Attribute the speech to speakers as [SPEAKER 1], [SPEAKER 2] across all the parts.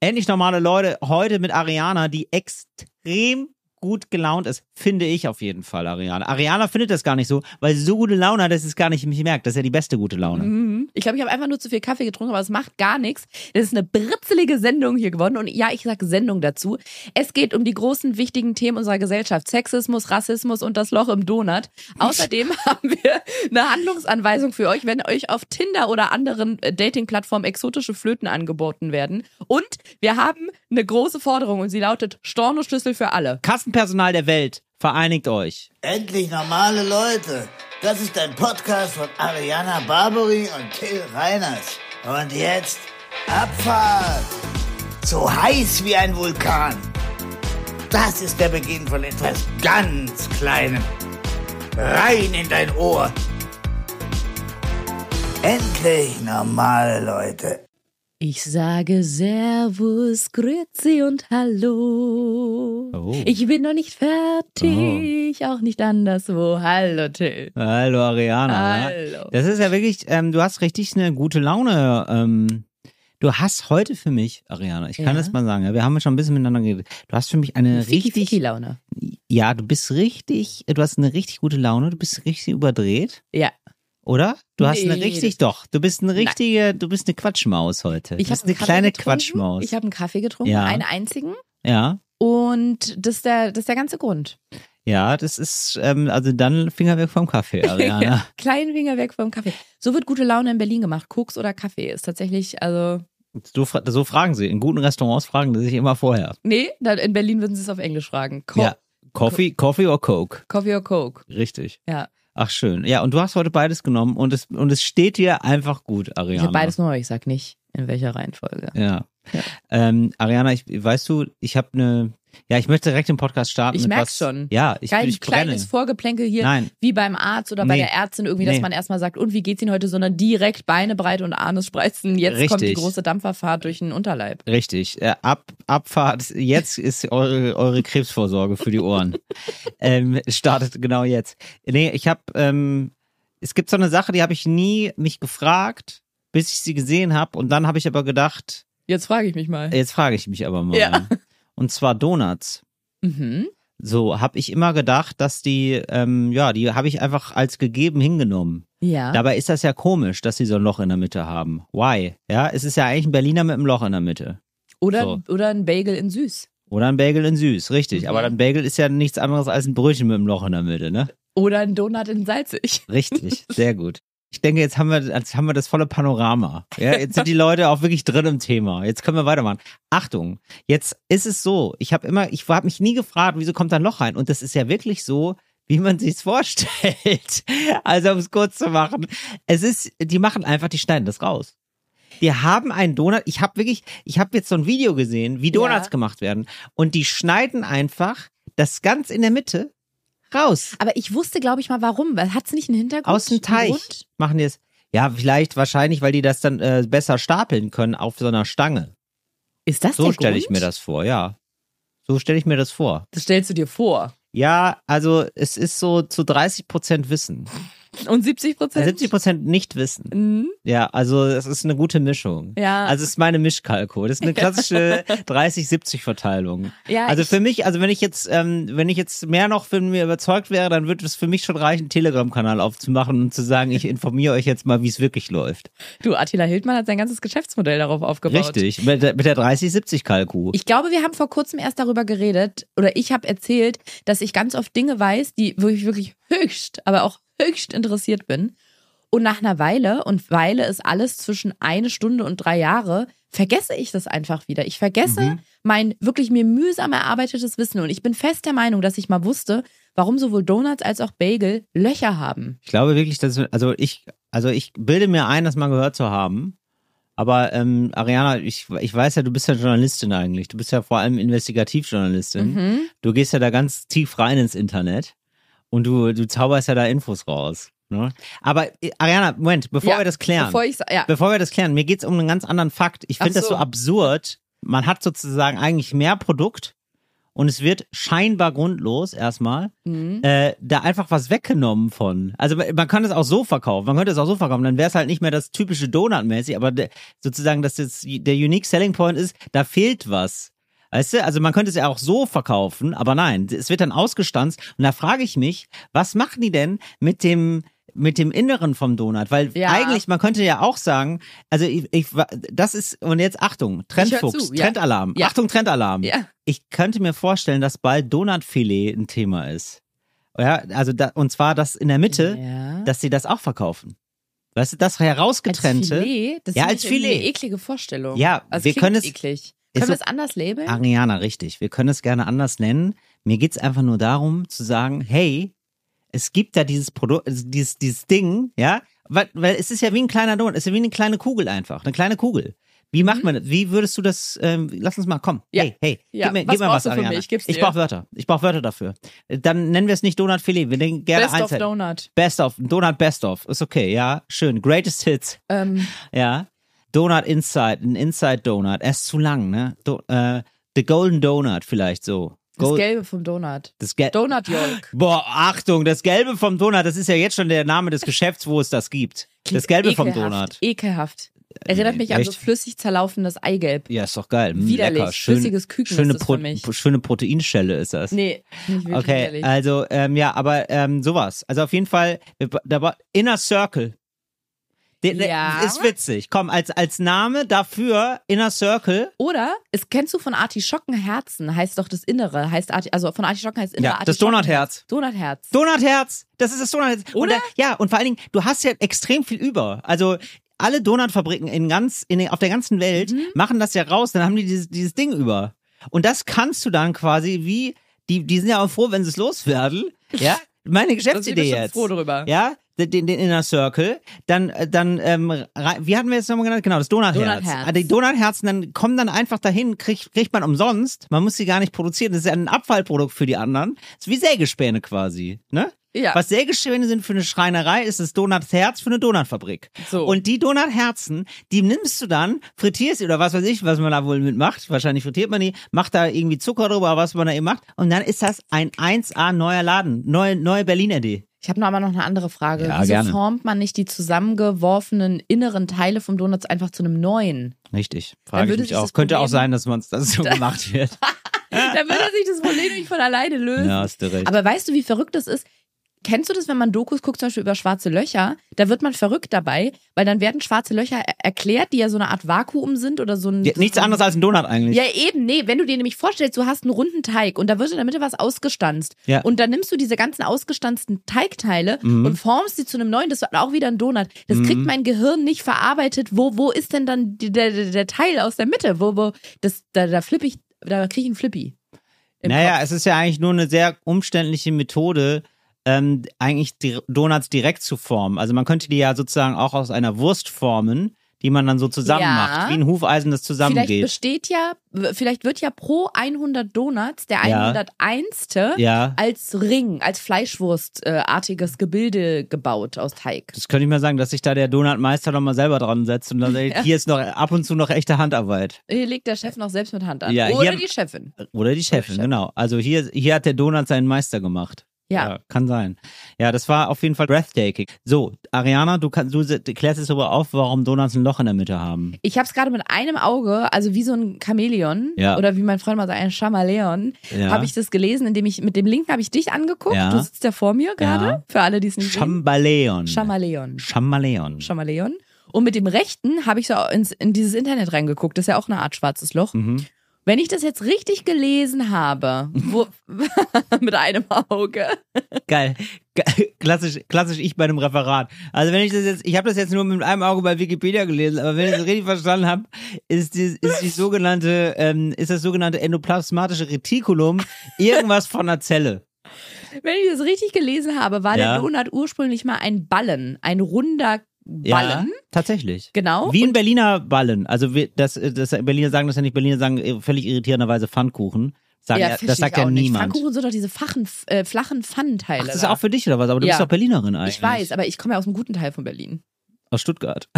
[SPEAKER 1] endlich normale Leute heute mit Ariana, die extrem gut gelaunt ist, finde ich auf jeden Fall, Ariana. Ariana findet das gar nicht so, weil sie so gute Laune hat, dass sie es gar nicht mich merkt. Das ist ja die beste gute Laune.
[SPEAKER 2] Mhm. Ich glaube, ich habe einfach nur zu viel Kaffee getrunken, aber es macht gar nichts. Das ist eine britzelige Sendung hier geworden. Und ja, ich sage Sendung dazu. Es geht um die großen, wichtigen Themen unserer Gesellschaft. Sexismus, Rassismus und das Loch im Donut. Außerdem haben wir eine Handlungsanweisung für euch, wenn euch auf Tinder oder anderen äh, Dating-Plattformen exotische Flöten angeboten werden. Und wir haben eine große Forderung und sie lautet Stornoschlüssel für alle.
[SPEAKER 1] Kassenpersonal der Welt, vereinigt euch.
[SPEAKER 3] Endlich normale Leute. Das ist ein Podcast von Ariana Barbary und Till Reiners. Und jetzt Abfahrt. So heiß wie ein Vulkan. Das ist der Beginn von etwas ganz Kleinem. Rein in dein Ohr. Endlich normale Leute.
[SPEAKER 2] Ich sage Servus, Grüezi und Hallo.
[SPEAKER 1] Oh.
[SPEAKER 2] Ich bin noch nicht fertig, auch nicht anderswo. Hallo, Till.
[SPEAKER 1] Hallo Ariana. ne?
[SPEAKER 2] Hallo.
[SPEAKER 1] Das ist ja wirklich, ähm, du hast richtig eine gute Laune. Ähm, du hast heute für mich, Ariana, ich kann
[SPEAKER 2] Ja.
[SPEAKER 1] das mal sagen, ja, wir haben schon ein bisschen miteinander geredet. Du hast für mich eine
[SPEAKER 2] Fiki,
[SPEAKER 1] richtig,
[SPEAKER 2] Fiki Laune.
[SPEAKER 1] ja, du bist richtig, du hast eine richtig gute Laune, du bist richtig überdreht,
[SPEAKER 2] Ja.
[SPEAKER 1] oder? Du hast eine
[SPEAKER 2] Nee,
[SPEAKER 1] richtig, doch, du bist eine richtige, du bist eine Quatschmaus heute.
[SPEAKER 2] Ich
[SPEAKER 1] du bist
[SPEAKER 2] habe
[SPEAKER 1] eine kleine Quatschmaus.
[SPEAKER 2] Ich habe einen Kaffee getrunken,
[SPEAKER 1] Ja.
[SPEAKER 2] einen einzigen.
[SPEAKER 1] ja.
[SPEAKER 2] Und das ist der, das ist der ganze Grund.
[SPEAKER 1] Ja, das ist, ähm, also dann Finger weg vom Kaffee, Ariana.
[SPEAKER 2] Kleinen Finger weg vom Kaffee. So wird gute Laune in Berlin gemacht. Koks oder Kaffee ist tatsächlich, also,
[SPEAKER 1] so, fra- so fragen sie. In guten Restaurants fragen sie sich immer vorher.
[SPEAKER 2] nee, da- in Berlin würden sie es auf Englisch fragen. Co
[SPEAKER 1] Ja. Coffee, Coffee or Coke?
[SPEAKER 2] Coffee or Coke.
[SPEAKER 1] Richtig.
[SPEAKER 2] Ja.
[SPEAKER 1] Ach schön. Ja, und du hast heute beides genommen und es, und es steht dir einfach gut,
[SPEAKER 2] Ich
[SPEAKER 1] Ariana.
[SPEAKER 2] habe beides nur, ich sag nicht, in welcher Reihenfolge.
[SPEAKER 1] Ja.
[SPEAKER 2] Ja.
[SPEAKER 1] Ähm, Ariana, ich, weißt du, ich habe eine. Ja, ich möchte direkt den Podcast starten.
[SPEAKER 2] Ich
[SPEAKER 1] mit
[SPEAKER 2] merk's
[SPEAKER 1] was,
[SPEAKER 2] schon.
[SPEAKER 1] Ja, ich,
[SPEAKER 2] Kein
[SPEAKER 1] ich brenne.
[SPEAKER 2] kleines Vorgeplänkel hier,
[SPEAKER 1] Nein,
[SPEAKER 2] wie beim Arzt oder bei
[SPEAKER 1] Nee.
[SPEAKER 2] der Ärztin, irgendwie, dass
[SPEAKER 1] Nee.
[SPEAKER 2] man erstmal sagt, und wie geht's Ihnen heute, sondern direkt Beine breit und Anus spreizen. Jetzt kommt die
[SPEAKER 1] Richtig.
[SPEAKER 2] große Dampferfahrt durch den Unterleib.
[SPEAKER 1] richtig. Äh, Ab, Abfahrt, jetzt ist eure, eure Krebsvorsorge für die Ohren. ähm, startet genau jetzt. Nee, ich habe, ähm, es gibt so eine Sache, die habe ich nie mich gefragt, bis ich sie gesehen habe. Und dann habe ich aber gedacht,
[SPEAKER 2] Jetzt frage ich mich mal.
[SPEAKER 1] Jetzt frage ich mich aber mal.
[SPEAKER 2] Ja.
[SPEAKER 1] Und zwar Donuts.
[SPEAKER 2] Mhm.
[SPEAKER 1] So habe ich immer gedacht, dass die, ähm, ja, die habe ich einfach als gegeben hingenommen.
[SPEAKER 2] Ja.
[SPEAKER 1] Dabei ist das ja komisch, dass sie so ein Loch in der Mitte haben. Why? Ja, es ist ja eigentlich ein Berliner mit einem Loch in der Mitte.
[SPEAKER 2] Oder,
[SPEAKER 1] So.
[SPEAKER 2] oder ein Bagel in süß.
[SPEAKER 1] Oder ein Bagel in süß, richtig.
[SPEAKER 2] Mhm.
[SPEAKER 1] Aber ein Bagel ist ja nichts anderes als ein Brötchen mit einem Loch in der Mitte, ne?
[SPEAKER 2] Oder ein Donut in salzig.
[SPEAKER 1] Richtig, sehr gut. Ich denke, jetzt haben wir, jetzt haben wir das volle Panorama. Ja, jetzt sind die Leute auch wirklich drin im Thema. Jetzt können wir weitermachen. Achtung, jetzt ist es so. Ich habe immer, ich habe mich nie gefragt, wieso kommt da ein Loch rein? Und das ist ja wirklich so, wie man sich's vorstellt. Also um es kurz zu machen, es ist, die machen einfach, die schneiden das raus. Wir haben einen Donut. Ich habe wirklich, ich habe jetzt so ein Video gesehen, wie Donuts
[SPEAKER 2] Ja.
[SPEAKER 1] gemacht werden. Und die schneiden einfach das ganz in der Mitte raus.
[SPEAKER 2] Aber ich wusste, glaube ich, mal warum. Hat es nicht einen Hintergrund?
[SPEAKER 1] Aus dem
[SPEAKER 2] Einen
[SPEAKER 1] Teich
[SPEAKER 2] Grund?
[SPEAKER 1] machen die es. Ja, vielleicht, wahrscheinlich, weil die das dann äh, besser stapeln können auf so einer Stange.
[SPEAKER 2] Ist das
[SPEAKER 1] So
[SPEAKER 2] der
[SPEAKER 1] stelle
[SPEAKER 2] Grund?
[SPEAKER 1] ich mir das vor, ja. So stelle ich mir das vor.
[SPEAKER 2] Das stellst du dir vor.
[SPEAKER 1] Ja, also es ist so zu 30 Prozent Wissen.
[SPEAKER 2] Und 70 Prozent?
[SPEAKER 1] 70 Prozent Nicht-Wissen.
[SPEAKER 2] Mhm.
[SPEAKER 1] Ja, also es ist eine gute Mischung.
[SPEAKER 2] Ja.
[SPEAKER 1] Also es ist meine Mischkalko. Das ist eine klassische 30-70-Verteilung.
[SPEAKER 2] Ja,
[SPEAKER 1] also
[SPEAKER 2] ich-
[SPEAKER 1] für mich, also wenn ich jetzt, ähm, wenn ich jetzt mehr noch von mir überzeugt wäre, dann würde es für mich schon reichen, einen Telegram-Kanal aufzumachen und zu sagen, ich informiere euch jetzt mal, wie es wirklich läuft.
[SPEAKER 2] Du, Attila Hildmann hat sein ganzes Geschäftsmodell darauf aufgebaut.
[SPEAKER 1] Richtig, mit der, mit der 30-70-Kalku.
[SPEAKER 2] Ich glaube, wir haben vor kurzem erst darüber geredet oder ich habe erzählt, dass ich ganz oft Dinge weiß, die wo ich wirklich höchst, aber auch höchst interessiert bin. Und nach einer Weile, und Weile ist alles zwischen eine Stunde und drei Jahre, vergesse ich das einfach wieder. Ich vergesse
[SPEAKER 1] Mhm.
[SPEAKER 2] mein wirklich mir mühsam erarbeitetes Wissen. Und ich bin fest der Meinung, dass ich mal wusste, warum sowohl Donuts als auch Bagel Löcher haben.
[SPEAKER 1] Ich glaube wirklich, dass also ich also ich bilde mir ein, das mal gehört zu haben. Aber ähm, Ariana, ich, ich weiß ja, du bist ja Journalistin eigentlich. Du bist ja vor allem Investigativjournalistin.
[SPEAKER 2] Mhm.
[SPEAKER 1] Du gehst ja da ganz tief rein ins Internet und du, du zauberst ja da Infos raus. Ne? Aber äh, Ariana, Moment, bevor
[SPEAKER 2] Ja,
[SPEAKER 1] wir das klären,
[SPEAKER 2] Bevor
[SPEAKER 1] bevor,
[SPEAKER 2] ich ja.
[SPEAKER 1] wir das klären, mir geht's um einen ganz anderen Fakt. Ich
[SPEAKER 2] Ach
[SPEAKER 1] finde das
[SPEAKER 2] so.
[SPEAKER 1] so absurd. Man hat sozusagen eigentlich mehr Produkt und es wird scheinbar grundlos erstmal
[SPEAKER 2] Mhm.
[SPEAKER 1] äh, da einfach was weggenommen von. Also man man kann es auch so verkaufen, man könnte es auch so verkaufen, dann wäre es halt nicht mehr das typische Donut-mäßig, aber der, sozusagen, dass jetzt der Unique Selling Point ist, da fehlt was. Weißt du, also man könnte es ja auch so verkaufen, aber nein, es wird dann ausgestanzt und da frage ich mich, was machen die denn mit dem mit dem Inneren vom Donut, weil
[SPEAKER 2] Ja.
[SPEAKER 1] eigentlich man könnte ja auch sagen, also ich, ich wa- das ist und jetzt Achtung, Trendfuchs,
[SPEAKER 2] zu, ja.
[SPEAKER 1] Trendalarm,
[SPEAKER 2] Ja.
[SPEAKER 1] Achtung Trendalarm.
[SPEAKER 2] Ja.
[SPEAKER 1] Ich könnte mir vorstellen, dass bald Donutfilet ein Thema ist. Ja, also da, und zwar das in der Mitte,
[SPEAKER 2] ja.
[SPEAKER 1] dass sie das auch verkaufen. Weißt du, das
[SPEAKER 2] Als
[SPEAKER 1] herausgetrennte.
[SPEAKER 2] Filet? Das
[SPEAKER 1] Ja,
[SPEAKER 2] finde
[SPEAKER 1] als
[SPEAKER 2] ich irgendwie
[SPEAKER 1] Filet.
[SPEAKER 2] Eine eklige Vorstellung.
[SPEAKER 1] Ja,
[SPEAKER 2] also
[SPEAKER 1] wir
[SPEAKER 2] klingt
[SPEAKER 1] können es-
[SPEAKER 2] eklig.
[SPEAKER 1] ist
[SPEAKER 2] Können wir
[SPEAKER 1] so- Ah,
[SPEAKER 2] es anders labeln?
[SPEAKER 1] Ariana, richtig. Wir können es gerne anders nennen. Mir geht's einfach nur darum, zu sagen, hey, es gibt da dieses Produkt, also dieses, dieses Ding, ja, weil, weil es ist ja wie ein kleiner Donut, es ist ja wie eine kleine Kugel einfach, eine kleine Kugel. Wie macht man das? Wie würdest du das? Ähm, lass uns mal, komm.
[SPEAKER 2] Mhm. Ja.
[SPEAKER 1] Hey, hey,
[SPEAKER 2] Ja.
[SPEAKER 1] gib mir,
[SPEAKER 2] Was
[SPEAKER 1] gib mir
[SPEAKER 2] brauchst
[SPEAKER 1] was,
[SPEAKER 2] du von mir?
[SPEAKER 1] Ariana.
[SPEAKER 2] Ich gib's dir.
[SPEAKER 1] brauche Wörter. Ich brauche Wörter dafür. Dann nennen wir es nicht Donutfilet. Wir nehmen gerne
[SPEAKER 2] Best
[SPEAKER 1] Best
[SPEAKER 2] of Donut.
[SPEAKER 1] Best of, Donut Best of. Ist okay, ja. Schön. Greatest Hits.
[SPEAKER 2] Ähm,
[SPEAKER 1] Ja. Donut Inside, ein Inside Donut. Er ist zu lang, ne? Do, äh, the Golden Donut vielleicht so.
[SPEAKER 2] das
[SPEAKER 1] Gold-
[SPEAKER 2] Gelbe vom Donut.
[SPEAKER 1] das Gel-
[SPEAKER 2] Donut Yolk.
[SPEAKER 1] Boah, Achtung, das Gelbe vom Donut, das ist ja jetzt schon der Name des Geschäfts, wo es das gibt. Das Gelbe vom Donut. Äh,
[SPEAKER 2] Ekelhaft. Ekelhaft. Erinnert mich an so
[SPEAKER 1] echt?
[SPEAKER 2] flüssig zerlaufenes Eigelb.
[SPEAKER 1] Ja, ist doch geil. Hm,
[SPEAKER 2] Widerlich.
[SPEAKER 1] Lecker. Schön,
[SPEAKER 2] Flüssiges Küken
[SPEAKER 1] schöne
[SPEAKER 2] ist das für mich.
[SPEAKER 1] Schöne Proteinschelle ist das.
[SPEAKER 2] Nee, nicht wirklich
[SPEAKER 1] okay,
[SPEAKER 2] ehrlich.
[SPEAKER 1] also ähm, ja, aber ähm, sowas. Also auf jeden Fall, wir- da war Inner Circle. Der, der-
[SPEAKER 2] Ja.
[SPEAKER 1] Ist witzig. Komm, als, als Name dafür Inner Circle.
[SPEAKER 2] Oder, es kennst du von Artischockenherzen, heißt doch das Innere, heißt Arti also von Artischocken heißt Innere
[SPEAKER 1] Ja, das Donutherz.
[SPEAKER 2] Donutherz.
[SPEAKER 1] Donutherz, das ist das Donutherz. Und
[SPEAKER 2] Oder?
[SPEAKER 1] da, ja, und vor allen Dingen, du hast ja extrem viel über. Also alle Donutfabriken in ganz, in, den- auf der ganzen Welt
[SPEAKER 2] Mhm.
[SPEAKER 1] machen das ja raus, dann haben die dieses, dieses Ding über. Und das kannst du dann quasi wie, die, die sind ja auch froh, wenn sie es loswerden. Ja, meine
[SPEAKER 2] Da sind wir
[SPEAKER 1] Geschäftsidee
[SPEAKER 2] schon
[SPEAKER 1] jetzt.
[SPEAKER 2] froh drüber.
[SPEAKER 1] Ja, den, den den Inner Circle, dann, äh, dann, ähm, rei- wie hatten wir jetzt nochmal genannt? Genau, das Donutherz.
[SPEAKER 2] Donutherz.
[SPEAKER 1] Also die Donutherzen, dann kommen dann einfach dahin, kriegt kriegt man umsonst. Man muss sie gar nicht produzieren. Das ist ja ein Abfallprodukt für die anderen. Das ist wie Sägespäne quasi, ne?
[SPEAKER 2] Ja.
[SPEAKER 1] Was Sägespäne sind für eine Schreinerei, ist das Donutherz für eine Donutfabrik.
[SPEAKER 2] So.
[SPEAKER 1] Und die Donutherzen, die nimmst du dann, frittierst sie oder was weiß ich, was man da wohl mitmacht. Wahrscheinlich frittiert man die, macht da irgendwie Zucker drüber, was man da eben macht. Und dann ist das ein 1A neuer Laden, neue, neue Berliner Idee.
[SPEAKER 2] Ich habe noch einmal noch eine andere Frage.
[SPEAKER 1] Ja,
[SPEAKER 2] Wieso
[SPEAKER 1] gerne.
[SPEAKER 2] formt man nicht die zusammengeworfenen inneren Teile vom Donuts einfach zu einem neuen?
[SPEAKER 1] Richtig.
[SPEAKER 2] Dann
[SPEAKER 1] Frage ich
[SPEAKER 2] würde
[SPEAKER 1] mich
[SPEAKER 2] sich
[SPEAKER 1] auch.
[SPEAKER 2] das
[SPEAKER 1] Könnte auch
[SPEAKER 2] Problem-
[SPEAKER 1] sein, dass man es das so gemacht wird.
[SPEAKER 2] Dann würde sich das Problem nicht von alleine lösen.
[SPEAKER 1] Ja, hast du recht.
[SPEAKER 2] Aber weißt du, wie verrückt das ist? Kennst du das, wenn man Dokus guckt, zum Beispiel über schwarze Löcher? Da wird man verrückt dabei, weil dann werden schwarze Löcher er- erklärt, die ja so eine Art Vakuum sind oder so ein.
[SPEAKER 1] Ja, nichts
[SPEAKER 2] so ein-
[SPEAKER 1] anderes als ein Donut eigentlich.
[SPEAKER 2] Ja, eben, nee, wenn du dir nämlich vorstellst, du hast einen runden Teig und da wird in der Mitte was ausgestanzt.
[SPEAKER 1] Ja. Mhm.
[SPEAKER 2] Und dann nimmst du diese ganzen ausgestanzten Teigteile und formst sie zu einem neuen, das wird auch wieder ein Donut. Das kriegt mein Gehirn nicht verarbeitet. Wo, wo ist denn dann die, der, der, der Teil aus der Mitte? Wo, wo, das, da, da flippe ich, da kriege ich einen Flippi. im
[SPEAKER 1] naja,
[SPEAKER 2] Kopf.
[SPEAKER 1] es ist ja eigentlich nur eine sehr umständliche Methode, ähm, eigentlich die Donuts direkt zu formen. Also man könnte die ja sozusagen auch aus einer Wurst formen, die man dann so zusammen
[SPEAKER 2] Ja.
[SPEAKER 1] macht, wie ein Hufeisen, das
[SPEAKER 2] Vielleicht
[SPEAKER 1] zusammengeht.
[SPEAKER 2] besteht ja, vielleicht wird ja pro 100 Donuts der
[SPEAKER 1] Ja.
[SPEAKER 2] 101.
[SPEAKER 1] Ja.
[SPEAKER 2] als Ring, als Fleischwurstartiges Gebilde gebaut aus Teig.
[SPEAKER 1] Das könnte ich mal sagen, dass sich da der Donutmeister doch mal selber dran setzt und dann sagt, hier ist noch ab und zu noch echte Handarbeit.
[SPEAKER 2] Hier legt der Chef noch selbst mit Hand an.
[SPEAKER 1] Ja, hier-
[SPEAKER 2] Oder die Chefin.
[SPEAKER 1] Oder die Chefin, genau. Also hier, hier hat der Donut seinen Meister gemacht.
[SPEAKER 2] Ja.
[SPEAKER 1] Kann sein. Ja, das war auf jeden Fall breathtaking. So, Ariana, du, kannst, du se- klärst jetzt aber auf, warum Donuts ein Loch in der Mitte haben.
[SPEAKER 2] Ich habe es gerade mit einem Auge, also wie so ein Chamäleon
[SPEAKER 1] Ja.
[SPEAKER 2] oder wie mein Freund mal sagt, ein Chamaleon,
[SPEAKER 1] Ja.
[SPEAKER 2] habe ich das gelesen, indem ich mit dem linken habe ich dich angeguckt.
[SPEAKER 1] Ja.
[SPEAKER 2] Du sitzt ja vor mir gerade,
[SPEAKER 1] Ja.
[SPEAKER 2] für alle, die es nicht sehen.
[SPEAKER 1] Chambaleon.
[SPEAKER 2] Chamaleon.
[SPEAKER 1] Chamaleon.
[SPEAKER 2] Chamaleon. Und mit dem rechten habe ich so ins, in dieses Internet reingeguckt. Das ist ja auch eine Art schwarzes Loch.
[SPEAKER 1] Mhm.
[SPEAKER 2] Wenn ich das jetzt richtig gelesen habe, wo, mit einem Auge,
[SPEAKER 1] Geil. Ge- Klassisch, klassisch ich bei einem Referat. Also wenn ich das jetzt, ich habe das jetzt nur mit einem Auge bei Wikipedia gelesen, aber wenn ich das richtig verstanden habe, ist die, ist die sogenannte, ähm, ist das sogenannte endoplasmatische Reticulum irgendwas von einer Zelle.
[SPEAKER 2] wenn ich das richtig gelesen habe, war
[SPEAKER 1] Ja.
[SPEAKER 2] der Donut ursprünglich mal ein Ballen, ein runder Ballen.
[SPEAKER 1] Ja, tatsächlich.
[SPEAKER 2] Genau.
[SPEAKER 1] Wie ein Berliner Ballen. Also wir, das, das Berliner sagen das ja nicht, Berliner sagen äh, völlig irritierenderweise Pfannkuchen. Sagen, ja,
[SPEAKER 2] verstehe
[SPEAKER 1] das sagt
[SPEAKER 2] ich
[SPEAKER 1] ja
[SPEAKER 2] auch nicht.
[SPEAKER 1] niemand.
[SPEAKER 2] Pfannkuchen sind doch diese fachen, äh, flachen Pfannenteile.
[SPEAKER 1] Ach, das ist
[SPEAKER 2] da.
[SPEAKER 1] auch für dich oder was? Aber du
[SPEAKER 2] Ja.
[SPEAKER 1] bist doch Berlinerin eigentlich.
[SPEAKER 2] ich weiß, aber ich komme ja aus dem guten Teil von Berlin.
[SPEAKER 1] Aus Stuttgart.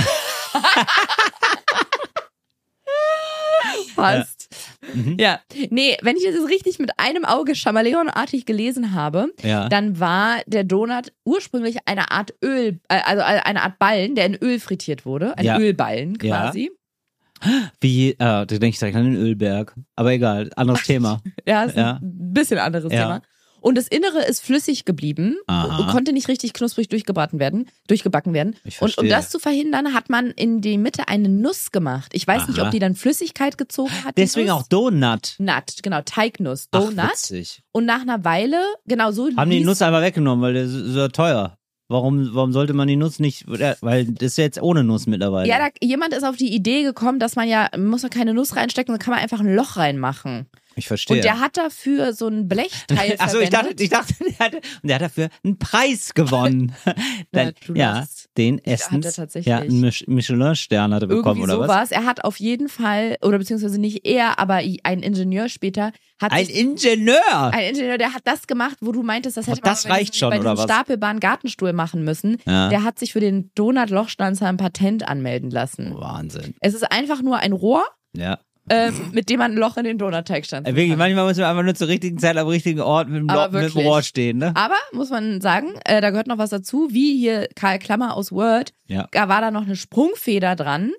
[SPEAKER 2] Passt.
[SPEAKER 1] Mhm.
[SPEAKER 2] Ja. Nee, wenn ich das jetzt richtig mit einem Auge Chamaleon-artig gelesen habe,
[SPEAKER 1] Ja.
[SPEAKER 2] dann war der Donut ursprünglich eine Art Öl, äh, also eine Art Ballen, der in Öl frittiert wurde. Ein
[SPEAKER 1] Ja.
[SPEAKER 2] Ölballen
[SPEAKER 1] Ja.
[SPEAKER 2] quasi.
[SPEAKER 1] Wie, äh, da denke ich direkt an den Ölberg. Aber egal, anderes Thema.
[SPEAKER 2] Ja, ist
[SPEAKER 1] Ja.
[SPEAKER 2] ein bisschen anderes
[SPEAKER 1] Ja.
[SPEAKER 2] Thema. Und das Innere ist flüssig geblieben
[SPEAKER 1] Aha.
[SPEAKER 2] und konnte nicht richtig knusprig durchgebraten werden, durchgebacken werden.
[SPEAKER 1] Ich
[SPEAKER 2] und um
[SPEAKER 1] verstehe.
[SPEAKER 2] das zu verhindern, hat man in die Mitte eine Nuss gemacht. Ich weiß nicht,
[SPEAKER 1] Aha.
[SPEAKER 2] ob die dann Flüssigkeit gezogen hat. die
[SPEAKER 1] Deswegen
[SPEAKER 2] Nuss.
[SPEAKER 1] auch Donut.
[SPEAKER 2] Nut, genau, Teignuss,
[SPEAKER 1] Ach,
[SPEAKER 2] Donut.
[SPEAKER 1] witzig.
[SPEAKER 2] und nach einer Weile, genau so
[SPEAKER 1] Haben die
[SPEAKER 2] ließ-
[SPEAKER 1] Nuss einfach weggenommen, weil das ist ja teuer. Warum, warum sollte man die Nuss nicht, ja, weil das ist ja jetzt ohne Nuss mittlerweile.
[SPEAKER 2] Ja, da, jemand ist auf die Idee gekommen, dass man ja, muss man keine Nuss reinstecken, dann kann man einfach ein Loch reinmachen.
[SPEAKER 1] ich verstehe.
[SPEAKER 2] Und der hat dafür so ein Blechteil verwendet.
[SPEAKER 1] Achso, ich dachte, ich dachte der, hatte, und der hat dafür einen Preis gewonnen. Dann,
[SPEAKER 2] du
[SPEAKER 1] ja,
[SPEAKER 2] lachst.
[SPEAKER 1] den
[SPEAKER 2] er
[SPEAKER 1] Essens.
[SPEAKER 2] tatsächlich.
[SPEAKER 1] Ja, einen Mich- Michelin-Stern hat er bekommen,
[SPEAKER 2] Irgendwie
[SPEAKER 1] oder was?
[SPEAKER 2] sowas. Er hat auf jeden Fall, oder beziehungsweise nicht er, aber i- ein Ingenieur später hat
[SPEAKER 1] Ein
[SPEAKER 2] sich,
[SPEAKER 1] Ingenieur!
[SPEAKER 2] ein Ingenieur, der hat das gemacht, wo du meintest, das hätte
[SPEAKER 1] Oh,
[SPEAKER 2] man
[SPEAKER 1] das
[SPEAKER 2] bei diesem-
[SPEAKER 1] reicht schon,
[SPEAKER 2] bei diesem
[SPEAKER 1] oder was?
[SPEAKER 2] stapelbaren Gartenstuhl machen müssen.
[SPEAKER 1] Ja.
[SPEAKER 2] Der hat sich für den Donut-Lochstanzer ein Patent anmelden lassen.
[SPEAKER 1] Wahnsinn.
[SPEAKER 2] Es ist einfach nur ein Rohr,
[SPEAKER 1] Ja.
[SPEAKER 2] ähm, mit dem man ein Loch in den Donutteig stanzt.
[SPEAKER 1] Äh, Wirklich, manchmal muss man einfach nur zur richtigen Zeit am richtigen Ort mit dem,
[SPEAKER 2] Aber
[SPEAKER 1] Lo- mit dem
[SPEAKER 2] wirklich. Ah.
[SPEAKER 1] Rohr stehen, ne?
[SPEAKER 2] Aber muss man sagen, äh, da gehört noch was dazu, wie hier Karl Klammer aus Word,
[SPEAKER 1] Ja.
[SPEAKER 2] da war da noch eine Sprungfeder dran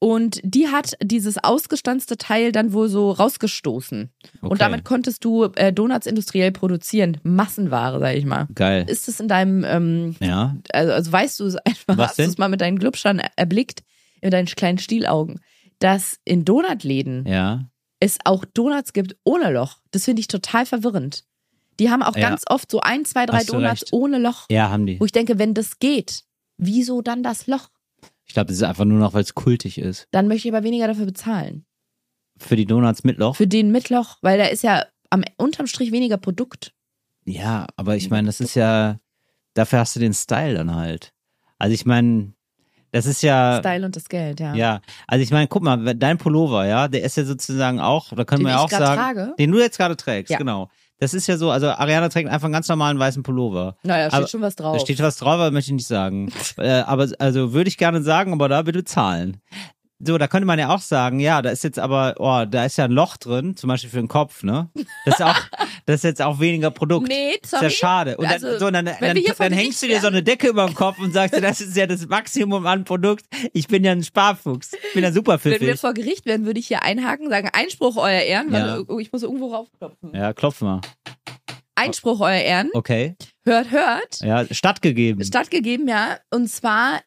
[SPEAKER 2] und die hat dieses ausgestanzte Teil dann wohl so rausgestoßen.
[SPEAKER 1] Okay.
[SPEAKER 2] Und damit konntest du äh, Donuts industriell produzieren, Massenware, sag ich mal.
[SPEAKER 1] Geil.
[SPEAKER 2] Ist es in deinem, ähm,
[SPEAKER 1] Ja.
[SPEAKER 2] also, also weißt du es einfach,
[SPEAKER 1] Was
[SPEAKER 2] hast du
[SPEAKER 1] denn?
[SPEAKER 2] es mal mit deinen Glubschern erblickt, mit deinen kleinen Stielaugen, dass in Donutläden
[SPEAKER 1] Ja.
[SPEAKER 2] es auch Donuts gibt ohne Loch. Das finde ich total verwirrend. Die haben auch
[SPEAKER 1] Ja.
[SPEAKER 2] ganz oft so ein, zwei, drei
[SPEAKER 1] Hast du
[SPEAKER 2] Donuts
[SPEAKER 1] recht.
[SPEAKER 2] ohne Loch,
[SPEAKER 1] Ja, haben die.
[SPEAKER 2] wo ich denke, wenn das geht, wieso dann das Loch?
[SPEAKER 1] Ich glaube, das ist einfach nur noch, weil es kultig ist.
[SPEAKER 2] Dann möchte ich aber weniger dafür bezahlen.
[SPEAKER 1] Für die Donuts mit Loch.
[SPEAKER 2] Für den mit Loch, weil da ist ja am unterm Strich weniger Produkt.
[SPEAKER 1] Ja, aber ich meine, das ist ja, dafür hast du den Style dann halt. Also ich meine, das ist ja.
[SPEAKER 2] Style und das Geld, ja.
[SPEAKER 1] Ja, also ich meine, guck mal, dein Pullover, ja, der ist ja sozusagen auch, da können
[SPEAKER 2] Den
[SPEAKER 1] wir ja
[SPEAKER 2] ich
[SPEAKER 1] auch
[SPEAKER 2] grad
[SPEAKER 1] sagen,
[SPEAKER 2] trage?
[SPEAKER 1] den du jetzt gerade trägst,
[SPEAKER 2] Ja.
[SPEAKER 1] genau. Das ist ja so, also Ariana trägt einfach einen ganz normalen weißen Pullover.
[SPEAKER 2] Naja, steht
[SPEAKER 1] Aber-
[SPEAKER 2] schon was drauf.
[SPEAKER 1] Da steht was drauf, aber möchte ich nicht sagen. äh, aber also würde ich gerne sagen, aber da bitte zahlen. So, da könnte man ja auch sagen, ja, da ist jetzt aber, oh, da ist ja ein Loch drin, zum Beispiel für den Kopf, ne? Das ist auch, das ist jetzt auch weniger Produkt.
[SPEAKER 2] Nee,
[SPEAKER 1] Ist
[SPEAKER 2] sorry.
[SPEAKER 1] ja schade. Und dann,
[SPEAKER 2] Also,
[SPEAKER 1] so, und dann,
[SPEAKER 2] wenn
[SPEAKER 1] dann,
[SPEAKER 2] wir hier von
[SPEAKER 1] dann hängst du
[SPEAKER 2] nichts
[SPEAKER 1] dir so eine Decke über den Kopf und sagst dir, das ist ja das Maximum an Produkt. Ich bin ja ein Sparfuchs. Ich bin ja super
[SPEAKER 2] Wenn wir
[SPEAKER 1] pfiffig.
[SPEAKER 2] vor Gericht wären, würde ich hier einhaken, sagen, Einspruch, euer Ehren,
[SPEAKER 1] Ja.
[SPEAKER 2] weil ich muss irgendwo raufklopfen.
[SPEAKER 1] Ja, Oh. klopf mal.
[SPEAKER 2] Einspruch, euer Ehren,
[SPEAKER 1] Okay.
[SPEAKER 2] hört, hört.
[SPEAKER 1] Ja, stattgegeben.
[SPEAKER 2] stattgegeben, ja. Und zwar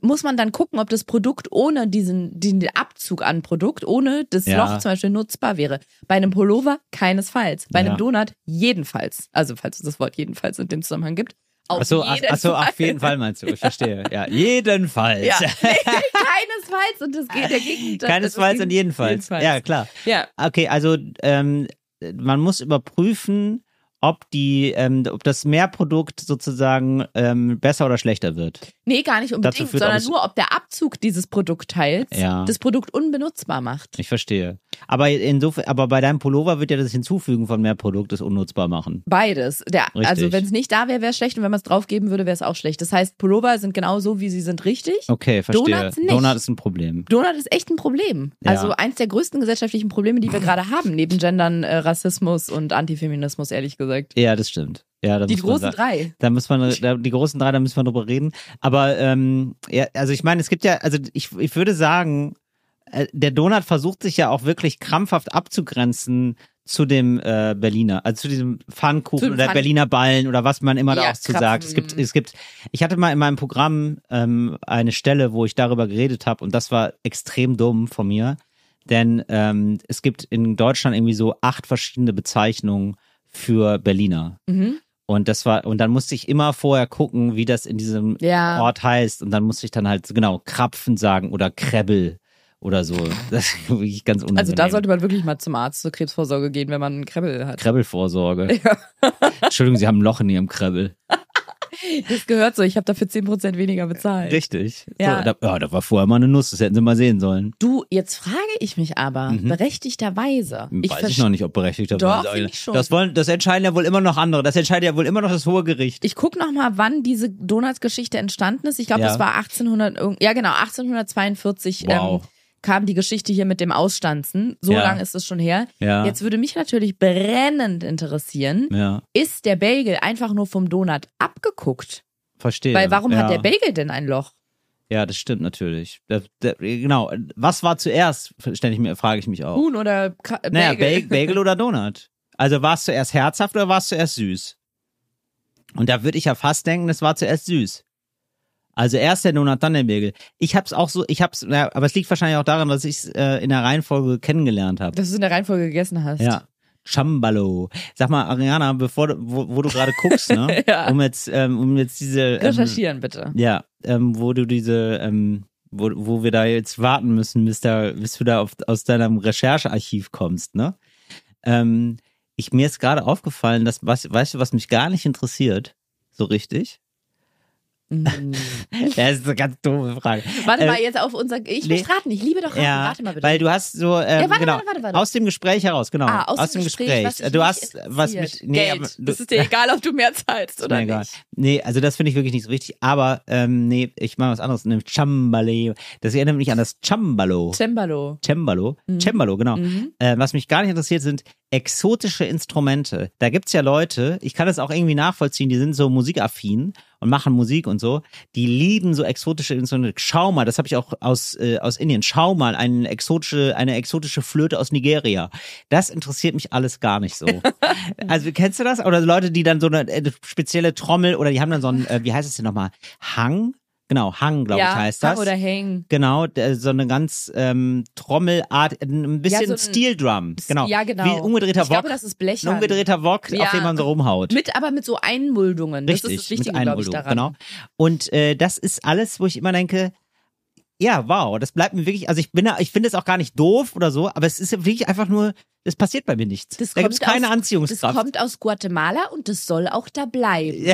[SPEAKER 2] muss man dann gucken, ob das Produkt ohne diesen, den Abzug an Produkt, ohne das
[SPEAKER 1] Ja.
[SPEAKER 2] Loch zum Beispiel nutzbar wäre. Bei einem Pullover keinesfalls. Bei
[SPEAKER 1] Ja.
[SPEAKER 2] einem Donut jedenfalls. Also falls es das Wort jedenfalls in dem Zusammenhang gibt. Auf
[SPEAKER 1] Achso, ach,
[SPEAKER 2] jeden
[SPEAKER 1] achso, auf jeden Fall meinst du. Ich verstehe. Ja, jedenfalls.
[SPEAKER 2] Ja. keinesfalls und das geht der Gegenteil.
[SPEAKER 1] Keinesfalls
[SPEAKER 2] das
[SPEAKER 1] und
[SPEAKER 2] ist
[SPEAKER 1] jedenfalls. Ja, klar.
[SPEAKER 2] Ja.
[SPEAKER 1] Okay, also ähm, man muss überprüfen, ob die, ähm, ob das Mehrprodukt sozusagen ähm, besser oder schlechter wird.
[SPEAKER 2] Nee, gar nicht unbedingt,
[SPEAKER 1] führt auch
[SPEAKER 2] sondern
[SPEAKER 1] das-
[SPEAKER 2] nur, ob der Abzug dieses Produktteils
[SPEAKER 1] Ja.
[SPEAKER 2] das Produkt unbenutzbar macht.
[SPEAKER 1] Ich verstehe. Aber insofern, aber bei deinem Pullover wird ja das Hinzufügen von Mehrprodukt das unnutzbar machen.
[SPEAKER 2] Beides. Der,
[SPEAKER 1] Richtig.
[SPEAKER 2] also wenn es nicht da wäre, wäre es schlecht und wenn man es draufgeben würde, wäre es auch schlecht. Das heißt, Pullover sind genau so, wie sie sind, richtig.
[SPEAKER 1] Okay, verstehe.
[SPEAKER 2] Donuts nicht.
[SPEAKER 1] Donut ist ein Problem.
[SPEAKER 2] Donut ist echt ein Problem.
[SPEAKER 1] Ja.
[SPEAKER 2] Also eins der größten gesellschaftlichen Probleme, die wir gerade haben, neben Gendern, äh, Rassismus und Antifeminismus, ehrlich gesagt.
[SPEAKER 1] Ja, das stimmt. Ja, da
[SPEAKER 2] Die
[SPEAKER 1] muss man
[SPEAKER 2] großen
[SPEAKER 1] sagen.
[SPEAKER 2] drei.
[SPEAKER 1] Da muss man, da, die großen drei, da müssen wir drüber reden. Aber ähm, ja, also ich meine, es gibt ja, also ich, ich würde sagen, äh, der Donut versucht sich ja auch wirklich krampfhaft abzugrenzen zu dem äh, Berliner, also zu diesem
[SPEAKER 2] Zu
[SPEAKER 1] Pfannkuchen
[SPEAKER 2] dem
[SPEAKER 1] oder
[SPEAKER 2] Pfannkuchen.
[SPEAKER 1] Berliner Ballen oder was man immer
[SPEAKER 2] Ja,
[SPEAKER 1] da auch zu
[SPEAKER 2] Krapfen.
[SPEAKER 1] sagt. Es gibt, es gibt, ich hatte mal in meinem Programm ähm, eine Stelle, wo ich darüber geredet habe und das war extrem dumm von mir. Denn ähm, es gibt in Deutschland irgendwie so acht verschiedene Bezeichnungen für Berliner.
[SPEAKER 2] Mhm.
[SPEAKER 1] Und das war, und dann musste ich immer vorher gucken, wie das in diesem
[SPEAKER 2] Ja.
[SPEAKER 1] Ort heißt. Und dann musste ich dann halt, so genau, Krapfen sagen oder Krebbel oder so. Das ist wirklich ganz unangenehm.
[SPEAKER 2] Also da sollte man wirklich mal zum Arzt zur Krebsvorsorge gehen, wenn man einen Krebbel hat.
[SPEAKER 1] Krebbelvorsorge. Entschuldigung, Sie haben ein Loch in Ihrem Krebbel.
[SPEAKER 2] Das gehört so, ich habe dafür 10% weniger bezahlt.
[SPEAKER 1] Richtig.
[SPEAKER 2] Ja.
[SPEAKER 1] So, da, ja, da war vorher mal eine Nuss, das hätten Sie mal sehen sollen.
[SPEAKER 2] Du, jetzt frage ich mich aber, berechtigterweise.
[SPEAKER 1] Mhm. Weiß ich,
[SPEAKER 2] verste-
[SPEAKER 1] noch nicht, ob berechtigt das war.
[SPEAKER 2] Doch, finde ich schon.
[SPEAKER 1] Das, wollen, das entscheiden ja wohl immer noch andere. Das entscheidet ja wohl immer noch das hohe Gericht.
[SPEAKER 2] Ich guck noch mal, wann diese Donuts-Geschichte entstanden ist. Ich glaube,
[SPEAKER 1] Ja.
[SPEAKER 2] das war 1800, irgend- ja genau, 1842
[SPEAKER 1] Wow.
[SPEAKER 2] ähm, kam die Geschichte hier mit dem Ausstanzen. So
[SPEAKER 1] Ja.
[SPEAKER 2] lang ist es schon her.
[SPEAKER 1] Ja.
[SPEAKER 2] Jetzt würde mich natürlich brennend interessieren,
[SPEAKER 1] Ja,
[SPEAKER 2] ist der Bagel einfach nur vom Donut abgeguckt?
[SPEAKER 1] verstehe.
[SPEAKER 2] Weil warum
[SPEAKER 1] ja.
[SPEAKER 2] hat der Bagel denn ein Loch?
[SPEAKER 1] Ja, das stimmt natürlich. Da, da, genau. Was war zuerst, stelle ich mir, frage ich mich auch.
[SPEAKER 2] Huhn oder Ka Uh, äh, Bagel?
[SPEAKER 1] Naja, Bagel, Bagel oder Donut. Also war es zuerst herzhaft oder war es zuerst süß? Und da würde ich ja fast denken, das war zuerst süß. Also erst der Donut, dann der Bagel. Ich hab's auch so, ich hab's, naja, aber es liegt wahrscheinlich auch daran, dass ich es äh, in der Reihenfolge kennengelernt habe.
[SPEAKER 2] Dass du es in der Reihenfolge gegessen hast.
[SPEAKER 1] Ja. Chambalo. Sag mal, Ariana, bevor du, wo, wo du gerade guckst, ne?
[SPEAKER 2] Ja.
[SPEAKER 1] Um jetzt, ähm, um jetzt diese. Ähm,
[SPEAKER 2] Recherchieren bitte.
[SPEAKER 1] ja, ähm, wo du diese, ähm, wo, wo wir da jetzt warten müssen, bis, da, bis du da auf, aus deinem Recherchearchiv kommst, ne? Ähm, ich, mir ist gerade aufgefallen, dass, was, weißt du, was mich gar nicht interessiert, so richtig?
[SPEAKER 2] Mhm.
[SPEAKER 1] Das ist eine ganz doofe Frage.
[SPEAKER 2] Warte
[SPEAKER 1] Äh,
[SPEAKER 2] mal, jetzt auf unser. Ich
[SPEAKER 1] nee.
[SPEAKER 2] möchte raten, ich liebe doch raten.
[SPEAKER 1] Ja,
[SPEAKER 2] Warte mal bitte.
[SPEAKER 1] weil du hast so, ähm,
[SPEAKER 2] Ja, warte,
[SPEAKER 1] genau,
[SPEAKER 2] warte, warte, warte.
[SPEAKER 1] aus dem Gespräch heraus, genau,
[SPEAKER 2] ah, aus, dem Gespräch. was dich
[SPEAKER 1] du
[SPEAKER 2] nicht
[SPEAKER 1] hast, was mich,
[SPEAKER 2] interessiert.
[SPEAKER 1] nee,
[SPEAKER 2] Geld.
[SPEAKER 1] aber du,
[SPEAKER 2] das ist dir egal, ob du mehr zahlst
[SPEAKER 1] Ist
[SPEAKER 2] oder
[SPEAKER 1] mir egal.
[SPEAKER 2] nicht.
[SPEAKER 1] Nee, also das finde ich wirklich nicht so richtig. Aber ähm, nee, ich mache was anderes. Nämlich Chambale. Das erinnert mich an das Chambalo.
[SPEAKER 2] Cembalo.
[SPEAKER 1] Cembalo. Cembalo, genau.
[SPEAKER 2] Mhm.
[SPEAKER 1] Äh, was mich gar nicht interessiert, sind exotische Instrumente. Da gibt's ja Leute, ich kann das auch irgendwie nachvollziehen, die sind so musikaffin und machen Musik und so. Die lieben so exotische Instrumente. Schau mal, das habe ich auch aus, äh, aus Indien. Schau mal, eine exotische, eine exotische Flöte aus Nigeria. Das interessiert mich alles gar nicht so. also kennst du das? Oder Leute, die dann so eine, äh, spezielle Trommel oder die haben dann so ein, äh, wie heißt es denn nochmal? Hang? Genau, Hang, glaube
[SPEAKER 2] ja,
[SPEAKER 1] ich, heißt
[SPEAKER 2] hang
[SPEAKER 1] das.
[SPEAKER 2] oder hängen.
[SPEAKER 1] Genau, der- so eine ganz ähm, Trommelart, äh, ein bisschen
[SPEAKER 2] so ein-
[SPEAKER 1] Steel Drum. Genau.
[SPEAKER 2] Ja, genau.
[SPEAKER 1] Wie ein umgedrehter
[SPEAKER 2] Ich glaube,
[SPEAKER 1] Wok.
[SPEAKER 2] das ist Blech.
[SPEAKER 1] Ein umgedrehter Wok,
[SPEAKER 2] Ja.
[SPEAKER 1] auf den man so rumhaut.
[SPEAKER 2] Mit, aber mit so Einmuldungen. das ist das
[SPEAKER 1] Richtig, mit
[SPEAKER 2] Wichtige, glaube ich,
[SPEAKER 1] Einmuldung,
[SPEAKER 2] daran.
[SPEAKER 1] genau. Und äh, das ist alles, wo ich immer denke, ja, wow, das bleibt mir wirklich, also ich bin da, ich finde es auch gar nicht doof oder so, aber es ist wirklich einfach nur, es passiert bei mir nichts.
[SPEAKER 2] Das
[SPEAKER 1] da gibt es
[SPEAKER 2] kommt
[SPEAKER 1] keine
[SPEAKER 2] aus- Das
[SPEAKER 1] Anziehungskraft.
[SPEAKER 2] kommt aus Guatemala und das soll auch da bleiben.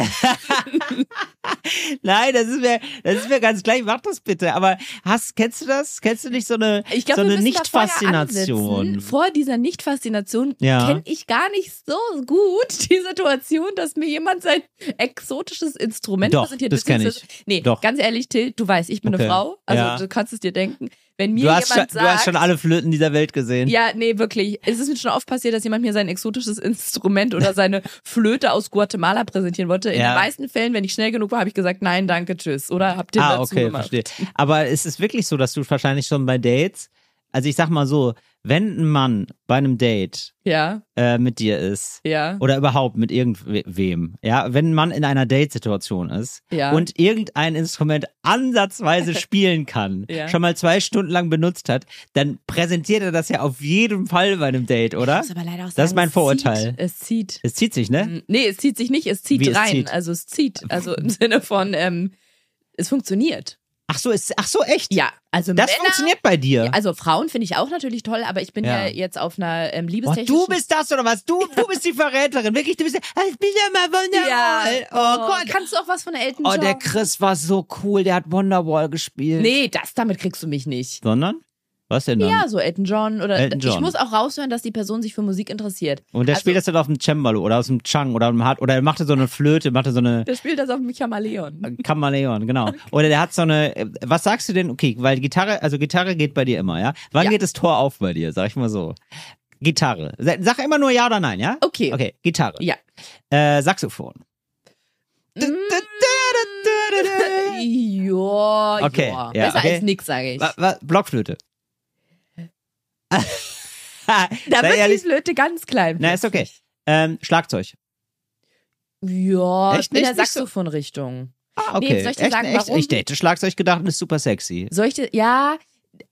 [SPEAKER 1] Nein, das ist mir, das ist mir ganz gleich, mach das bitte. Aber hast, kennst du das? Kennst du nicht so eine,
[SPEAKER 2] Ich glaube,
[SPEAKER 1] so
[SPEAKER 2] wir
[SPEAKER 1] eine
[SPEAKER 2] müssen da vorher ansetzen.
[SPEAKER 1] Nicht-Faszination?
[SPEAKER 2] Vor dieser Nicht-Faszination
[SPEAKER 1] Ja.
[SPEAKER 2] kenne ich gar nicht so gut die Situation, dass mir jemand sein exotisches Instrument
[SPEAKER 1] Doch,
[SPEAKER 2] präsentiert.
[SPEAKER 1] das kenn ich.
[SPEAKER 2] beziehungsweise- Nee,
[SPEAKER 1] Doch.
[SPEAKER 2] ganz ehrlich, Till, du weißt, ich bin
[SPEAKER 1] Okay.
[SPEAKER 2] eine Frau. Also
[SPEAKER 1] Ja.
[SPEAKER 2] du kannst es dir denken. Wenn mir
[SPEAKER 1] Du hast, schon,
[SPEAKER 2] jemand
[SPEAKER 1] du
[SPEAKER 2] sagt,
[SPEAKER 1] hast schon alle Flöten dieser Welt gesehen.
[SPEAKER 2] ja, nee, wirklich. Es ist mir schon oft passiert, dass jemand mir sein exotisches Instrument oder seine Flöte aus Guatemala präsentieren wollte. In
[SPEAKER 1] Ja.
[SPEAKER 2] den meisten Fällen, wenn ich schnell genug war, habe ich gesagt, nein, danke, tschüss. Oder hab den
[SPEAKER 1] ah,
[SPEAKER 2] dazu
[SPEAKER 1] okay,
[SPEAKER 2] gemacht.
[SPEAKER 1] verstehe. Aber es ist wirklich so, dass du wahrscheinlich schon bei Dates, also ich sag mal so, wenn ein Mann bei einem Date
[SPEAKER 2] Ja,
[SPEAKER 1] äh, mit dir ist,
[SPEAKER 2] ja.
[SPEAKER 1] oder überhaupt mit irgendwem, ja, wenn ein Mann in einer Date-Situation ist
[SPEAKER 2] Ja.
[SPEAKER 1] und irgendein Instrument ansatzweise spielen kann,
[SPEAKER 2] Ja.
[SPEAKER 1] schon mal zwei Stunden lang benutzt hat, dann präsentiert er das ja auf jeden Fall bei einem Date, oder?
[SPEAKER 2] muss aber Mhm. leider auch sagen,
[SPEAKER 1] Das ist mein
[SPEAKER 2] es
[SPEAKER 1] Vorurteil.
[SPEAKER 2] Zieht, es zieht.
[SPEAKER 1] Es zieht sich, ne?
[SPEAKER 2] Ähm, Nee, es zieht sich nicht, es zieht
[SPEAKER 1] Wie, es
[SPEAKER 2] rein.
[SPEAKER 1] zieht?
[SPEAKER 2] Also es zieht. Also im Sinne von, ähm, es funktioniert.
[SPEAKER 1] Ach so, es, ach so, echt?
[SPEAKER 2] Ja, also
[SPEAKER 1] Das
[SPEAKER 2] Männer,
[SPEAKER 1] funktioniert bei dir.
[SPEAKER 2] Also Frauen finde ich auch natürlich toll, aber ich bin
[SPEAKER 1] Ja.
[SPEAKER 2] ja, jetzt auf einer ähm,
[SPEAKER 1] Oh,
[SPEAKER 2] liebestechnischen...
[SPEAKER 1] du bist das oder was? Du, du bist die Verräterin. Wirklich, du bist. also Ich bin ja mal
[SPEAKER 2] ja.
[SPEAKER 1] Wonderwall. Oh, Gott.
[SPEAKER 2] Kannst du auch was von der Elton
[SPEAKER 1] Oh,
[SPEAKER 2] John?
[SPEAKER 1] der Chris war so cool. Der hat Wonderwall gespielt.
[SPEAKER 2] Nee, das, damit kriegst du mich nicht.
[SPEAKER 1] Sondern? Was denn dann?
[SPEAKER 2] Ja, so Elton John oder
[SPEAKER 1] Elton
[SPEAKER 2] ich
[SPEAKER 1] John.
[SPEAKER 2] muss auch raushören, dass die Person sich für Musik interessiert.
[SPEAKER 1] Und der
[SPEAKER 2] also-
[SPEAKER 1] spielt das dann auf dem Cembalo oder aus dem Chang oder dem Hart oder er machte so eine Flöte, machte so eine
[SPEAKER 2] Der spielt das auf dem Chameleon.
[SPEAKER 1] Kamaleon, genau. Oder der hat so eine. äh, Was sagst du denn? Okay, weil Gitarre, also Gitarre geht bei dir immer, ja? Wann
[SPEAKER 2] Ja.
[SPEAKER 1] geht das Tor auf bei dir? Sag ich mal so. Gitarre. Sa- Sag immer nur ja oder nein, ja?
[SPEAKER 2] Okay.
[SPEAKER 1] Okay, Gitarre.
[SPEAKER 2] Ja. Mm.
[SPEAKER 1] Äh, Saxophon.
[SPEAKER 2] Mhm. Ja,
[SPEAKER 1] Okay,
[SPEAKER 2] ja.
[SPEAKER 1] ja,
[SPEAKER 2] Besser
[SPEAKER 1] okay.
[SPEAKER 2] als nix, sage ich.
[SPEAKER 1] Wa- wa- Blockflöte.
[SPEAKER 2] Da
[SPEAKER 1] Sei
[SPEAKER 2] wird die
[SPEAKER 1] ehrlich.
[SPEAKER 2] Flöte ganz klein.
[SPEAKER 1] Na, ist okay. Ähm, Schlagzeug.
[SPEAKER 2] Ja,
[SPEAKER 1] Echt
[SPEAKER 2] in der
[SPEAKER 1] nicht? Nicht so-
[SPEAKER 2] Saxophon-Richtung.
[SPEAKER 1] Ah,
[SPEAKER 2] Nee,
[SPEAKER 1] okay.
[SPEAKER 2] soll ich dir
[SPEAKER 1] echt,
[SPEAKER 2] sagen,
[SPEAKER 1] echt,
[SPEAKER 2] warum?
[SPEAKER 1] Ich hätte Schlagzeug gedacht und ist super sexy.
[SPEAKER 2] Soll ich dir, ja,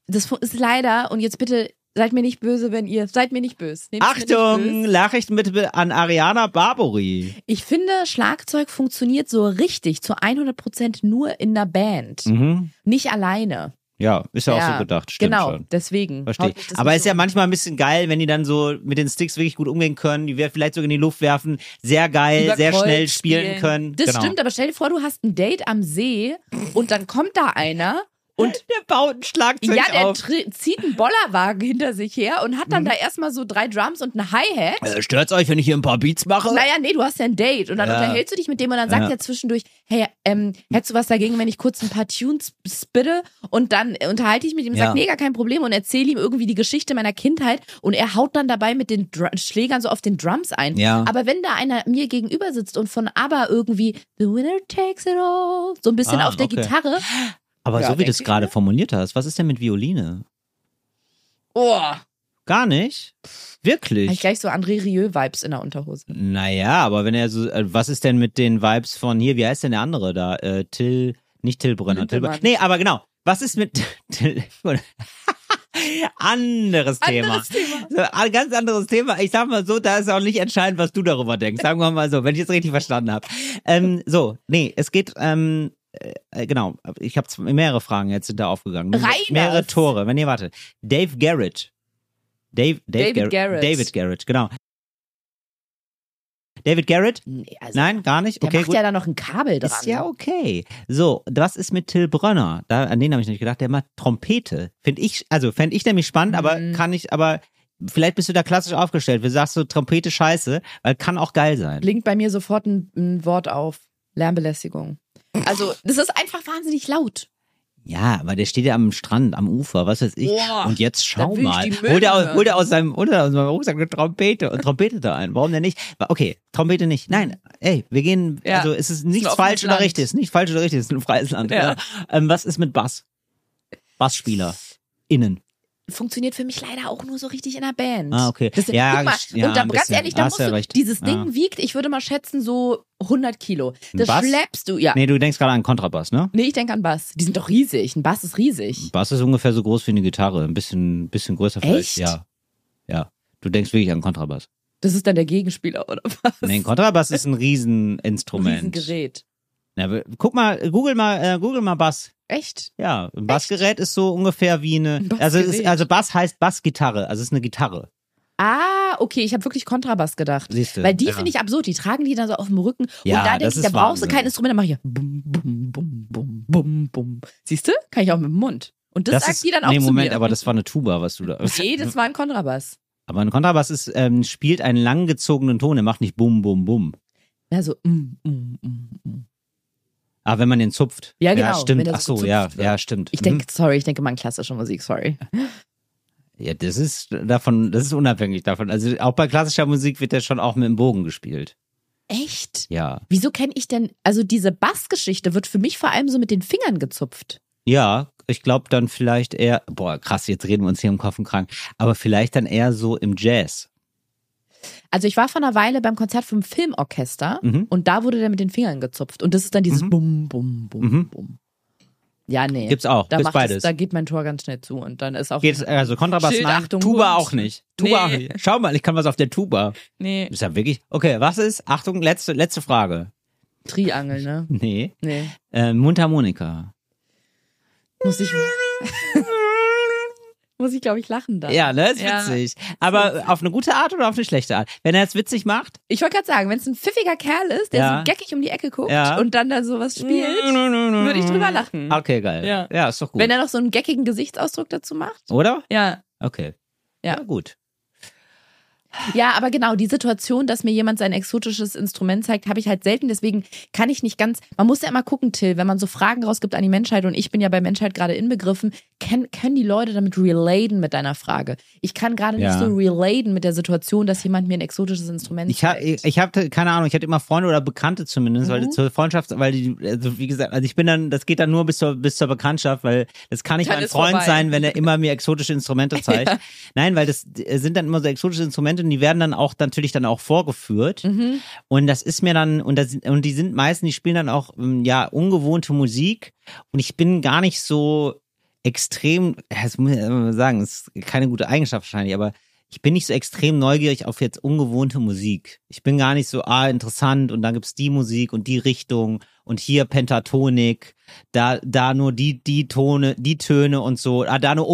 [SPEAKER 2] das fu- ist leider, und jetzt bitte, seid mir nicht böse, wenn ihr, seid mir nicht böse. Nehmt's mir nicht böse.
[SPEAKER 1] Achtung, Nachrichten bitte an Ariana Barbori.
[SPEAKER 2] Ich finde, Schlagzeug funktioniert so richtig, zu 100% nur in einer Band,
[SPEAKER 1] Mhm.
[SPEAKER 2] nicht alleine.
[SPEAKER 1] Ja, ist ja, auch
[SPEAKER 2] Ja,
[SPEAKER 1] so gedacht. Stimmt
[SPEAKER 2] genau,
[SPEAKER 1] schon.
[SPEAKER 2] deswegen.
[SPEAKER 1] Verstehe.
[SPEAKER 2] Haut mich das
[SPEAKER 1] Aber
[SPEAKER 2] nicht
[SPEAKER 1] ist
[SPEAKER 2] so
[SPEAKER 1] ja
[SPEAKER 2] um.
[SPEAKER 1] manchmal ein bisschen geil, wenn die dann so mit den Sticks wirklich gut umgehen können, die wir vielleicht sogar in die Luft werfen, sehr geil,
[SPEAKER 2] Über
[SPEAKER 1] sehr
[SPEAKER 2] Kreuz
[SPEAKER 1] schnell spielen können.
[SPEAKER 2] Das
[SPEAKER 1] genau.
[SPEAKER 2] stimmt, aber stell dir vor, du hast ein Date am See und dann kommt da einer
[SPEAKER 1] Und der baut ein Schlagzeug
[SPEAKER 2] Ja, der
[SPEAKER 1] auf. Mhm.
[SPEAKER 2] tri- zieht einen Bollerwagen hinter sich her und hat dann da erstmal so drei Drums und ein Hi-Hat.
[SPEAKER 1] Äh, Stört's euch, wenn ich hier ein paar Beats mache?
[SPEAKER 2] Naja, nee, du hast ja ein Date. Und dann
[SPEAKER 1] Ja.
[SPEAKER 2] unterhältst du dich mit dem und dann sagt
[SPEAKER 1] Ja.
[SPEAKER 2] er zwischendurch, hey, ähm, hättest du was dagegen, wenn ich kurz ein paar Tunes spitte? Und dann äh, unterhalte ich mit ihm,
[SPEAKER 1] Ja.
[SPEAKER 2] sag, nee, gar kein Problem und erzähle ihm irgendwie die Geschichte meiner Kindheit und er haut dann dabei mit den Dr Schlägern so auf den Drums ein.
[SPEAKER 1] Ja.
[SPEAKER 2] Aber wenn da einer mir gegenüber sitzt und von ABBA irgendwie The winner takes it all, so ein bisschen
[SPEAKER 1] Ah,
[SPEAKER 2] auf der
[SPEAKER 1] okay.
[SPEAKER 2] Gitarre,
[SPEAKER 1] Aber
[SPEAKER 2] Ja,
[SPEAKER 1] so wie du
[SPEAKER 2] denk
[SPEAKER 1] es
[SPEAKER 2] ich,
[SPEAKER 1] gerade
[SPEAKER 2] ne?
[SPEAKER 1] formuliert hast, was ist denn mit Violine?
[SPEAKER 2] oh,
[SPEAKER 1] Gar nicht?
[SPEAKER 2] habe ich
[SPEAKER 1] Wirklich?
[SPEAKER 2] gleich so André Rieu-Vibes in der Unterhose.
[SPEAKER 1] Naja, aber wenn er so, äh, was ist denn mit den Vibes von hier, wie heißt denn der andere da? Äh, Till, nicht Till Brunner, Till
[SPEAKER 2] Lindemann.
[SPEAKER 1] Br- Nee, aber genau, was ist mit Till Anderes Thema.
[SPEAKER 2] Anderes Thema.
[SPEAKER 1] So, ein ganz anderes Thema. Ich sag mal so, da ist auch nicht entscheidend, was du darüber denkst. Sagen wir mal so, wenn ich es richtig verstanden habe. Ähm, so, nee, es geht, ähm, äh, genau, ich habe mehrere Fragen jetzt sind da aufgegangen.
[SPEAKER 2] Reiners.
[SPEAKER 1] Mehrere Tore. Wenn ihr wartet. Dave Garrett. Dave, Dave
[SPEAKER 2] David
[SPEAKER 1] Garrett.
[SPEAKER 2] Garrett.
[SPEAKER 1] David Garrett, genau. David Garrett?
[SPEAKER 2] Nee, also,
[SPEAKER 1] Nein, gar nicht.
[SPEAKER 2] der
[SPEAKER 1] Okay,
[SPEAKER 2] macht
[SPEAKER 1] gut.
[SPEAKER 2] ja da noch ein Kabel dran.
[SPEAKER 1] Ist ja okay. So, was ist mit Till Brönner? Da, an den habe ich nicht gedacht. Der macht Trompete. Finde ich, also fände ich nämlich spannend, aber
[SPEAKER 2] Mhm.
[SPEAKER 1] kann ich, aber vielleicht bist du da klassisch aufgestellt. Du sagst so Trompete scheiße, weil kann auch geil sein.
[SPEAKER 2] blinkt bei mir sofort ein, ein Wort auf. Lärmbelästigung. Also, das ist einfach wahnsinnig laut.
[SPEAKER 1] Ja, aber der steht ja am Strand, am Ufer, was weiß ich.
[SPEAKER 2] Boah,
[SPEAKER 1] und jetzt schau
[SPEAKER 2] will ich
[SPEAKER 1] mal.
[SPEAKER 2] die Möwen
[SPEAKER 1] Holt er, aus,
[SPEAKER 2] hören.
[SPEAKER 1] holt er aus seinem, holt er aus seinem Rucksack eine Trompete und trompetet da ein. Warum denn nicht? Okay, Trompete nicht. Nein, ey, wir gehen,
[SPEAKER 2] Ja.
[SPEAKER 1] also es ist nichts
[SPEAKER 2] offenes
[SPEAKER 1] falsch oder
[SPEAKER 2] Land.
[SPEAKER 1] richtig. Es ist nicht falsch oder richtig, es ist ein freies Land.
[SPEAKER 2] Ja.
[SPEAKER 1] Ähm, was ist mit Bass? Bassspieler. Innen.
[SPEAKER 2] Funktioniert für mich leider auch nur so richtig in der Band.
[SPEAKER 1] Ah, okay.
[SPEAKER 2] Das,
[SPEAKER 1] Ja,
[SPEAKER 2] guck mal,
[SPEAKER 1] ges- ja,
[SPEAKER 2] und da,
[SPEAKER 1] ein
[SPEAKER 2] ganz
[SPEAKER 1] bisschen.
[SPEAKER 2] ehrlich, da
[SPEAKER 1] Hast
[SPEAKER 2] musst
[SPEAKER 1] ja
[SPEAKER 2] du,
[SPEAKER 1] recht.
[SPEAKER 2] dieses
[SPEAKER 1] Ja.
[SPEAKER 2] Ding wiegt, ich würde mal schätzen, so 100 Kilo. Das
[SPEAKER 1] Bass?
[SPEAKER 2] schleppst du, ja. Nee,
[SPEAKER 1] Nee, du denkst gerade an Kontrabass, ne?
[SPEAKER 2] ich denke an Bass. Die sind doch riesig. Ein Bass ist riesig.
[SPEAKER 1] Bass ist ungefähr so groß wie eine Gitarre, ein bisschen, bisschen größer vielleicht.
[SPEAKER 2] Echt?
[SPEAKER 1] Ja. Ja. Du denkst wirklich an Kontrabass.
[SPEAKER 2] Das ist dann der Gegenspieler, oder was?
[SPEAKER 1] Nee, ein Kontrabass ist ein
[SPEAKER 2] ein
[SPEAKER 1] Rieseninstrument.
[SPEAKER 2] Riesengerät.
[SPEAKER 1] Na, w- guck mal, google mal, äh, google mal Bass.
[SPEAKER 2] Echt?
[SPEAKER 1] Ja, ein Bassgerät ist so ungefähr wie eine.
[SPEAKER 2] Ein Bassgerät.
[SPEAKER 1] Also, es ist, also Bass heißt Bassgitarre, also es ist eine Gitarre.
[SPEAKER 2] Ah, okay, ich habe wirklich Kontrabass gedacht.
[SPEAKER 1] Siehst du?
[SPEAKER 2] Weil die
[SPEAKER 1] Äh, ja.
[SPEAKER 2] finde ich absurd, die tragen die dann so auf dem Rücken
[SPEAKER 1] Ja,
[SPEAKER 2] und da
[SPEAKER 1] das
[SPEAKER 2] denke ich, da
[SPEAKER 1] ist
[SPEAKER 2] brauchst du
[SPEAKER 1] Wahnsinn.
[SPEAKER 2] kein Instrument, dann mache ich ja bum, bum, bum, bum, bum, bum. Siehst du? Kann ich auch mit dem Mund. Und das, sagt
[SPEAKER 1] ist,
[SPEAKER 2] die dann auch
[SPEAKER 1] Nee,
[SPEAKER 2] zu
[SPEAKER 1] Moment,
[SPEAKER 2] mir.
[SPEAKER 1] aber das war eine Tuba, was du da.
[SPEAKER 2] nee, das war ein Kontrabass.
[SPEAKER 1] Aber ein Kontrabass ist, ähm, spielt einen langgezogenen Ton, der macht nicht bum, bum, bum.
[SPEAKER 2] Also, mm, mm, mm, mm.
[SPEAKER 1] Aber Ah, wenn man den zupft.
[SPEAKER 2] Ja, genau,
[SPEAKER 1] stimmt.
[SPEAKER 2] wenn er
[SPEAKER 1] Ach
[SPEAKER 2] so
[SPEAKER 1] so, ja,
[SPEAKER 2] gezupft wird.
[SPEAKER 1] ja, stimmt.
[SPEAKER 2] ich
[SPEAKER 1] Mhm.
[SPEAKER 2] denke, sorry, ich denke mal an klassische Musik, sorry.
[SPEAKER 1] Ja, das ist davon, das ist unabhängig davon. Also auch bei klassischer Musik wird ja schon auch mit dem Bogen gespielt.
[SPEAKER 2] Echt?
[SPEAKER 1] Ja.
[SPEAKER 2] Wieso kenne ich denn, also diese Bassgeschichte wird für mich vor allem so mit den Fingern gezupft.
[SPEAKER 1] Ja, ich glaube dann vielleicht eher, boah, krass, jetzt reden wir uns hier im Kopf und krank, aber vielleicht dann eher so im Jazz.
[SPEAKER 2] Also ich war vor einer Weile beim Konzert vom Filmorchester
[SPEAKER 1] Mhm.
[SPEAKER 2] und da wurde der mit den Fingern gezupft. Und das ist dann dieses Bum, Bum, Bum,
[SPEAKER 1] Mhm.
[SPEAKER 2] Bum. Ja, nee.
[SPEAKER 1] Gibt's auch,
[SPEAKER 2] Da,
[SPEAKER 1] gibt's
[SPEAKER 2] macht
[SPEAKER 1] beides.
[SPEAKER 2] es, da geht mein Tor ganz schnell zu und dann ist auch.
[SPEAKER 1] Geht also Kontrabass
[SPEAKER 2] Schild,
[SPEAKER 1] nach,
[SPEAKER 2] Achtung,
[SPEAKER 1] Tuba
[SPEAKER 2] Hund.
[SPEAKER 1] auch nicht. Tuba
[SPEAKER 2] Nee.
[SPEAKER 1] auch nicht. Schau mal, ich kann was auf der Tuba.
[SPEAKER 2] nee,
[SPEAKER 1] Ist ja wirklich. Okay, was ist? Achtung, letzte letzte Frage.
[SPEAKER 2] Triangel, ne?
[SPEAKER 1] Nee,
[SPEAKER 2] Nee.
[SPEAKER 1] äh, Mundharmonika.
[SPEAKER 2] Muss ich. muss ich, glaube ich, lachen da.
[SPEAKER 1] Ja, ne, ist
[SPEAKER 2] Ja.
[SPEAKER 1] witzig. Aber auf eine gute Art oder auf eine schlechte Art? Wenn er es witzig macht,
[SPEAKER 2] Ich wollte gerade sagen, wenn es ein pfiffiger Kerl ist, der
[SPEAKER 1] Ja.
[SPEAKER 2] so geckig um die Ecke guckt
[SPEAKER 1] Ja.
[SPEAKER 2] und dann da sowas spielt,
[SPEAKER 1] würde
[SPEAKER 2] würde ich drüber lachen.
[SPEAKER 1] Okay, geil. Ja,
[SPEAKER 2] Ja.
[SPEAKER 1] ist doch gut.
[SPEAKER 2] Wenn er noch so einen geckigen Gesichtsausdruck dazu macht.
[SPEAKER 1] Oder?
[SPEAKER 2] Ja.
[SPEAKER 1] Okay.
[SPEAKER 2] Ja.
[SPEAKER 1] ja gut.
[SPEAKER 2] Ja, aber genau, die Situation, dass mir jemand sein exotisches Instrument zeigt, habe ich halt selten. Deswegen kann ich nicht ganz. Man muss ja immer gucken, Till, wenn man so Fragen rausgibt an die Menschheit, und ich bin ja bei Menschheit gerade inbegriffen, können, können die Leute damit relaten mit deiner Frage? Ich kann gerade
[SPEAKER 1] Ja.
[SPEAKER 2] nicht so relaten mit der Situation, dass jemand mir ein exotisches Instrument
[SPEAKER 1] Ich habe,
[SPEAKER 2] zeigt.
[SPEAKER 1] ich hatte keine Ahnung. Ich hatte immer Freunde oder Bekannte zumindest, weil
[SPEAKER 2] Mhm.
[SPEAKER 1] zur Freundschaft, weil die, also wie gesagt, also ich bin dann, das geht dann nur bis zur bis zur Bekanntschaft, weil das kann nicht
[SPEAKER 2] Dann
[SPEAKER 1] mein
[SPEAKER 2] ist
[SPEAKER 1] Freund
[SPEAKER 2] vorbei.
[SPEAKER 1] sein, wenn er immer mir exotische Instrumente zeigt. Nein, weil das äh, sind dann immer so exotische Instrumente und die werden dann auch natürlich dann auch vorgeführt.
[SPEAKER 2] Mhm.
[SPEAKER 1] Und das ist mir dann, und, das, und die sind meistens, die spielen dann auch, ähm, ja, ungewohnte Musik. Und ich bin gar nicht so extrem, ja, das muss ich immer sagen, das ist keine gute Eigenschaft wahrscheinlich, aber ich bin nicht so extrem neugierig auf jetzt ungewohnte Musik. Ich bin gar nicht so, ah, interessant und dann gibt's die Musik und die Richtung und hier Pentatonik, da, da nur die, die Tone, die Töne und so, ah, da nur
[SPEAKER 2] Das ist ja der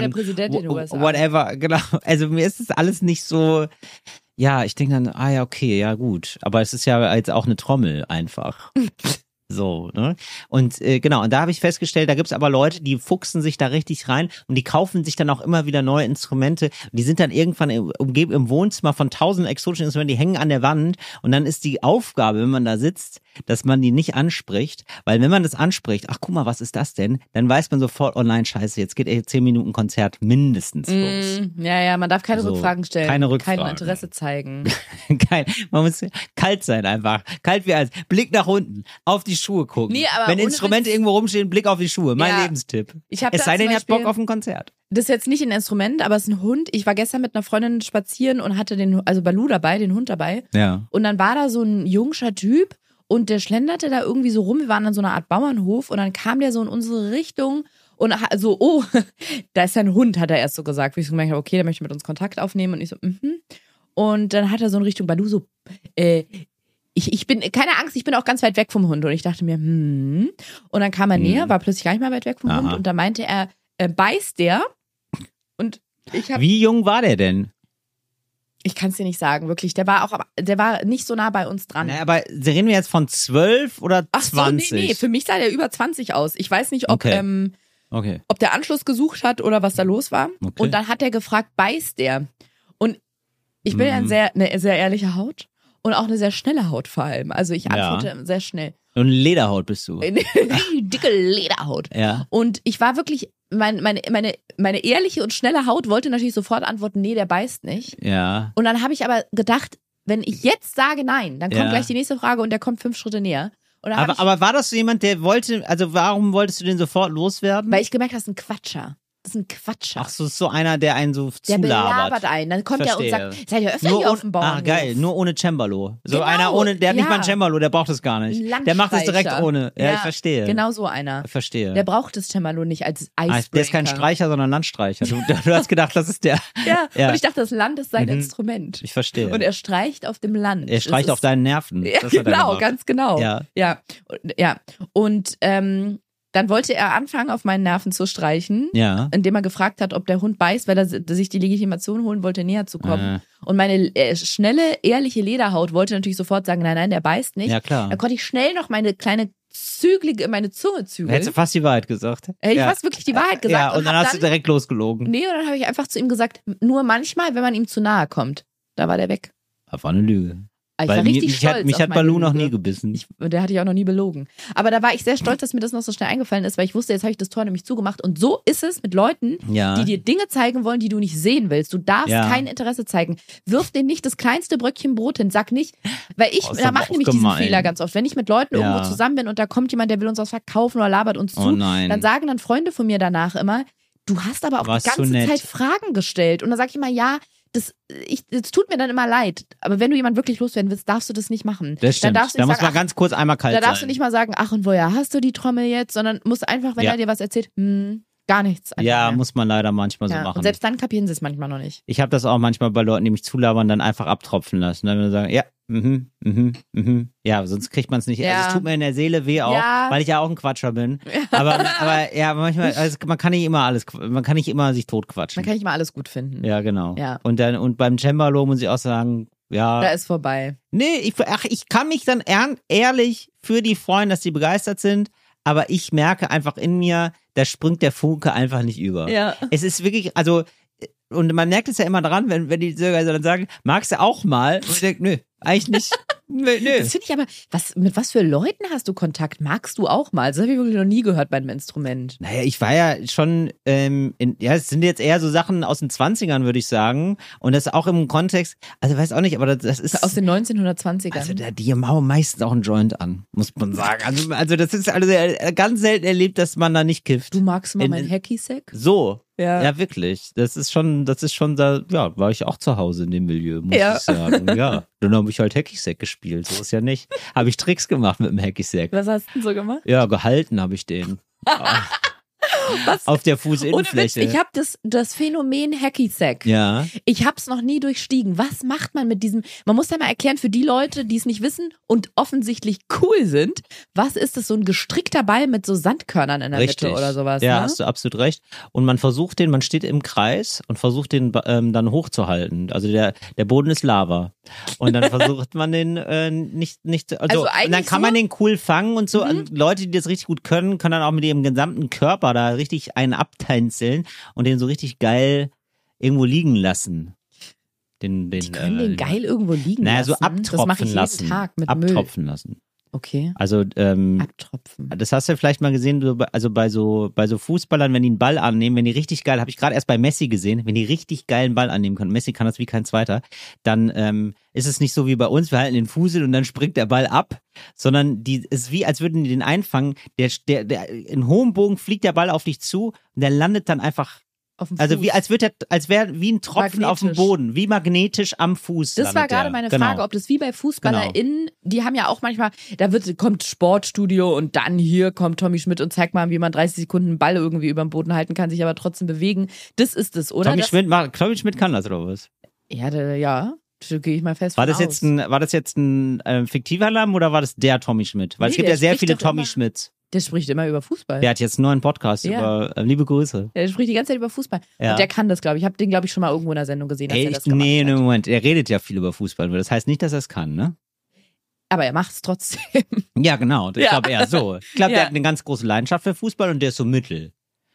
[SPEAKER 1] Obertongesang.
[SPEAKER 2] Präsident in den
[SPEAKER 1] Wo-
[SPEAKER 2] USA.
[SPEAKER 1] Whatever, genau. Also mir ist es alles nicht so. Ja, ich denke dann, ah ja, okay, ja gut. Aber es ist ja jetzt auch eine Trommel einfach. So, ne? Und äh, genau, und da habe ich festgestellt, da gibt's aber Leute, die fuchsen sich da richtig rein und die kaufen sich dann auch immer wieder neue Instrumente. Die sind dann irgendwann im, umgeben im Wohnzimmer von tausend exotischen Instrumenten, die hängen an der Wand und dann ist die Aufgabe, wenn man da sitzt, dass man die nicht anspricht, weil wenn man das anspricht, ach guck mal, was ist das denn? Dann weiß man sofort, oh nein, scheiße, jetzt geht eh zehn Minuten Konzert mindestens los.
[SPEAKER 2] Mm, ja, ja, man darf keine
[SPEAKER 1] So,
[SPEAKER 2] Rückfragen stellen.
[SPEAKER 1] Also, keine
[SPEAKER 2] Kein
[SPEAKER 1] Rückfragen.
[SPEAKER 2] Interesse zeigen.
[SPEAKER 1] Kein, man muss kalt sein einfach. Kalt wie Eis. Blick nach unten. Auf die Schuhe gucken.
[SPEAKER 2] Nee, aber
[SPEAKER 1] Wenn
[SPEAKER 2] ohne
[SPEAKER 1] Instrumente
[SPEAKER 2] Witz-
[SPEAKER 1] irgendwo rumstehen, Blick auf die Schuhe. Mein
[SPEAKER 2] Ja.
[SPEAKER 1] Lebenstipp.
[SPEAKER 2] Ich hab
[SPEAKER 1] es
[SPEAKER 2] da
[SPEAKER 1] sei
[SPEAKER 2] zum
[SPEAKER 1] denn, ihr habt
[SPEAKER 2] Beispiel-
[SPEAKER 1] Bock auf ein Konzert.
[SPEAKER 2] Das ist jetzt nicht ein Instrument, aber es ist ein Hund. Ich war gestern mit einer Freundin spazieren und hatte den, also Balu dabei, den Hund dabei.
[SPEAKER 1] Ja.
[SPEAKER 2] Und dann war da so ein jungscher Typ und der schlenderte da irgendwie so rum. Wir waren an so einer Art Bauernhof und dann kam der so in unsere Richtung und ha- so, oh, da ist ja ein Hund, hat er erst so gesagt. Wie ich so gemerkt habe, okay, der möchte mit uns Kontakt aufnehmen und ich so, mhm. Und dann hat er so in Richtung Balu so, äh, ich, ich bin, keine Angst, ich bin auch ganz weit weg vom Hund. Und ich dachte mir, hm. Und dann kam er näher,
[SPEAKER 1] Mhm.
[SPEAKER 2] war plötzlich gar nicht mehr weit weg vom
[SPEAKER 1] Aha.
[SPEAKER 2] Hund. Und da meinte er, äh, beißt der. Und ich habe
[SPEAKER 1] Wie jung war der denn?
[SPEAKER 2] ich kann es dir nicht sagen, wirklich. Der war auch, am- der war nicht so nah bei uns dran.
[SPEAKER 1] Na, aber reden wir jetzt von zwölf oder
[SPEAKER 2] Ach so, nee,
[SPEAKER 1] zwanzig?
[SPEAKER 2] nee, für mich sah der über 20 aus. Ich weiß nicht, ob,
[SPEAKER 1] Okay.
[SPEAKER 2] ähm,
[SPEAKER 1] okay.
[SPEAKER 2] ob der Anschluss gesucht hat oder was da los war.
[SPEAKER 1] Okay.
[SPEAKER 2] Und dann hat er gefragt, beißt der? Und ich bin
[SPEAKER 1] Mhm.
[SPEAKER 2] ein sehr, eine sehr ehrliche Haut und auch eine sehr schnelle Haut vor allem. Also ich
[SPEAKER 1] Ja.
[SPEAKER 2] antworte sehr schnell.
[SPEAKER 1] Und Lederhaut bist du.
[SPEAKER 2] Eine dicke Lederhaut.
[SPEAKER 1] Ja.
[SPEAKER 2] Und ich war wirklich, mein, meine, meine, meine ehrliche und schnelle Haut wollte natürlich sofort antworten, nee, der beißt nicht.
[SPEAKER 1] Ja.
[SPEAKER 2] Und dann habe ich aber gedacht, wenn ich jetzt sage nein, dann kommt
[SPEAKER 1] Ja.
[SPEAKER 2] gleich die nächste Frage und der kommt fünf Schritte näher. Und dann hab
[SPEAKER 1] Aber,
[SPEAKER 2] ich,
[SPEAKER 1] aber war das so jemand, der wollte, also warum wolltest du den sofort loswerden?
[SPEAKER 2] Weil ich gemerkt habe, das ist ein Quatscher. Das ist ein Quatscher.
[SPEAKER 1] Ach so, ist so einer, der einen so
[SPEAKER 2] der belabert
[SPEAKER 1] zulabert.
[SPEAKER 2] einen. Dann kommt er und
[SPEAKER 1] Verstehe.
[SPEAKER 2] sagt, seid ihr öfter
[SPEAKER 1] Nur
[SPEAKER 2] hier
[SPEAKER 1] ohne-
[SPEAKER 2] auf dem Bauernhof?
[SPEAKER 1] Ah, geil, nur ohne Cembalo. So
[SPEAKER 2] Genau,
[SPEAKER 1] einer ohne, der hat nicht
[SPEAKER 2] ja.
[SPEAKER 1] mal ein Cembalo, der braucht es gar nicht.
[SPEAKER 2] Ein
[SPEAKER 1] Der macht es direkt
[SPEAKER 2] Landstreicher.
[SPEAKER 1] ohne. Ja, ich verstehe.
[SPEAKER 2] Genau so einer.
[SPEAKER 1] Ich verstehe.
[SPEAKER 2] Der braucht das Cembalo nicht als
[SPEAKER 1] Ah,
[SPEAKER 2] Eisbreaker.
[SPEAKER 1] der ist kein Streicher, sondern Landstreicher. Du, du hast gedacht, das ist der.
[SPEAKER 2] Ja.
[SPEAKER 1] Ja.
[SPEAKER 2] und ich dachte, das Land ist sein
[SPEAKER 1] Mhm.
[SPEAKER 2] Instrument.
[SPEAKER 1] Ich verstehe.
[SPEAKER 2] Und er streicht auf dem Land.
[SPEAKER 1] er streicht
[SPEAKER 2] Das
[SPEAKER 1] auf
[SPEAKER 2] ist-
[SPEAKER 1] deinen Nerven.
[SPEAKER 2] Ja,
[SPEAKER 1] das hat er
[SPEAKER 2] genau,
[SPEAKER 1] gemacht.
[SPEAKER 2] ganz genau.
[SPEAKER 1] Ja.
[SPEAKER 2] Ja, und, ja. und ähm, dann wollte er anfangen, auf meinen Nerven zu streichen.
[SPEAKER 1] Ja.
[SPEAKER 2] indem er gefragt hat, ob der Hund beißt, weil er si- sich die Legitimation holen wollte, näher zu kommen.
[SPEAKER 1] Äh.
[SPEAKER 2] Und meine äh, schnelle, ehrliche Lederhaut wollte natürlich sofort sagen, nein, nein, der beißt nicht.
[SPEAKER 1] Ja, klar.
[SPEAKER 2] Da konnte ich schnell noch meine kleine zügelige, meine Zunge zügeln.
[SPEAKER 1] Hättest du fast die Wahrheit gesagt.
[SPEAKER 2] Hätte ich
[SPEAKER 1] ja.
[SPEAKER 2] fast wirklich die Wahrheit gesagt.
[SPEAKER 1] Ja, und, dann
[SPEAKER 2] hab Hm.
[SPEAKER 1] hast du direkt losgelogen.
[SPEAKER 2] nee, und dann habe ich einfach zu ihm gesagt, nur manchmal, wenn man ihm zu nahe kommt. Da war der weg.
[SPEAKER 1] Das war eine Lüge.
[SPEAKER 2] Aber Ich
[SPEAKER 1] Weil
[SPEAKER 2] war
[SPEAKER 1] mich,
[SPEAKER 2] richtig
[SPEAKER 1] mich
[SPEAKER 2] stolz
[SPEAKER 1] hat, mich
[SPEAKER 2] auf
[SPEAKER 1] hat
[SPEAKER 2] meine
[SPEAKER 1] Balu noch
[SPEAKER 2] Lüge.
[SPEAKER 1] nie gebissen.
[SPEAKER 2] Ich, und der hatte ich auch noch nie belogen. Aber da war ich sehr stolz, dass mir das noch so schnell eingefallen ist, weil ich wusste, jetzt habe ich das Tor nämlich zugemacht. Und so ist es mit Leuten,
[SPEAKER 1] ja.
[SPEAKER 2] die dir Dinge zeigen wollen, die du nicht sehen willst. Du darfst
[SPEAKER 1] Ja.
[SPEAKER 2] kein Interesse zeigen. Wirf denen nicht das kleinste Bröckchen Brot hin. Sag nicht, weil ich,
[SPEAKER 1] Oh, ist
[SPEAKER 2] da
[SPEAKER 1] aber
[SPEAKER 2] mache
[SPEAKER 1] auch
[SPEAKER 2] nämlich diesen
[SPEAKER 1] gemein.
[SPEAKER 2] Fehler ganz oft. Wenn ich mit Leuten
[SPEAKER 1] Ja.
[SPEAKER 2] irgendwo zusammen bin und da kommt jemand, der will uns was verkaufen oder labert uns
[SPEAKER 1] oh
[SPEAKER 2] zu,
[SPEAKER 1] nein.
[SPEAKER 2] dann sagen dann Freunde von mir danach immer, du hast aber auch
[SPEAKER 1] Warst
[SPEAKER 2] die
[SPEAKER 1] zu
[SPEAKER 2] ganze
[SPEAKER 1] nett.
[SPEAKER 2] Zeit Fragen gestellt. Und dann sage ich immer, ja, das, ich, das tut mir dann immer leid. Aber wenn du jemand wirklich loswerden willst, darfst du das nicht machen.
[SPEAKER 1] das stimmt.
[SPEAKER 2] Dann darfst du
[SPEAKER 1] da
[SPEAKER 2] nicht
[SPEAKER 1] muss
[SPEAKER 2] sagen,
[SPEAKER 1] man ganz kurz einmal kalt
[SPEAKER 2] da darfst du
[SPEAKER 1] sein.
[SPEAKER 2] nicht mal sagen, ach und woher hast du die Trommel jetzt, sondern musst einfach, wenn
[SPEAKER 1] Ja.
[SPEAKER 2] er dir was erzählt, hm, gar nichts. einfach
[SPEAKER 1] ja,
[SPEAKER 2] mehr.
[SPEAKER 1] muss man leider manchmal
[SPEAKER 2] Ja,
[SPEAKER 1] so machen.
[SPEAKER 2] Und selbst dann kapieren sie es manchmal noch nicht.
[SPEAKER 1] Ich habe das auch manchmal bei Leuten, die mich zulabern, dann einfach abtropfen lassen. Dann sagen, ja, mhm, mhm, mhm. Ja, sonst kriegt man es nicht.
[SPEAKER 2] Ja.
[SPEAKER 1] Also es tut mir in der Seele weh auch,
[SPEAKER 2] Ja.
[SPEAKER 1] weil ich ja auch ein Quatscher bin. Aber, aber ja, manchmal, also man kann nicht immer alles, qu- man kann nicht immer sich totquatschen.
[SPEAKER 2] Man kann nicht mal alles gut finden.
[SPEAKER 1] ja, genau.
[SPEAKER 2] Ja.
[SPEAKER 1] Und dann, und beim Cembalo muss ich auch sagen,
[SPEAKER 2] Da
[SPEAKER 1] ja,
[SPEAKER 2] ist vorbei.
[SPEAKER 1] nee, ich, ach, ich kann mich dann ehren- ehrlich für die freuen, dass die begeistert sind, aber ich merke einfach in mir, da springt der Funke einfach nicht über.
[SPEAKER 2] Ja.
[SPEAKER 1] Es ist wirklich, also, äh, und man merkt es ja immer dran, wenn, wenn die Söger dann sagen, magst du auch mal? Und ich denke, nö, eigentlich nicht. Nö, nö.
[SPEAKER 2] Das finde ich aber, was, mit was für Leuten hast du Kontakt? Magst du auch mal? Das habe ich wirklich noch nie gehört bei einem Instrument.
[SPEAKER 1] Naja, ich war ja schon, ähm, in, ja, es sind jetzt eher so Sachen aus den 20ern, würde ich sagen. Und das auch im Kontext, also weiß auch nicht, aber das, das ist.
[SPEAKER 2] Aus den 1920ern.
[SPEAKER 1] also da, die hauen meistens auch einen Joint an, muss man sagen. Also, also das ist also äh, ganz selten erlebt, dass man da nicht kifft.
[SPEAKER 2] du magst mal
[SPEAKER 1] in-
[SPEAKER 2] mein Hacky-Sack?
[SPEAKER 1] So.
[SPEAKER 2] Ja.
[SPEAKER 1] Ja, wirklich. Das ist schon, das ist schon da, ja, war ich auch zu Hause in dem Milieu, muss
[SPEAKER 2] Ja.
[SPEAKER 1] ich sagen. Ja. Dann habe ich halt Hacky-Sack gespielt, so ist ja nicht. Habe ich Tricks gemacht mit dem Hacky-Sack.
[SPEAKER 2] Was hast du denn so gemacht?
[SPEAKER 1] Ja, gehalten habe ich den. Ah.
[SPEAKER 2] Was?
[SPEAKER 1] auf der
[SPEAKER 2] Ohne Witz,
[SPEAKER 1] Fußinnenfläche.
[SPEAKER 2] ich habe das, das Phänomen Hacky Sack.
[SPEAKER 1] ja.
[SPEAKER 2] Ich habe es noch nie durchstiegen. Was macht man mit diesem? Man muss ja mal erklären für die Leute, die es nicht wissen und offensichtlich cool sind. Was ist das so ein gestrickter Ball mit so Sandkörnern in der
[SPEAKER 1] Richtig.
[SPEAKER 2] Mitte oder sowas?
[SPEAKER 1] Ja,
[SPEAKER 2] ne?
[SPEAKER 1] hast du absolut recht. Und man versucht den, man steht im Kreis und versucht den ähm, dann hochzuhalten. Also der, der Boden ist Lava. Und dann versucht man den äh, nicht, nicht,
[SPEAKER 2] Also
[SPEAKER 1] also,
[SPEAKER 2] eigentlich Mhm.
[SPEAKER 1] und dann kann
[SPEAKER 2] so-
[SPEAKER 1] man den cool fangen und so. Und Leute, die das richtig gut können, können dann auch mit ihrem gesamten Körper da richtig einen abtänzeln und den so richtig geil irgendwo liegen lassen. Den, den,
[SPEAKER 2] Die können
[SPEAKER 1] äh,
[SPEAKER 2] den geil irgendwo liegen
[SPEAKER 1] Naja,
[SPEAKER 2] lassen.
[SPEAKER 1] so
[SPEAKER 2] das
[SPEAKER 1] abtropfen
[SPEAKER 2] mache ich jeden
[SPEAKER 1] lassen.
[SPEAKER 2] Tag mit Müll.
[SPEAKER 1] abtropfen lassen.
[SPEAKER 2] Okay.
[SPEAKER 1] Also, ähm,
[SPEAKER 2] Abtropfen.
[SPEAKER 1] das hast du ja vielleicht mal gesehen, so bei- also bei so, bei so Fußballern, wenn die einen Ball annehmen, wenn die richtig geil, habe ich gerade erst bei Messi gesehen, wenn die richtig geilen Ball annehmen können, Messi kann das wie kein zweiter, dann ähm, ist es nicht so wie bei uns, wir halten den Fusel und dann springt der Ball ab, sondern die es ist wie, als würden die den einfangen, der, der, der in hohem Bogen fliegt der Ball auf dich zu und der landet dann einfach,
[SPEAKER 2] Auf dem
[SPEAKER 1] also
[SPEAKER 2] Fuß.
[SPEAKER 1] wie als wird er, als wäre wie ein Tropfen auf dem
[SPEAKER 2] Magnetisch.
[SPEAKER 1] Boden, wie magnetisch am Fuß.
[SPEAKER 2] Das war
[SPEAKER 1] landet
[SPEAKER 2] gerade
[SPEAKER 1] der.
[SPEAKER 2] meine
[SPEAKER 1] genau.
[SPEAKER 2] Frage, ob das wie bei FußballerInnen, die haben ja auch manchmal, da wird, kommt Sportstudio und dann hier kommt Tommy Schmidt und zeigt mal, wie man 30 Sekunden einen Ball irgendwie über den Boden halten kann, sich aber trotzdem bewegen. Das ist es, oder?
[SPEAKER 1] Tommy
[SPEAKER 2] das,
[SPEAKER 1] Schmidt, macht- Tommy Schmidt kann das oder was?
[SPEAKER 2] Ja, da, ja, da gehe ich mal fest.
[SPEAKER 1] War
[SPEAKER 2] von
[SPEAKER 1] das jetzt
[SPEAKER 2] aus.
[SPEAKER 1] ein, war das jetzt ein ähm, fiktiver Name oder war das der Tommy Schmidt? Weil
[SPEAKER 2] Nee,
[SPEAKER 1] es gibt
[SPEAKER 2] der
[SPEAKER 1] ja sehr
[SPEAKER 2] spricht
[SPEAKER 1] viele
[SPEAKER 2] doch
[SPEAKER 1] Tommy
[SPEAKER 2] immer-
[SPEAKER 1] Schmidts.
[SPEAKER 2] Der spricht immer über Fußball.
[SPEAKER 1] Der hat jetzt einen neuen Podcast
[SPEAKER 2] Ja.
[SPEAKER 1] über äh, liebe Grüße.
[SPEAKER 2] Der spricht die ganze Zeit über Fußball.
[SPEAKER 1] Ja.
[SPEAKER 2] Und der kann das, glaube ich. Ich habe den, glaube ich, schon mal irgendwo in der Sendung gesehen, dass
[SPEAKER 1] Ey,
[SPEAKER 2] er das
[SPEAKER 1] ich,
[SPEAKER 2] gemacht
[SPEAKER 1] nee,
[SPEAKER 2] hat.
[SPEAKER 1] nee, Moment, er redet ja viel über Fußball, aber das heißt nicht, dass er es kann, ne?
[SPEAKER 2] Aber er macht es trotzdem.
[SPEAKER 1] Ja, genau. Ich
[SPEAKER 2] Ja.
[SPEAKER 1] glaube eher so. Ich glaube,
[SPEAKER 2] Ja.
[SPEAKER 1] der hat eine ganz große Leidenschaft für Fußball und der ist so mittel.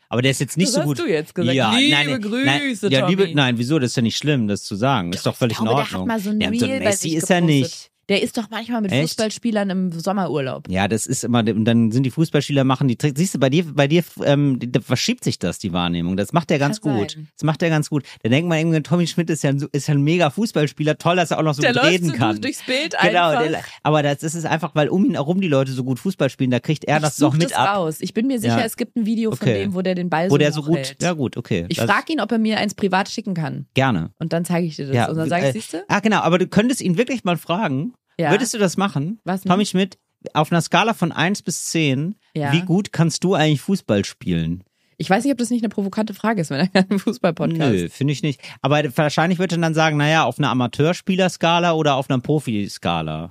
[SPEAKER 1] Aber der ist jetzt nicht
[SPEAKER 2] das
[SPEAKER 1] so
[SPEAKER 2] hast
[SPEAKER 1] gut.
[SPEAKER 2] du jetzt gesagt.
[SPEAKER 1] Ja,
[SPEAKER 2] liebe
[SPEAKER 1] nein, nein,
[SPEAKER 2] Grüße,
[SPEAKER 1] nein, ja,
[SPEAKER 2] Tommy.
[SPEAKER 1] liebe, nein, wieso? Das ist ja nicht schlimm, das zu sagen. Ist doch völlig
[SPEAKER 2] ich glaube,
[SPEAKER 1] in
[SPEAKER 2] der hat
[SPEAKER 1] Ordnung.
[SPEAKER 2] mal so ein
[SPEAKER 1] Ja,
[SPEAKER 2] Real
[SPEAKER 1] so ein
[SPEAKER 2] bei
[SPEAKER 1] Messi
[SPEAKER 2] sich
[SPEAKER 1] ist er
[SPEAKER 2] gepostet.
[SPEAKER 1] nicht.
[SPEAKER 2] Der ist doch manchmal mit
[SPEAKER 1] Echt?
[SPEAKER 2] Fußballspielern im Sommerurlaub.
[SPEAKER 1] Ja, das ist immer, und dann sind die Fußballspieler machen die Tricks. Siehst du, bei dir, bei dir ähm, da verschiebt sich das, die Wahrnehmung. Das macht er ganz
[SPEAKER 2] Kann
[SPEAKER 1] gut.
[SPEAKER 2] sein.
[SPEAKER 1] Das macht er ganz gut. Da denkt man irgendwie, Tommy Schmidt ist ja ein, so- ist ja ein mega Fußballspieler. Toll, dass er auch noch so
[SPEAKER 2] der
[SPEAKER 1] gut
[SPEAKER 2] läuft
[SPEAKER 1] reden
[SPEAKER 2] so
[SPEAKER 1] kann.
[SPEAKER 2] durchs Bild
[SPEAKER 1] Genau,
[SPEAKER 2] einfach.
[SPEAKER 1] der, aber das ist es einfach, weil um ihn herum die Leute so gut Fußball spielen, da kriegt er
[SPEAKER 2] ich
[SPEAKER 1] das
[SPEAKER 2] such
[SPEAKER 1] doch mit
[SPEAKER 2] das
[SPEAKER 1] ab,
[SPEAKER 2] raus. Ich bin mir sicher,
[SPEAKER 1] Ja.
[SPEAKER 2] es gibt ein Video von
[SPEAKER 1] Okay.
[SPEAKER 2] dem, wo der den Ball
[SPEAKER 1] wo
[SPEAKER 2] so
[SPEAKER 1] der so gut,
[SPEAKER 2] hochhält.
[SPEAKER 1] ja gut, okay.
[SPEAKER 2] Ich
[SPEAKER 1] Das-
[SPEAKER 2] frage ihn, ob er mir eins privat schicken kann.
[SPEAKER 1] gerne.
[SPEAKER 2] Und dann zeige ich dir das.
[SPEAKER 1] Ja,
[SPEAKER 2] und dann sage ich,
[SPEAKER 1] äh,
[SPEAKER 2] siehst du?
[SPEAKER 1] Ah, genau, aber du könntest ihn wirklich mal fragen,
[SPEAKER 2] Ja.
[SPEAKER 1] würdest du das machen?
[SPEAKER 2] Was denn?
[SPEAKER 1] Tommy Schmidt, auf einer Skala von 1 bis 10,
[SPEAKER 2] Ja.
[SPEAKER 1] wie gut kannst du eigentlich Fußball spielen?
[SPEAKER 2] Ich weiß nicht, ob das nicht eine provokante Frage ist, wenn er einen Fußballpodcast
[SPEAKER 1] Nö, finde ich nicht. Aber wahrscheinlich würde er dann sagen, naja, auf einer Amateurspielerskala oder auf einer Profiskala.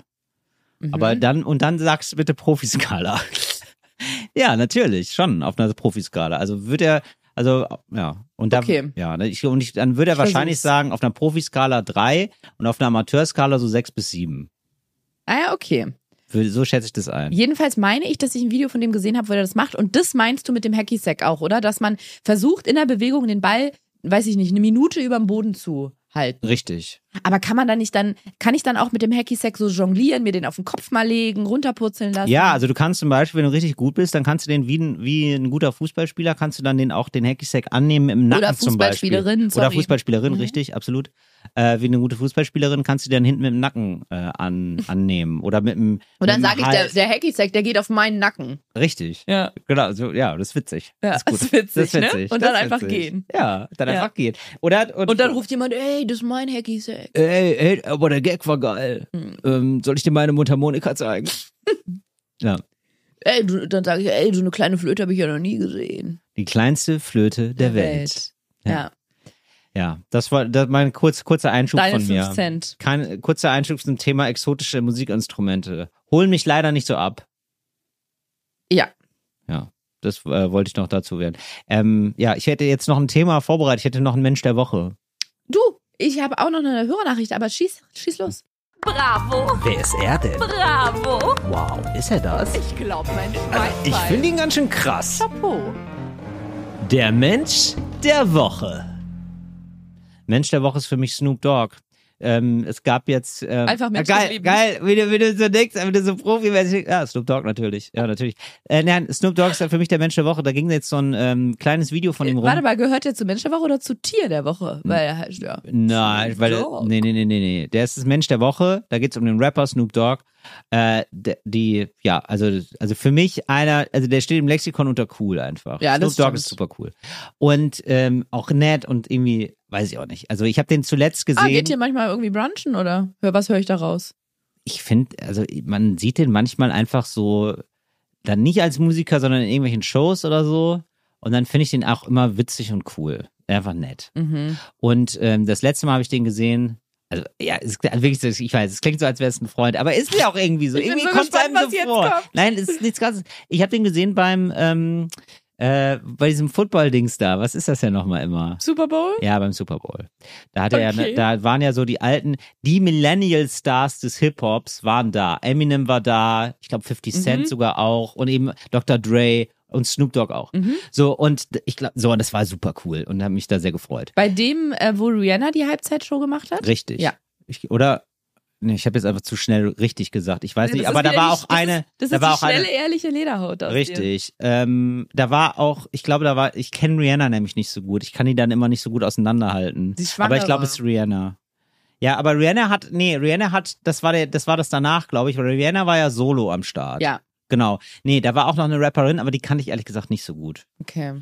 [SPEAKER 2] Mhm.
[SPEAKER 1] Aber dann, und dann sagst du bitte Profiskala. ja, natürlich, schon auf einer Profiskala. Also wird er, also, ja. Und da,
[SPEAKER 2] Okay.
[SPEAKER 1] ja, ne, ich, und ich, dann würde er
[SPEAKER 2] Ich
[SPEAKER 1] wahrscheinlich
[SPEAKER 2] versuch's.
[SPEAKER 1] sagen, auf einer Profiskala drei und auf einer Amateurskala so sechs bis sieben.
[SPEAKER 2] Ah ja, okay.
[SPEAKER 1] Würde- So schätze ich das ein.
[SPEAKER 2] Jedenfalls meine ich, dass ich ein Video von dem gesehen habe, wo er das macht. Und das meinst du mit dem Hacky Sack auch, oder? Dass man versucht, in der Bewegung den Ball, weiß ich nicht, eine Minute über dem Boden zu halten.
[SPEAKER 1] Richtig.
[SPEAKER 2] Aber kann man dann nicht dann, kann ich dann auch mit dem Hacky Sack so jonglieren, mir den auf den Kopf mal legen, runterpurzeln lassen?
[SPEAKER 1] Ja, also du kannst zum Beispiel, wenn du richtig gut bist, dann kannst du den wie ein, wie ein guter Fußballspieler, kannst du dann den auch den Hacky-Sack annehmen im Nacken
[SPEAKER 2] Oder
[SPEAKER 1] zum Beispiel.
[SPEAKER 2] Fußballspielerin,
[SPEAKER 1] Oder
[SPEAKER 2] sorry.
[SPEAKER 1] Fußballspielerin,
[SPEAKER 2] Mhm.
[SPEAKER 1] richtig, absolut. Äh, wie eine gute Fußballspielerin kannst du den hinten mit dem Nacken äh, an, annehmen. Oder mit dem.
[SPEAKER 2] Und dann
[SPEAKER 1] mit
[SPEAKER 2] sage
[SPEAKER 1] dem
[SPEAKER 2] ich, der,
[SPEAKER 1] Hals.
[SPEAKER 2] der Hacky Sack, der geht auf meinen Nacken.
[SPEAKER 1] Richtig.
[SPEAKER 2] Ja.
[SPEAKER 1] Genau, so, ja, das ist witzig.
[SPEAKER 2] Ja,
[SPEAKER 1] das ist, gut.
[SPEAKER 2] ist witzig,
[SPEAKER 1] das ist
[SPEAKER 2] ne?
[SPEAKER 1] witzig.
[SPEAKER 2] Und
[SPEAKER 1] das
[SPEAKER 2] dann
[SPEAKER 1] ist
[SPEAKER 2] einfach
[SPEAKER 1] witzig.
[SPEAKER 2] gehen.
[SPEAKER 1] Ja, dann
[SPEAKER 2] Ja.
[SPEAKER 1] einfach gehen. Oder, und,
[SPEAKER 2] Und dann ruft jemand, ey, das ist mein Hacky Sack.
[SPEAKER 1] Ey, ey, aber der Gag war geil.
[SPEAKER 2] Hm.
[SPEAKER 1] Ähm, soll ich dir meine Mundharmonika zeigen? ja.
[SPEAKER 2] Ey, du, dann sage ich, ey, so eine kleine Flöte habe ich ja noch nie gesehen.
[SPEAKER 1] Die kleinste Flöte der, Welt.
[SPEAKER 2] Ja.
[SPEAKER 1] Ja. Ja, das war das mein kurz, kurzer Einschub
[SPEAKER 2] Deine
[SPEAKER 1] von mir.
[SPEAKER 2] 5 Cent.
[SPEAKER 1] Kein, kurzer Einschub zum Thema exotische Musikinstrumente. Holen mich leider nicht so ab.
[SPEAKER 2] Ja.
[SPEAKER 1] Ja, das äh, wollte ich noch dazu werden. Ähm, ja, ich hätte jetzt noch ein Thema vorbereitet. Ich hätte noch einen Mensch der Woche.
[SPEAKER 2] Du, ich habe auch noch eine Hörernachricht, aber schieß, schieß los.
[SPEAKER 4] Bravo,
[SPEAKER 1] Wer ist er denn?
[SPEAKER 4] bravo.
[SPEAKER 1] Wow, ist er das?
[SPEAKER 4] Ich glaube, mein
[SPEAKER 1] Also
[SPEAKER 4] Schwein.
[SPEAKER 1] ihn ganz schön krass. Der Mensch der Woche. Mensch der Woche ist für mich Snoop Dogg. Ähm, es gab jetzt. Ähm,
[SPEAKER 2] Einfach Mensch des
[SPEAKER 1] geil,
[SPEAKER 2] Lebens.
[SPEAKER 1] geil, wie du, wie du so denkst, wie du so profimäßig. Ja, Snoop Dogg natürlich. Ja, natürlich. Äh, nein, Snoop Dogg ist für mich der Mensch der Woche. Da ging jetzt so ein ähm, kleines Video von ihm rum.
[SPEAKER 2] Äh, Warte mal, gehört der zu Mensch der Woche oder zu Tier der Woche? Weil er heißt ja.
[SPEAKER 1] Nein,
[SPEAKER 2] Snoop
[SPEAKER 1] weil
[SPEAKER 2] Dogg.
[SPEAKER 1] nee, nee, nee, nee, nee. Der ist das Mensch der Woche. Da geht's um den Rapper Snoop Dogg. Äh, de- die, ja, also, also für mich einer, also der steht im Lexikon unter cool einfach.
[SPEAKER 2] Ja, das
[SPEAKER 1] Snoop Dogg
[SPEAKER 2] stimmt.
[SPEAKER 1] ist super cool. Und ähm, auch nett und irgendwie, weiß ich auch nicht. Also ich habe den zuletzt gesehen.
[SPEAKER 2] Ah, geht ihr manchmal irgendwie brunchen oder? Hör, was höre ich da raus?
[SPEAKER 1] ich finde, also man sieht den manchmal einfach so, dann nicht als Musiker, sondern in irgendwelchen Shows oder so. Und dann finde ich den auch immer witzig und cool. Einfach nett.
[SPEAKER 2] Mhm.
[SPEAKER 1] Und ähm, das letzte Mal habe ich den gesehen. Also, ja, es, wirklich, ich weiß, es klingt so, als wäre es ein Freund, aber ist ja auch irgendwie so.
[SPEAKER 2] Ich bin
[SPEAKER 1] irgendwie
[SPEAKER 2] so
[SPEAKER 1] kommt
[SPEAKER 2] gespannt,
[SPEAKER 1] einem
[SPEAKER 2] was
[SPEAKER 1] so
[SPEAKER 2] jetzt
[SPEAKER 1] vor.
[SPEAKER 2] kommt.
[SPEAKER 1] Nein, es ist nichts Ganzes. Ich habe den gesehen beim, ähm, äh, bei diesem Football-Dings da. Was ist das ja nochmal immer?
[SPEAKER 2] Super Bowl?
[SPEAKER 1] Ja, beim Super Bowl. Da hatte er,
[SPEAKER 2] Okay.
[SPEAKER 1] ne- da waren ja so die alten, die Millennial Stars des Hip Hops waren da. Eminem war da, ich glaube 50
[SPEAKER 2] Mhm.
[SPEAKER 1] Cent sogar auch und eben Dr. Dre und Snoop Dogg auch.
[SPEAKER 2] Mhm.
[SPEAKER 1] So und d- ich glaube, so und das war super cool und habe mich da sehr gefreut.
[SPEAKER 2] Bei dem, äh, wo Rihanna die Halbzeitshow gemacht hat?
[SPEAKER 1] Richtig.
[SPEAKER 2] Ja.
[SPEAKER 1] Ich, oder? Nee, ich habe jetzt einfach zu schnell richtig gesagt. Ich weiß
[SPEAKER 2] Das
[SPEAKER 1] nicht,
[SPEAKER 2] ist
[SPEAKER 1] aber da
[SPEAKER 2] wieder
[SPEAKER 1] war
[SPEAKER 2] die-
[SPEAKER 1] auch eine.
[SPEAKER 2] Das ist, das
[SPEAKER 1] da
[SPEAKER 2] ist
[SPEAKER 1] war
[SPEAKER 2] die
[SPEAKER 1] auch eine-
[SPEAKER 2] schnelle, ehrliche Lederhaut aus Dir.
[SPEAKER 1] Richtig. Ähm, da war auch, ich glaube, da war, ich kenne Rihanna nämlich nicht so gut. Ich kann die dann immer nicht so gut auseinanderhalten.
[SPEAKER 2] Die Schwangere.
[SPEAKER 1] aber ich glaube, es ist Rihanna. Ja, aber Rihanna hat, nee, Rihanna hat, das war der, das war das danach, glaube ich, weil Rihanna war ja solo am Start.
[SPEAKER 2] Ja,
[SPEAKER 1] Genau. Nee, da war auch noch eine Rapperin, aber die kannte ich ehrlich gesagt nicht so gut.
[SPEAKER 2] okay.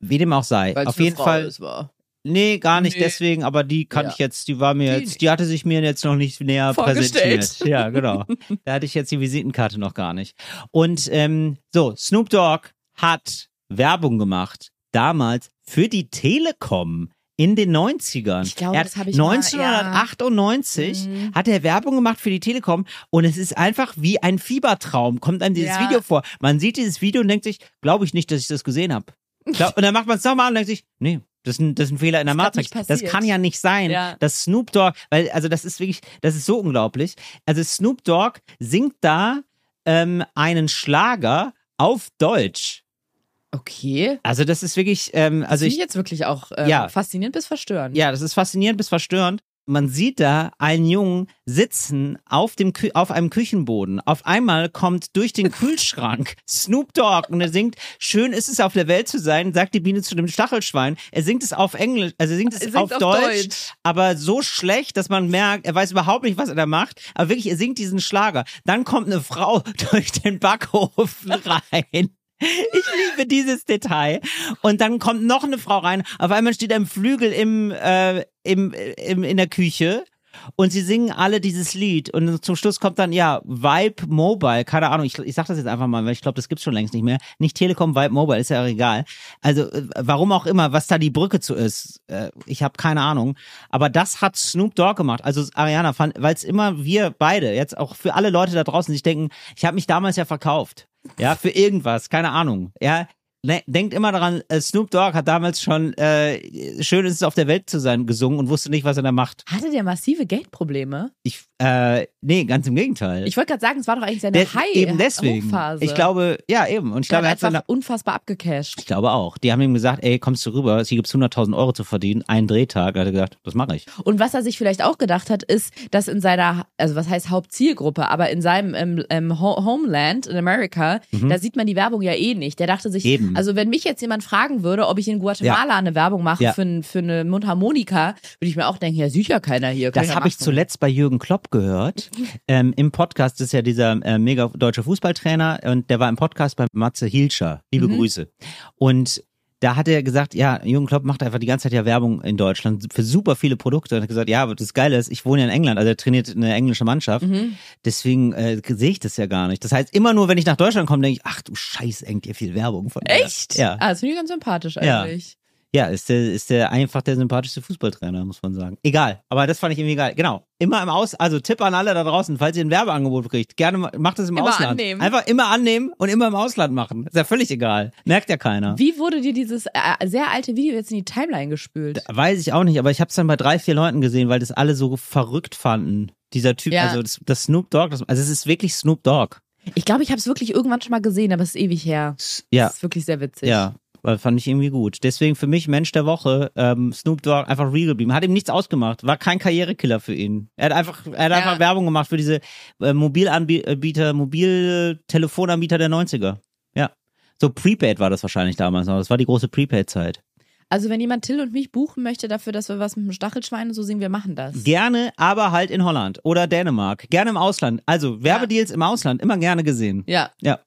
[SPEAKER 1] Wie dem auch sei.
[SPEAKER 2] Weil es
[SPEAKER 1] Auf
[SPEAKER 2] eine
[SPEAKER 1] jeden
[SPEAKER 2] Frau
[SPEAKER 1] Fall.
[SPEAKER 2] Ist, war.
[SPEAKER 1] Nee, gar nicht
[SPEAKER 2] Nee.
[SPEAKER 1] deswegen, aber die kannte
[SPEAKER 2] Ja.
[SPEAKER 1] ich jetzt, die war mir
[SPEAKER 2] Die
[SPEAKER 1] jetzt, die hatte sich mir jetzt noch nicht näher
[SPEAKER 2] Vorgestellt.
[SPEAKER 1] präsentiert. Ja, genau. da hatte ich jetzt die Visitenkarte noch gar nicht. Und ähm, so, Snoop Dogg hat Werbung gemacht, damals für die Telekom in den 90ern.
[SPEAKER 2] Ich glaube,
[SPEAKER 1] er hat
[SPEAKER 2] das habe ich mal,
[SPEAKER 1] 1998
[SPEAKER 2] ja.
[SPEAKER 1] hat er Werbung gemacht für die Telekom und es ist einfach wie ein Fiebertraum, kommt einem dieses
[SPEAKER 2] Ja.
[SPEAKER 1] Video vor. Man sieht dieses Video und denkt sich, glaube ich nicht, dass ich das gesehen habe. Glaub, und dann macht man es nochmal und denkt sich, nee, das ist ein, das ist ein Fehler in der
[SPEAKER 2] Das hat
[SPEAKER 1] Matrix.
[SPEAKER 2] nicht
[SPEAKER 1] Das
[SPEAKER 2] passiert.
[SPEAKER 1] kann ja nicht sein,
[SPEAKER 2] Ja.
[SPEAKER 1] dass Snoop Dogg, weil, also das ist wirklich, das ist so unglaublich. Also Snoop Dogg singt da ähm, einen Schlager auf Deutsch.
[SPEAKER 2] Okay.
[SPEAKER 1] Also das ist wirklich, ähm,
[SPEAKER 2] Also
[SPEAKER 1] also
[SPEAKER 2] ich
[SPEAKER 1] ich,
[SPEAKER 2] jetzt wirklich auch äh,
[SPEAKER 1] Ja.
[SPEAKER 2] faszinierend bis verstörend.
[SPEAKER 1] ja, das ist faszinierend bis verstörend. Man sieht da einen Jungen sitzen auf, dem Kü auf einem Küchenboden. Auf einmal kommt durch den Kühlschrank Snoop Dogg und er singt, schön ist es auf der Welt zu sein, sagt die Biene zu dem Stachelschwein. Er singt es auf Englisch, also er singt es
[SPEAKER 2] Er singt
[SPEAKER 1] auf,
[SPEAKER 2] auf
[SPEAKER 1] Deutsch,
[SPEAKER 2] Deutsch.
[SPEAKER 1] aber so schlecht, dass man merkt, er weiß überhaupt nicht, was er da macht. Aber wirklich, er singt diesen Schlager. Dann kommt eine Frau durch den Backofen rein. Ich liebe dieses Detail. Und dann kommt noch eine Frau rein. Auf einmal steht ein Flügel im, äh, im, im, in der Küche. Und sie singen alle dieses Lied. Und zum Schluss kommt dann, ja, Vibe Mobile. Keine Ahnung, ich, ich sag das jetzt einfach mal, weil ich glaube, das gibt's schon längst nicht mehr. Nicht Telekom, Vibe Mobile, ist ja auch egal. Also, äh, warum auch immer, was da die Brücke zu ist. Äh, ich habe keine Ahnung. Aber das hat Snoop Dogg gemacht. Also, Ariana, weil es immer wir beide, jetzt auch für alle Leute da draußen, die sich denken, ich habe mich damals ja verkauft. Ja, für irgendwas, keine Ahnung. Ja, ne, denkt immer daran, äh, Snoop Dogg hat damals schon äh, Schön ist es auf der Welt zu sein gesungen und wusste nicht, was er da macht.
[SPEAKER 2] Hatte der massive Geldprobleme?
[SPEAKER 1] Ich, äh, nee, ganz im Gegenteil.
[SPEAKER 2] Ich wollte gerade sagen, es war doch eigentlich seine
[SPEAKER 1] Des-
[SPEAKER 2] High
[SPEAKER 1] eben deswegen.
[SPEAKER 2] Hochphase.
[SPEAKER 1] Ich glaube, ja, eben. Und ich
[SPEAKER 2] ich
[SPEAKER 1] glaube,
[SPEAKER 2] glaube, Genau, hat
[SPEAKER 1] er hat
[SPEAKER 2] einfach
[SPEAKER 1] seine,
[SPEAKER 2] unfassbar abgecasht.
[SPEAKER 1] ich glaube auch. Die haben ihm gesagt, ey, kommst du rüber, hier gibt's 100.000 Euro zu verdienen, einen Drehtag. Da hat er gesagt, das mache ich.
[SPEAKER 2] Und was er sich vielleicht auch gedacht hat, ist, dass in seiner, also was heißt Hauptzielgruppe, aber in seinem ähm, ähm, Ho Homeland in Amerika, da sieht man die Werbung ja eh nicht. Der dachte sich,
[SPEAKER 1] Mhm. Eben.
[SPEAKER 2] also wenn mich jetzt jemand fragen würde, ob ich in Guatemala eine Werbung mache
[SPEAKER 1] Ja.
[SPEAKER 2] für, ein- für eine Mundharmonika, würde ich mir auch denken, ja, sieht ja keiner hier. kann
[SPEAKER 1] Das habe ich
[SPEAKER 2] machen.
[SPEAKER 1] zuletzt bei Jürgen Klopp gehört. ähm, Im Podcast ist ja dieser äh, mega deutsche Fußballtrainer und der war im Podcast bei Matze Hilscher. Liebe
[SPEAKER 2] Mhm.
[SPEAKER 1] Grüße. Und da hat er gesagt, ja, Jürgen Klopp macht einfach die ganze Zeit ja Werbung in Deutschland für super viele Produkte. Und hat gesagt, ja, aber das Geile ist, ich wohne ja in England, also er trainiert eine englische Mannschaft.
[SPEAKER 2] Mhm.
[SPEAKER 1] Deswegen äh, sehe ich das ja gar nicht. Das heißt, immer nur, wenn ich nach Deutschland komme, denke ich, ach du Scheiß, hängt ihr viel Werbung von mir.
[SPEAKER 2] Echt?
[SPEAKER 1] Ja.
[SPEAKER 2] Ah, das finde ich ganz sympathisch
[SPEAKER 1] Ja.
[SPEAKER 2] eigentlich.
[SPEAKER 1] Ja, ist der, ist der einfach der sympathischste Fußballtrainer, muss man sagen. Egal, aber das fand ich irgendwie geil. Genau, immer im Aus, also Tipp an alle da draußen, falls ihr ein Werbeangebot kriegt, gerne ma- macht es im
[SPEAKER 2] Immer
[SPEAKER 1] Ausland.
[SPEAKER 2] annehmen.
[SPEAKER 1] Einfach immer annehmen und immer im Ausland machen. Ist ja völlig egal, merkt ja keiner.
[SPEAKER 2] Wie wurde dir dieses äh, sehr alte Video jetzt in die Timeline gespült?
[SPEAKER 1] Weiß ich auch nicht, aber ich habe es dann bei drei, vier Leuten gesehen, weil das alle so verrückt fanden. Dieser Typ,
[SPEAKER 2] Ja.
[SPEAKER 1] also das, das Snoop Dogg, das, also es ist wirklich Snoop Dogg.
[SPEAKER 2] Ich glaube, ich habe es wirklich irgendwann schon mal gesehen, aber es ist ewig her.
[SPEAKER 1] Ja,
[SPEAKER 2] Das ist wirklich sehr witzig.
[SPEAKER 1] ja. Weil fand ich irgendwie gut. Deswegen für mich Mensch der Woche, ähm, Snoop Dogg einfach real geblieben. Hat ihm nichts ausgemacht. War kein Karrierekiller für ihn. Er hat einfach, er hat
[SPEAKER 2] Ja.
[SPEAKER 1] einfach Werbung gemacht für diese äh, Mobilanbieter, Mobiltelefonanbieter der 90er. Ja. So Prepaid war das wahrscheinlich damals noch. Das war die große Prepaid-Zeit.
[SPEAKER 2] Also wenn jemand Till und mich buchen möchte dafür, dass wir was mit dem Stachelschwein und so singen, wir machen das.
[SPEAKER 1] Gerne, aber halt in Holland oder Dänemark. Gerne im Ausland. Also Werbedeals im Ausland immer gerne gesehen.
[SPEAKER 2] ja.
[SPEAKER 1] Ja.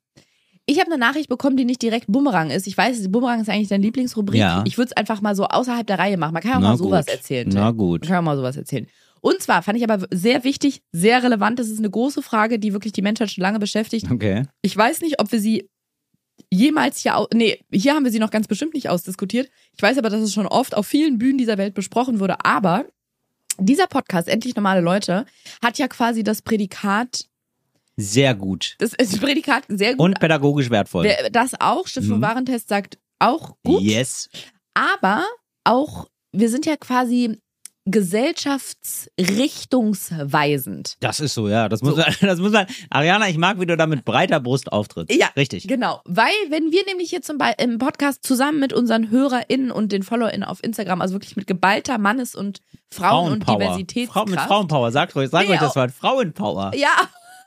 [SPEAKER 2] Ich habe eine Nachricht bekommen, die nicht direkt Bumerang ist. Ich weiß, Bumerang ist eigentlich deine Lieblingsrubrik.
[SPEAKER 1] Ja.
[SPEAKER 2] Ich würde es einfach mal so außerhalb der Reihe machen. Man kann ja auch mal sowas erzählen. Till.
[SPEAKER 1] Na
[SPEAKER 2] Man
[SPEAKER 1] gut.
[SPEAKER 2] kann auch mal sowas erzählen. Und zwar fand ich aber sehr wichtig, sehr relevant. Das ist eine große Frage, die wirklich die Menschheit schon lange beschäftigt.
[SPEAKER 1] Okay.
[SPEAKER 2] Ich weiß nicht, ob wir sie jemals hier au nee, hier haben wir sie noch ganz bestimmt nicht ausdiskutiert. Ich weiß aber, dass es schon oft auf vielen Bühnen dieser Welt besprochen wurde, aber dieser Podcast endlich normale Leute hat ja quasi das Prädikat
[SPEAKER 1] Sehr gut.
[SPEAKER 2] das ist Prädikat sehr gut.
[SPEAKER 1] Und pädagogisch wertvoll.
[SPEAKER 2] Wer- das auch Stiftung
[SPEAKER 1] Mhm.
[SPEAKER 2] Warentest sagt auch gut,
[SPEAKER 1] Yes.
[SPEAKER 2] aber auch wir sind ja quasi gesellschaftsrichtungsweisend.
[SPEAKER 1] Das ist so, ja. Das muss, man, das muss man. Ariana, ich mag, wie du da mit breiter Brust auftrittst.
[SPEAKER 2] Ja.
[SPEAKER 1] Richtig.
[SPEAKER 2] Genau, weil wenn wir nämlich hier zum Beispiel im Podcast zusammen mit unseren HörerInnen und den FollowerInnen auf Instagram, also wirklich mit geballter Mannes- und Frauen- und
[SPEAKER 1] Frau, mit
[SPEAKER 2] Diversitätskraft.
[SPEAKER 1] Frauenpower, sagt euch, sagt
[SPEAKER 2] Nee,
[SPEAKER 1] euch das
[SPEAKER 2] auch-
[SPEAKER 1] Wort. Frauenpower.
[SPEAKER 2] ja,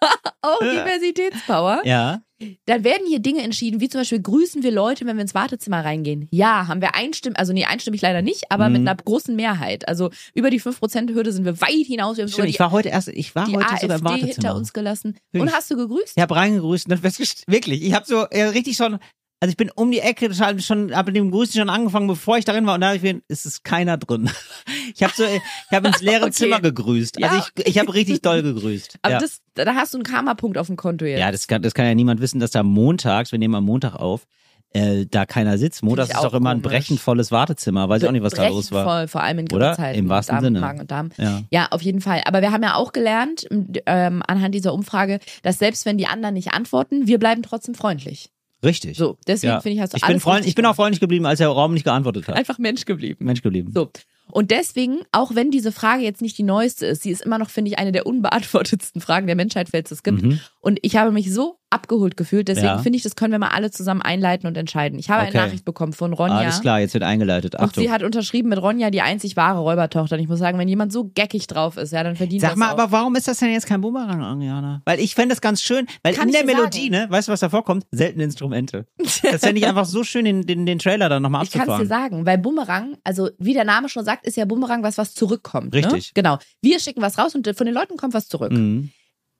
[SPEAKER 2] auch Diversitätspower.
[SPEAKER 1] Ja.
[SPEAKER 2] Dann werden hier Dinge entschieden, wie zum Beispiel grüßen wir Leute, wenn wir ins Wartezimmer reingehen. Ja, haben wir einstimmig, also nee, einstimmig leider nicht, aber
[SPEAKER 1] Mhm.
[SPEAKER 2] mit einer großen Mehrheit. Also über die 5% Hürde sind wir weit hinaus. Wir haben sogar
[SPEAKER 1] Stimmt, ich war heute erst, ich war
[SPEAKER 2] die, die
[SPEAKER 1] heute sogar im
[SPEAKER 2] AfD hinter
[SPEAKER 1] Wartezimmer.
[SPEAKER 2] uns gelassen. Und
[SPEAKER 1] Wirklich?
[SPEAKER 2] hast du gegrüßt?
[SPEAKER 1] Ich habe reingegrüßt und dann festgestellt, wirklich, ich habe so ja, richtig schon, also ich bin um die Ecke schon, schon habe mit dem Grüßen schon angefangen, bevor ich darin war und da habe ich mir, es ist keiner drin. Ich habe so, ich habe ins leere
[SPEAKER 2] Okay.
[SPEAKER 1] Zimmer gegrüßt. Also
[SPEAKER 2] Ja,
[SPEAKER 1] ich, ich habe richtig doll gegrüßt.
[SPEAKER 2] aber
[SPEAKER 1] ja.
[SPEAKER 2] das, da hast du einen Karma-Punkt auf dem Konto jetzt.
[SPEAKER 1] ja, das kann, das kann ja niemand wissen, dass da montags, wir nehmen am Montag auf, äh, da keiner sitzt. Montags
[SPEAKER 2] ich
[SPEAKER 1] ist
[SPEAKER 2] auch
[SPEAKER 1] doch immer ein
[SPEAKER 2] komisch.
[SPEAKER 1] brechend volles Wartezimmer. Weiß ich auch nicht, was da los war.
[SPEAKER 2] Voll, vor allem in
[SPEAKER 1] Oder?
[SPEAKER 2] Grippezeiten.
[SPEAKER 1] Im wahrsten
[SPEAKER 2] Darm,
[SPEAKER 1] Sinne.
[SPEAKER 2] Magen und Darm.
[SPEAKER 1] Ja.
[SPEAKER 2] Ja, auf jeden Fall. Aber wir haben ja auch gelernt, ähm, anhand dieser Umfrage, dass selbst wenn die anderen nicht antworten, wir bleiben trotzdem freundlich.
[SPEAKER 1] Richtig.
[SPEAKER 2] So, deswegen
[SPEAKER 1] ja.
[SPEAKER 2] finde ich, hast du
[SPEAKER 1] ich
[SPEAKER 2] alles
[SPEAKER 1] bin freund,
[SPEAKER 2] richtig
[SPEAKER 1] Ich bin auch freundlich geblieben, als der Raum nicht geantwortet hat.
[SPEAKER 2] einfach Mensch geblieben.
[SPEAKER 1] Mensch geblieben.
[SPEAKER 2] So. Und deswegen, auch wenn diese Frage jetzt nicht die neueste ist, sie ist immer noch, finde ich, eine der unbeantwortetsten Fragen der Menschheit, falls es gibt.
[SPEAKER 1] Mhm.
[SPEAKER 2] Und ich habe mich so abgeholt gefühlt. Deswegen
[SPEAKER 1] Ja.
[SPEAKER 2] finde ich, das können wir mal alle zusammen einleiten und entscheiden. Ich habe
[SPEAKER 1] Okay.
[SPEAKER 2] eine Nachricht bekommen von Ronja.
[SPEAKER 1] Alles klar, jetzt wird eingeleitet.
[SPEAKER 2] Und
[SPEAKER 1] Achtung.
[SPEAKER 2] sie hat unterschrieben mit Ronja die einzig wahre Räubertochter. Und ich muss sagen, wenn jemand so geckig drauf ist, ja, dann verdient
[SPEAKER 1] Sag
[SPEAKER 2] das
[SPEAKER 1] mal,
[SPEAKER 2] auch.
[SPEAKER 1] aber warum ist das denn jetzt kein Boomerang, Ariana? Weil ich fände das ganz schön, weil in
[SPEAKER 2] Kann ich
[SPEAKER 1] der
[SPEAKER 2] dir
[SPEAKER 1] Melodie, ne, weißt du, was da vorkommt? Seltene Instrumente. Das fände ich einfach so schön, den, den, den Trailer dann nochmal
[SPEAKER 2] Ich kann es
[SPEAKER 1] abzufahren.
[SPEAKER 2] dir sagen, weil Bumerang, also wie der Name schon sagt, ist ja Bumerang was, was zurückkommt. Ne?
[SPEAKER 1] Richtig.
[SPEAKER 2] Genau. Wir schicken was raus und von den Leuten kommt was zurück.
[SPEAKER 1] Mhm,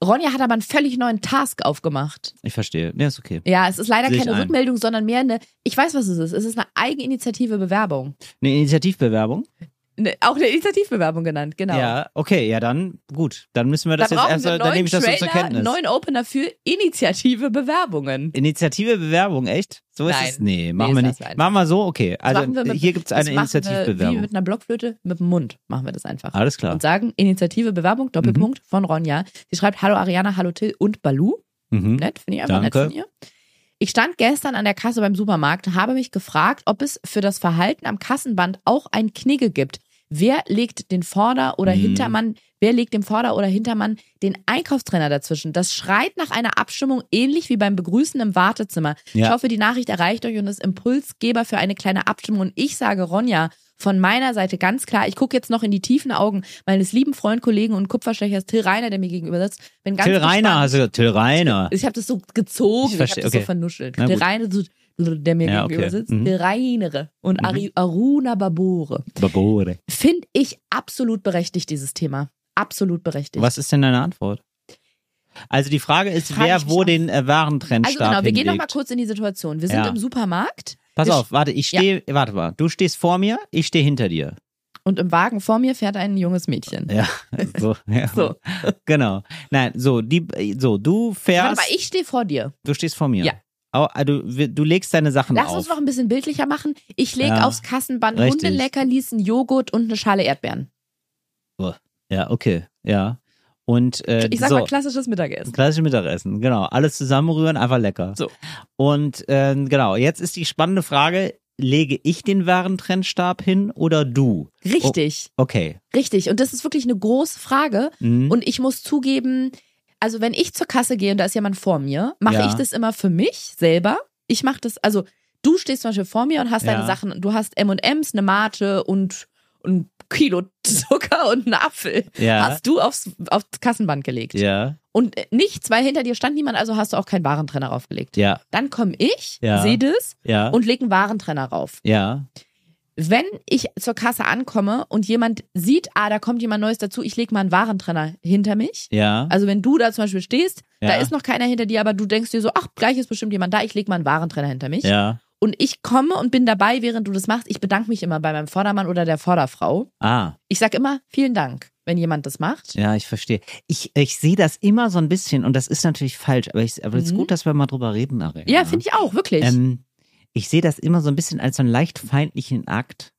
[SPEAKER 2] Ronja hat aber einen völlig neuen Task aufgemacht.
[SPEAKER 1] ich verstehe. Ja, ist okay.
[SPEAKER 2] Ja, es ist leider
[SPEAKER 1] Sehe ich
[SPEAKER 2] keine
[SPEAKER 1] ein.
[SPEAKER 2] Rückmeldung, sondern mehr eine, ich weiß, was es ist. Es ist eine eigeninitiative Bewerbung.
[SPEAKER 1] Eine Initiativbewerbung?
[SPEAKER 2] Ne, auch eine Initiativbewerbung genannt, genau.
[SPEAKER 1] Ja, okay, ja, dann gut. Dann müssen wir
[SPEAKER 2] da
[SPEAKER 1] das
[SPEAKER 2] brauchen
[SPEAKER 1] jetzt
[SPEAKER 2] wir
[SPEAKER 1] erst, dann
[SPEAKER 2] einen
[SPEAKER 1] nehme
[SPEAKER 2] neuen
[SPEAKER 1] ich das so zur
[SPEAKER 2] Trailer,
[SPEAKER 1] Kenntnis.
[SPEAKER 2] einen neuen Opener für initiative Bewerbungen.
[SPEAKER 1] Initiative Bewerbung, echt? So ist
[SPEAKER 2] Nein.
[SPEAKER 1] es? Nee, machen
[SPEAKER 2] Nee,
[SPEAKER 1] wir
[SPEAKER 2] ist
[SPEAKER 1] nicht.
[SPEAKER 2] das einfach.
[SPEAKER 1] Machen wir so, okay. Also
[SPEAKER 2] machen wir mit-
[SPEAKER 1] hier gibt es
[SPEAKER 2] Das
[SPEAKER 1] eine
[SPEAKER 2] machen wir Wie
[SPEAKER 1] Initiativbewerbung.
[SPEAKER 2] mit einer Blockflöte, mit dem Mund machen wir das einfach.
[SPEAKER 1] Alles klar.
[SPEAKER 2] Und sagen, Initiative, Bewerbung, Doppelpunkt von Ronja. Sie schreibt, hallo Ariana, hallo Till und Balu.
[SPEAKER 1] Mhm.
[SPEAKER 2] Nett, finde ich einfach nett
[SPEAKER 1] Danke.
[SPEAKER 2] von ihr. Ich stand gestern an der Kasse beim Supermarkt, habe mich gefragt, ob es für das Verhalten am Kassenband auch ein Knigge gibt. Wer legt den Vorder- oder
[SPEAKER 1] Mhm.
[SPEAKER 2] Hintermann, wer legt dem Vorder- oder Hintermann den Einkaufstrenner dazwischen? Das schreit nach einer Abstimmung ähnlich wie beim Begrüßen im Wartezimmer. Ich
[SPEAKER 1] Ja.
[SPEAKER 2] hoffe, die Nachricht erreicht euch und ist Impulsgeber für eine kleine Abstimmung. Und ich sage Ronja von meiner Seite ganz klar, ich gucke jetzt noch in die tiefen Augen meines lieben Freund, Kollegen und Kupferstechers Till Reiner, der mir gegenüber sitzt. Bin ganz
[SPEAKER 1] Till
[SPEAKER 2] gespannt.
[SPEAKER 1] Reiner, hast du Till Reiner.
[SPEAKER 2] Ich habe das so gezogen,
[SPEAKER 1] Ich
[SPEAKER 2] ich, hab habe
[SPEAKER 1] verstehe,
[SPEAKER 2] das so
[SPEAKER 1] okay.
[SPEAKER 2] vernuschelt.
[SPEAKER 1] Na
[SPEAKER 2] Der
[SPEAKER 1] gut.
[SPEAKER 2] Reine, so- der mir
[SPEAKER 1] Ja,
[SPEAKER 2] gegenüber
[SPEAKER 1] okay.
[SPEAKER 2] sitzt,
[SPEAKER 1] Mhm.
[SPEAKER 2] der Reinere und Ari, Aruna Babore.
[SPEAKER 1] Babore.
[SPEAKER 2] Finde ich absolut berechtigt, dieses Thema. Absolut berechtigt.
[SPEAKER 1] Was ist denn deine Antwort? Also die Frage ist,
[SPEAKER 2] Frag ich
[SPEAKER 1] wer
[SPEAKER 2] mich
[SPEAKER 1] wo
[SPEAKER 2] auch.
[SPEAKER 1] den äh, Warentrend
[SPEAKER 2] also genau, wir gehen nochmal
[SPEAKER 1] hinlegt.
[SPEAKER 2] kurz in die Situation. Wir sind
[SPEAKER 1] Ja.
[SPEAKER 2] im Supermarkt
[SPEAKER 1] Pass
[SPEAKER 2] Wir
[SPEAKER 1] auf, warte, ich
[SPEAKER 2] Ja.
[SPEAKER 1] stehe, warte mal, du stehst vor mir, ich stehe hinter dir.
[SPEAKER 2] und im Wagen vor mir fährt ein junges Mädchen.
[SPEAKER 1] Ja, so, ja.
[SPEAKER 2] So.
[SPEAKER 1] Genau. Nein, so, die, so, du
[SPEAKER 2] Warte
[SPEAKER 1] fährst,
[SPEAKER 2] mal, ich stehe vor dir.
[SPEAKER 1] du stehst vor mir.
[SPEAKER 2] Ja.
[SPEAKER 1] Au- äh, Du, wir- du legst deine Sachen
[SPEAKER 2] Lass
[SPEAKER 1] auf.
[SPEAKER 2] uns noch ein bisschen bildlicher machen. Ich lege
[SPEAKER 1] Ja.
[SPEAKER 2] aufs Kassenband
[SPEAKER 1] Richtig.
[SPEAKER 2] Hundeleckerlis, einen Joghurt und eine Schale Erdbeeren.
[SPEAKER 1] ja, okay, ja. Und äh,
[SPEAKER 2] Ich sag
[SPEAKER 1] so,
[SPEAKER 2] mal klassisches Mittagessen.
[SPEAKER 1] klassisches Mittagessen, genau. Alles zusammenrühren, einfach lecker.
[SPEAKER 2] So.
[SPEAKER 1] Und ähm, genau, jetzt ist die spannende Frage, lege ich den Warentrendstab hin oder du?
[SPEAKER 2] Richtig,
[SPEAKER 1] Okay.
[SPEAKER 2] richtig. Und das ist wirklich eine große Frage.
[SPEAKER 1] Mhm.
[SPEAKER 2] Und ich muss zugeben, also wenn ich zur Kasse gehe und da ist jemand vor mir, mache
[SPEAKER 1] Ja.
[SPEAKER 2] ich das immer für mich selber. Ich mache das, also du stehst zum Beispiel vor mir und hast deine
[SPEAKER 1] Ja.
[SPEAKER 2] Sachen, du hast M&Ms, eine Mate und ein Kilo Zucker und einen Apfel.
[SPEAKER 1] ja.
[SPEAKER 2] Hast du aufs, aufs Kassenband gelegt.
[SPEAKER 1] Ja,
[SPEAKER 2] Und äh, nichts, weil hinter dir stand niemand, also hast du auch keinen Warentrenner raufgelegt.
[SPEAKER 1] ja,
[SPEAKER 2] Dann komme ich,
[SPEAKER 1] Ja.
[SPEAKER 2] sehe das
[SPEAKER 1] ja.
[SPEAKER 2] und lege einen Warentrenner rauf.
[SPEAKER 1] ja,
[SPEAKER 2] Wenn ich zur Kasse ankomme und jemand sieht, ah, da kommt jemand Neues dazu, ich lege mal einen Warentrenner hinter mich,
[SPEAKER 1] ja.
[SPEAKER 2] also wenn du da zum Beispiel stehst, da
[SPEAKER 1] Ja.
[SPEAKER 2] ist noch keiner hinter dir, aber du denkst dir so, ach, gleich ist bestimmt jemand da, ich lege mal einen Warentrenner hinter mich.
[SPEAKER 1] ja.
[SPEAKER 2] und ich komme und bin dabei, während du das machst. Ich bedanke mich immer bei meinem Vordermann oder der Vorderfrau.
[SPEAKER 1] Ah,
[SPEAKER 2] Ich sag immer vielen Dank, wenn jemand das macht.
[SPEAKER 1] ja, ich verstehe. Ich, ich sehe das immer so ein bisschen und das ist natürlich falsch, aber es aber es ist
[SPEAKER 2] Mhm.
[SPEAKER 1] gut, dass wir mal drüber reden, Arena.
[SPEAKER 2] Ja, finde ich auch, wirklich.
[SPEAKER 1] Ähm, ich sehe das immer so ein bisschen als so einen leicht feindlichen Akt.